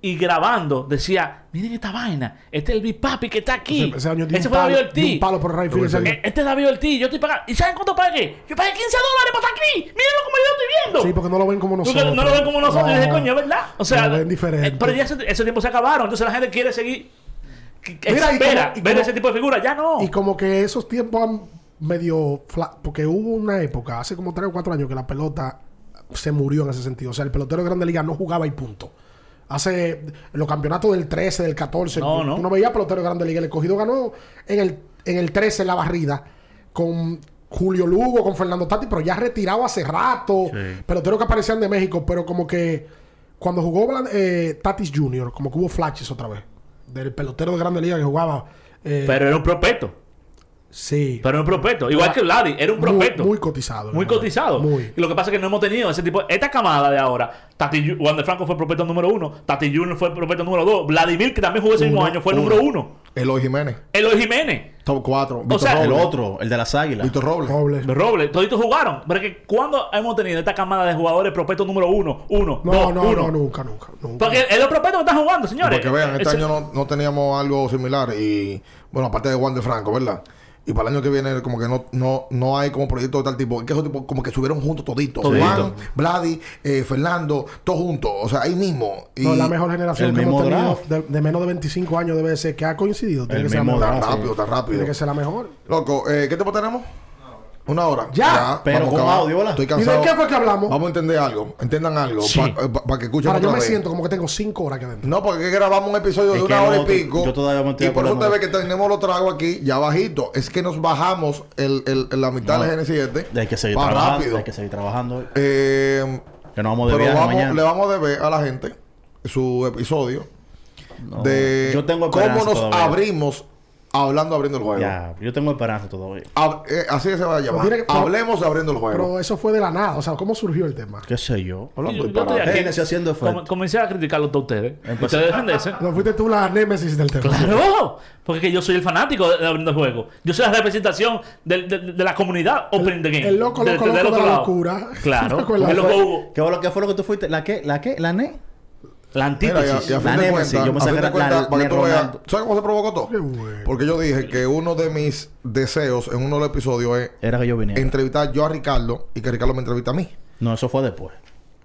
S4: Y grabando decía, miren esta vaina, este es el Big Papi que está aquí.
S1: ese, ese año dio
S4: Ese
S1: un
S4: fue
S1: palo,
S4: David
S1: dio un
S4: Ortiz.
S1: palo por Ray Phillips.
S4: Eh, Este es David Ortiz, yo estoy pagando. ¿Y saben cuánto pagué? Yo pagué 15 dólares para estar aquí. Mírenlo como yo lo estoy viendo.
S1: Sí, porque no lo ven como
S4: Tú que
S1: nosotros.
S4: no lo ven como nosotros. Yo dije,
S1: No.
S4: coño, es verdad. O sea,
S1: lo ven diferente.
S4: eh, pero ya ese, esos tiempos se acabaron. Entonces la gente quiere seguir. que- que
S1: Mira, y
S4: espera
S1: como- y
S4: ver
S1: como-
S4: ese tipo de figuras. Ya no.
S1: Y como que esos tiempos han medio fla- porque hubo una época, hace como 3 o 4 años, que la pelota se murió en ese sentido. O sea, el pelotero de Grande Liga no jugaba y punto. Hace en los campeonatos del 13, del 14,
S4: No,
S1: tú-
S4: no.
S1: tú no veías pelotero de Grande Liga. El escogido ganó en el, en el 13 la barrida con Julio Lugo, con Fernando Tati, pero ya retirado hace rato. Peloteros que aparecían de México, pero como que cuando jugó Blan- eh, Tatis Jr., como que hubo flashes otra vez. del pelotero de Grande Liga que jugaba. eh,
S4: Pero era un prospecto.
S1: sí.
S4: Pero era un prospecto. Igual que Vladi, era un
S1: Muy-
S4: prospecto.
S1: Muy, cotizado.
S4: Muy
S1: hermano.
S4: cotizado.
S1: Muy.
S4: Y lo que pasa es que no hemos tenido ese tipo. Esta camada de ahora, Tati, Ju- Juan de Franco fue prospecto número uno, Tati Junior fue prospecto número dos, Vladimir, que también jugó ese mismo
S2: Uno,
S4: año, fue
S2: uno.
S4: número uno.
S2: Eloy Jiménez.
S4: Eloy Jiménez,
S2: Top 4. Víctor
S4: sea,
S2: Robles.
S4: el
S3: El otro, el de las águilas.
S2: Víctor Robles.
S1: Robles.
S4: Robles, toditos jugaron. Pero es que cuando hemos tenido esta camada de jugadores prospecto número uno, uno,
S1: No,
S4: dos,
S1: no,
S4: uno?
S1: no, nunca, nunca. nunca.
S4: Porque es los prospectos que están jugando, señores.
S2: Porque vean, este
S4: Ese-
S2: año no, no teníamos algo similar. Y bueno, aparte de Juan de Franco, ¿verdad? Y para el año que viene, como que no, no, no hay como proyecto de tal tipo. Es que esos tipos como que subieron juntos toditos.
S4: Todito.
S2: Juan, Vladi, eh, Fernando, todos juntos. O sea, ahí mismo. Y
S1: No, la mejor generación
S3: el
S1: que hemos
S3: mismo
S1: tenido
S3: draft.
S1: de, de menos de 25 años debe ser que ha coincidido. Tiene
S3: El
S1: que ser la
S3: mismo
S1: mejor.
S2: Tan
S3: draft.
S2: rápido, tan rápido.
S1: Tiene que ser la mejor.
S2: Loco, eh, ¿qué tiempo tenemos? Una hora.
S1: Ya.
S3: Pero
S2: vamos a
S3: con
S2: acabar.
S3: audio, ¿verdad?
S2: Estoy
S1: ¿Y de
S2: cansado.
S1: qué fue que hablamos?
S2: Vamos a entender algo. Entiendan algo.
S4: Sí.
S2: Para que escuchen
S1: Ahora, yo
S2: otra
S1: me
S2: vez.
S1: siento como que tengo 5 horas que adentro.
S2: No, porque es que grabamos un episodio
S3: Es
S2: de
S3: que
S2: una hora
S3: no,
S2: y
S3: tú-
S2: pico.
S3: yo todavía me estoy
S2: y por eso
S3: acordando.
S2: te ve que tenemos los tragos aquí ya bajito. Es que nos bajamos el, el- la mitad
S3: No.
S2: del GN7.
S3: Hay que seguir
S2: Va
S3: trabajando.
S2: rápido.
S3: Hay que seguir trabajando.
S2: Eh,
S3: Que nos vamos de
S2: pero
S3: viaje
S2: vamos-
S3: mañana.
S2: le vamos a deber a la gente su episodio
S3: No,
S2: de
S3: yo tengo esperanza
S2: cómo nos
S3: todavía.
S2: abrimos hablando abriendo el juego.
S3: Ya, yo tengo esperanza todavía.
S2: Hab- eh, así se va a llamar.
S1: tiene que- pero-
S2: Hablemos de abriendo el juego.
S1: Pero eso fue de la nada. O sea, ¿cómo surgió el tema?
S3: ¿Qué sé yo?
S2: Hablando
S4: Yo-
S2: de
S4: yo estoy
S2: parada.
S4: aquí.
S3: Génesis haciendo efecto.
S4: Com- comencé a criticarlo a ustedes. Ustedes defenderse.
S1: No fuiste tú la némesis del tema.
S4: Claro, porque es que yo soy el fanático de, de abriendo juego. Yo soy la representación del- de, de la comunidad Open the Game.
S1: el loco,
S4: De-
S1: loco,
S4: del
S1: loco
S4: otro
S1: de la
S4: lado.
S1: locura.
S4: Claro,
S1: Con la-
S4: el loco Hugo.
S3: ¿Qué fue, lo, ¿Qué fue lo que tú fuiste? ¿La qué? ¿La qué? ¿La ne?
S4: La
S2: Mira,
S4: antítesis.
S2: ya, ya a fin de
S3: La Nemesis,
S2: cuentas,
S3: yo me
S2: a fin
S3: saqué
S2: de
S3: la-
S2: cuentas,
S3: la-
S2: para que
S3: la
S2: tú veas,
S3: Ronaldo.
S2: ¿sabes cómo se provocó todo?
S1: Qué bueno.
S2: Porque yo dije que uno de mis deseos en uno de los episodios es
S3: Era que yo viniera.
S2: entrevistar yo a Ricardo y que Ricardo me entrevista a mí.
S3: No, eso fue después.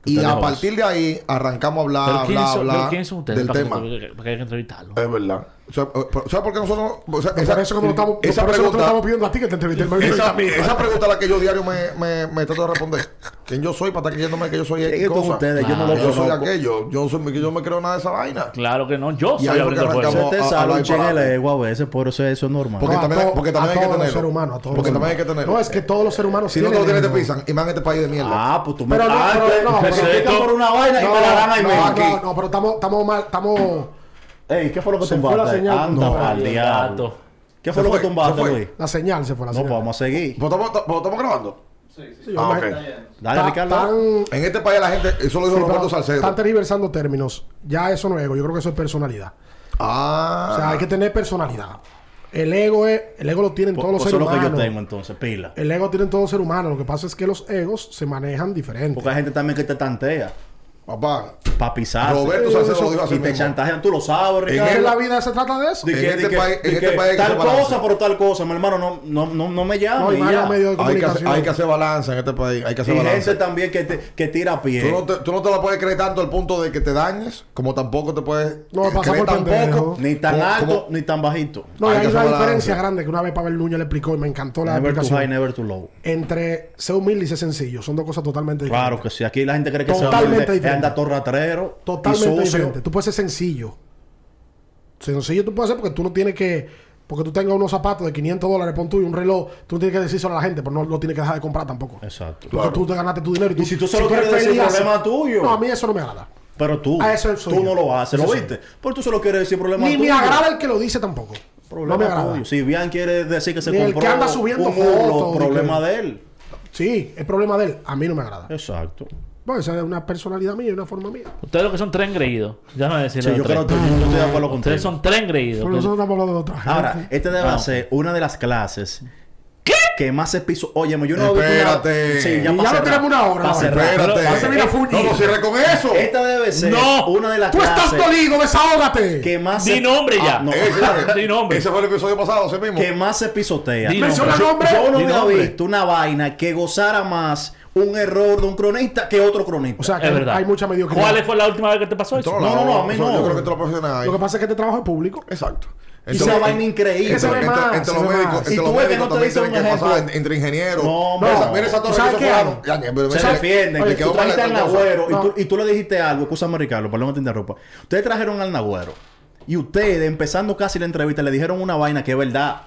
S2: Y
S3: Ustedes
S2: a
S3: dos.
S2: partir de ahí arrancamos a hablar,
S4: ¿Pero quién
S2: hablar,
S4: son- pero
S2: hablar
S4: quiénes son ustedes
S2: del
S4: para que-
S2: tema.
S4: para que- para que haya que entrevistarlo?
S2: Es verdad. O sea, eh, pero- ¿Sabes por qué nosotros? o sea,
S1: Por eso que no estamos,
S2: esa
S1: por eso nosotros
S2: pregunta,
S1: estamos pidiendo a ti que te entreviste el
S2: esa-
S1: maestro.
S2: esa pregunta es la que yo diario me, me, me trato de responder. ¿Quién yo soy para estar creyéndome que yo soy
S3: ¿Quiénes
S2: X
S3: son
S2: cosa?
S3: ustedes? Yo no
S2: Que
S3: los
S2: yo soy
S3: conozco.
S2: aquello. Yo, no soy, yo no me creo nada de esa vaina.
S4: Claro que no, yo
S2: Y
S4: soy
S2: ahí fue
S4: abriendo
S2: que
S4: juego.
S2: arrancamos.
S3: Usted
S2: a- a
S3: sabe
S2: hablar
S3: un
S2: y parar.
S3: cheque el ego a veces, por eso, eso es normal. Ah,
S2: Porque
S1: No, a
S2: también,
S1: todo-
S2: porque también
S1: a
S2: hay que
S1: todos los
S2: tenerlo.
S1: seres humanos, a todos
S2: porque
S1: los
S2: también hay que
S1: seres
S2: tenerlo.
S1: humanos. No, es que todos los seres humanos
S2: Si no te lo tienes, te
S1: ego.
S2: pisan. Y más en este país de mierda.
S3: Ah, pues tú me
S1: Pero no,
S3: Ah,
S1: pero
S3: te-
S1: no,
S3: me
S1: pero-
S3: critican por una vaina y me la dan ahí
S1: no,
S3: mismo.
S1: no,
S3: Aquí.
S1: no, pero estamos, estamos mal, estamos...
S3: Ey, ¿qué fue lo que
S1: Se fue la
S3: tumbaste?
S1: señal.
S3: Anda
S1: No,
S3: pa'l
S4: el
S3: diablo.
S4: gato.
S3: ¿Qué fue
S2: Se
S3: lo
S2: fue,
S3: que
S2: se
S3: tumbaste,
S2: fue.
S3: Luis?
S1: La señal se fue la
S3: No,
S1: señal.
S3: pues vamos a seguir.
S2: ¿Pero estamos, pero estamos grabando?
S1: Sí, yo
S2: Ah,
S1: me-
S2: ok.
S3: Dale,
S1: ta-
S3: Ricardo.
S1: tan-
S2: En este país la gente, eso lo dijo
S1: sí,
S2: Roberto
S1: pero Están
S2: Salcedo.
S1: tergiversando términos. Ya eso no es ego, yo creo que eso es personalidad.
S2: Ah,
S1: O sea, hay que tener personalidad. El ego es, el ego lo tienen
S3: Pues
S1: todos los
S3: eso es
S1: seres
S3: lo que
S1: humanos.
S3: yo tengo entonces, pila.
S1: El ego tienen todos los seres humanos. Lo que pasa es que los egos se manejan diferente.
S3: Porque hay gente también que te tantea.
S2: papá,
S3: Para pisar.
S2: Roberto
S1: Eso-
S2: Salcedo lo dijo así
S3: Y te
S2: mismo.
S3: chantajean, tú lo sabes,
S2: En
S1: ¿Qué
S3: Ricardo.
S1: en la vida se trata de eso?
S3: De
S2: En
S3: que-
S2: este
S3: de que-
S2: país- en
S3: de
S2: este
S3: que
S2: país hay que
S3: tal
S2: hacer balance.
S3: cosa por tal cosa, mi hermano, no, no, no, no me
S1: No,
S3: llames.
S1: y más los medios de
S2: Hay que, hacer-
S1: comunicación.
S2: hay que hacer balance en este país. Hay que hacer
S3: y gente
S2: balance.
S3: también que, te- que tira pie.
S2: Tú no, te, tú no te la puedes creer tanto al punto de que te dañes, como tampoco te puedes
S1: No,
S2: eh,
S1: pasamos
S2: creer
S1: el pendejo.
S2: tampoco.
S3: Ni tan
S2: como-
S3: alto,
S2: como-
S3: ni tan bajito.
S1: No, y
S2: hay
S1: hay
S2: que
S1: una
S2: hacer balance.
S1: diferencia grande que una vez Pavel Núñez le explicó y me encantó la
S3: never too high,
S1: explicación.
S3: never too low.
S1: Entre ser humilde y ser sencillo. Son dos cosas totalmente diferentes.
S3: Claro que sí. Aquí la gente cree que se
S1: Totalmente
S3: va a vender,
S1: diferente.
S3: anda torratrero. y
S1: Totalmente
S3: sucio.
S1: diferente. Tú puedes ser sencillo. Sencillo tú puedes ser porque tú no tienes que. Porque tú tengas unos zapatos de 500 dólares, pon tú y un reloj. Tú no tienes que decírselo a la gente, pero no lo tienes que dejar de comprar tampoco.
S3: Exacto.
S1: Porque tú te ganaste tu dinero y tú.
S3: Y si tú solo
S1: eres
S3: quieres decir
S1: feliz,
S3: problema
S1: así-
S3: tuyo.
S1: No, a mí eso no me agrada.
S3: Pero tú,
S1: Ah, eso soy
S3: tú
S1: yo.
S3: no lo haces, ¿lo
S1: Eso soy
S3: viste? Pero tú solo quieres decir problemas
S1: Ni me agrada el que lo dice tampoco. no me agrada.
S3: Si Bian quiere decir que se
S1: Ni el que
S3: compró
S1: anda subiendo
S3: un muro,
S1: fotos, ni
S3: problema
S1: que-
S3: de él.
S1: Sí, es problema de él. A mí no me agrada.
S3: Exacto.
S1: Bueno, esa es una personalidad mía y una forma mía.
S4: Ustedes lo que son tres engreídos. Ya no voy a decir
S3: Sí, yo
S4: los
S3: creo que
S4: tres.
S3: yo estoy de acuerdo
S4: Ustedes
S3: contigo.
S4: son tres engreídos. pues,
S1: Pero nosotros estamos hablando de otra gente.
S3: Ahora, este esta debe
S4: Ah.
S3: ser una de las clases que más se piso. Oye, yo no
S2: Espérate.
S3: he visto una- Sí, ya,
S1: Y
S3: pa'
S1: ya lo
S3: cerrar,
S1: tenemos una hora,
S3: pa'
S1: vamos.
S3: cerrar.
S2: Espérate.
S1: Pero- Hace mira
S2: no,
S1: fuñido.
S2: no cierres con eso.
S3: Esta debe ser
S4: No.
S3: una de las
S1: Tú estás
S3: clases
S1: dolido, desahógate.
S3: que más Ah,
S4: Di nombre ya.
S3: no,
S2: Eh, claro.
S4: Di nombre.
S2: Ese fue el episodio pasado, ese mismo.
S3: que más se pisotea.
S4: Di
S1: Menciona nombre.
S3: Yo no
S4: Di
S3: había
S4: nombre.
S3: visto una vaina que gozara más un error de un cronista que otro cronista.
S1: O sea, que
S4: Es verdad.
S1: hay mucha mediocridad.
S4: ¿Cuál fue la última vez que te pasó eso?
S2: Todo
S3: No,
S2: lado,
S3: no, no, a mí
S2: eso
S3: no.
S2: Yo creo que te lo profesional ahí.
S1: Lo que pasa es que este trabajo es público.
S2: Exacto.
S3: Y esa vaina increíble.
S2: Entre,
S1: Se ve
S2: entre-
S1: más,
S2: entre
S1: se
S2: los
S1: ve
S2: médicos,
S1: más.
S2: entre
S3: Y tú
S2: los
S3: ves que
S2: médicos
S3: no te
S2: también
S3: dicen
S2: tienen que
S3: un ejemplo.
S2: pasar en- entre ingenieros.
S3: No,
S2: Mira esa-
S3: no.
S2: mira esa torre
S1: ¿Sabes
S2: que
S1: qué
S2: se
S1: hay?
S2: fueron. Ya, ya, pero
S3: Se
S2: mira,
S3: defienden.
S2: le
S3: Oye,
S2: quedó
S3: tú
S2: mal
S3: trajiste al
S2: esta cosa.
S3: Nagüero
S1: No.
S3: y, tú, y tú le dijiste algo. Escúchame, Ricardo, perdón que te interrumpa. Ustedes trajeron al Nagüero y ustedes, empezando casi la entrevista, le dijeron una vaina que es verdad.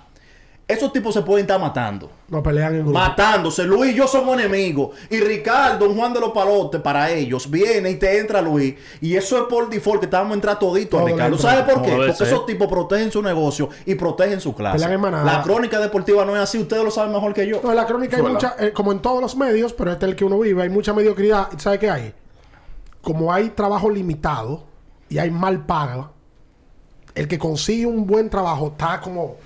S3: Esos tipos se pueden estar matando.
S1: No pelean en grupo.
S3: Matándose. Luis y yo somos enemigos. Y Ricardo, un Juan de los Palotes, para ellos, viene y te entra Luis. Y eso es por default que estábamos entrar todito a
S1: Todo
S3: Ricardo.
S1: dentro.
S3: ¿Sabes por
S4: Como
S3: qué?
S4: debe
S3: Porque
S4: ser.
S3: esos tipos protegen su negocio y protegen su clase.
S1: Pelean en manada.
S3: La crónica deportiva no es así. Ustedes lo saben mejor que yo.
S1: No, en la crónica hay mucha, eh, como en todos los medios, pero este es el que uno vive, hay mucha mediocridad. ¿Y ¿Sabe qué hay? Como hay trabajo limitado y hay mal paga, el que consigue un buen trabajo está como.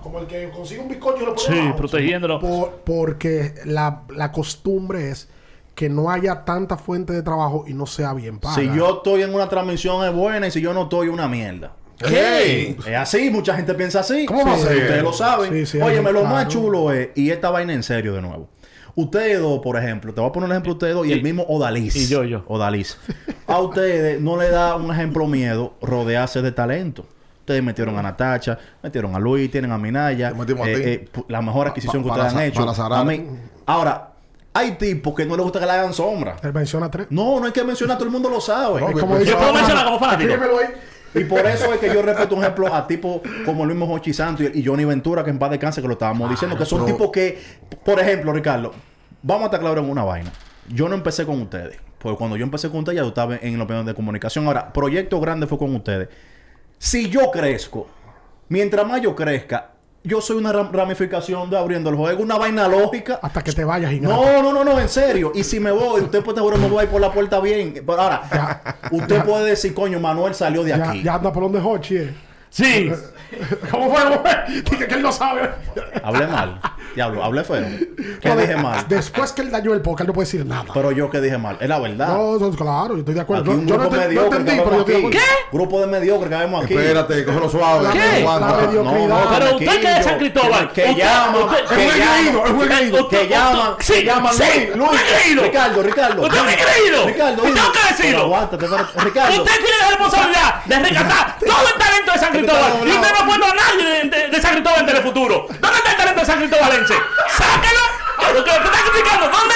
S1: Como el que consigue un bizcocho y lo pone
S4: Sí,
S1: abajo.
S4: protegiéndolo.
S1: Por- porque la, la costumbre es que no haya tanta fuente de trabajo y no sea bien paga.
S3: Si yo estoy en una transmisión es buena y si yo no estoy es una mierda.
S2: ¡Ey!
S3: Es así, mucha gente piensa así.
S2: ¿Cómo va a ser?
S3: Ustedes lo saben.
S1: Sí, sí,
S3: Óyeme, lo
S1: claro.
S3: más chulo es, y esta vaina en serio de nuevo. Ustedes dos, por ejemplo, te voy a poner un ejemplo a ustedes dos y, el mismo Odaliz.
S4: y yo, yo.
S3: Odaliz. A ustedes no le da un ejemplo miedo rodearse de talento. Ustedes metieron a Natacha, metieron a Luis, tienen a Minaya.
S2: Te metimos a
S3: Eh,
S2: ti.
S3: eh, pu- la mejor adquisición
S2: Pa-
S3: que ustedes
S2: para za-
S3: han hecho.
S2: para Sarabia.
S3: A mí. Ahora, hay tipos que no les gusta que le hagan sombra.
S1: Él menciona tres.
S3: No, no hay que mencionar, todo el mundo lo sabe.
S1: Es como
S2: Yo
S1: dice-
S4: puedo mencionar como fanático.
S1: Escríbemelo ahí.
S3: Y por eso es que yo respeto un ejemplo a tipos como el mismo Jochi Santos y y Johnny Ventura, que en paz descanse, que lo estábamos diciendo, que son
S2: pero-
S3: tipos que, por ejemplo, Ricardo, vamos a estar claros en una vaina. Yo no empecé con ustedes, porque cuando yo empecé con ustedes ya yo estaba en los medios de comunicación. Ahora, proyecto grande fue con ustedes. Si yo crezco, mientras más yo crezca, yo soy una ram- ramificación de abriendo el juego, una vaina lógica.
S1: Hasta que te vayas, gigante.
S3: No, no, no, no, en serio. Y si me voy, usted puede seguro me voy a ir por la puerta bien. Pero ahora, usted puede decir, coño, Manuel salió de
S1: ya,
S3: aquí.
S1: ya anda por donde Hochi, eh.
S4: Sí.
S1: ¿Cómo fue? ¿Cómo fue? Dije que él no sabe.
S3: Hablé mal. Diablo, hablé feo. ¿Qué
S1: No, de-
S3: dije mal?
S1: Después que él dañó el podcast, no puede decir nada.
S3: Pero yo que dije mal. Es la verdad.
S1: No, no, claro, yo estoy de acuerdo.
S3: Ah. Aquí
S1: Yo,
S3: un
S1: yo no,
S3: grupo
S1: enten- no
S3: mediocre
S1: entendí,
S3: que
S1: pero yo
S3: vemos
S1: estoy de
S3: aquí.
S1: acuerdo.
S3: Grupo de mediocre que vemos aquí.
S2: Espérate, cógelo suave.
S1: ¿Qué?
S2: que aguanta.
S1: La medio-
S3: No,
S1: mediocridad.
S4: Pero usted que es de
S3: yo-
S4: San Cristóbal.
S3: Que
S4: Usted-
S3: llama. que
S4: usted- Es buen
S3: llama-
S4: creído, es buen creído.
S3: Que
S4: Usted-
S3: llaman.
S4: usted-
S3: que
S4: sí,
S3: llaman.
S4: sí,
S3: Luis, Luis,
S4: buen creído.
S3: Ricardo, Ricardo.
S4: Usted es buen creído.
S3: Ricardo,
S4: Y tengo que
S3: Pero
S4: decirlo.
S3: Aguántate, espérate. Ricardo.
S4: Usted tiene la responsabilidad de rescatar todo el talento de San Cristóbal. Y usted no ha puesto a nadie de, de- de San Cristóbal en Telefuturo. ¿Dónde está el talento de San Cristóbalense? ¡Sáquelo! Lo que usted está criticando, ¿dónde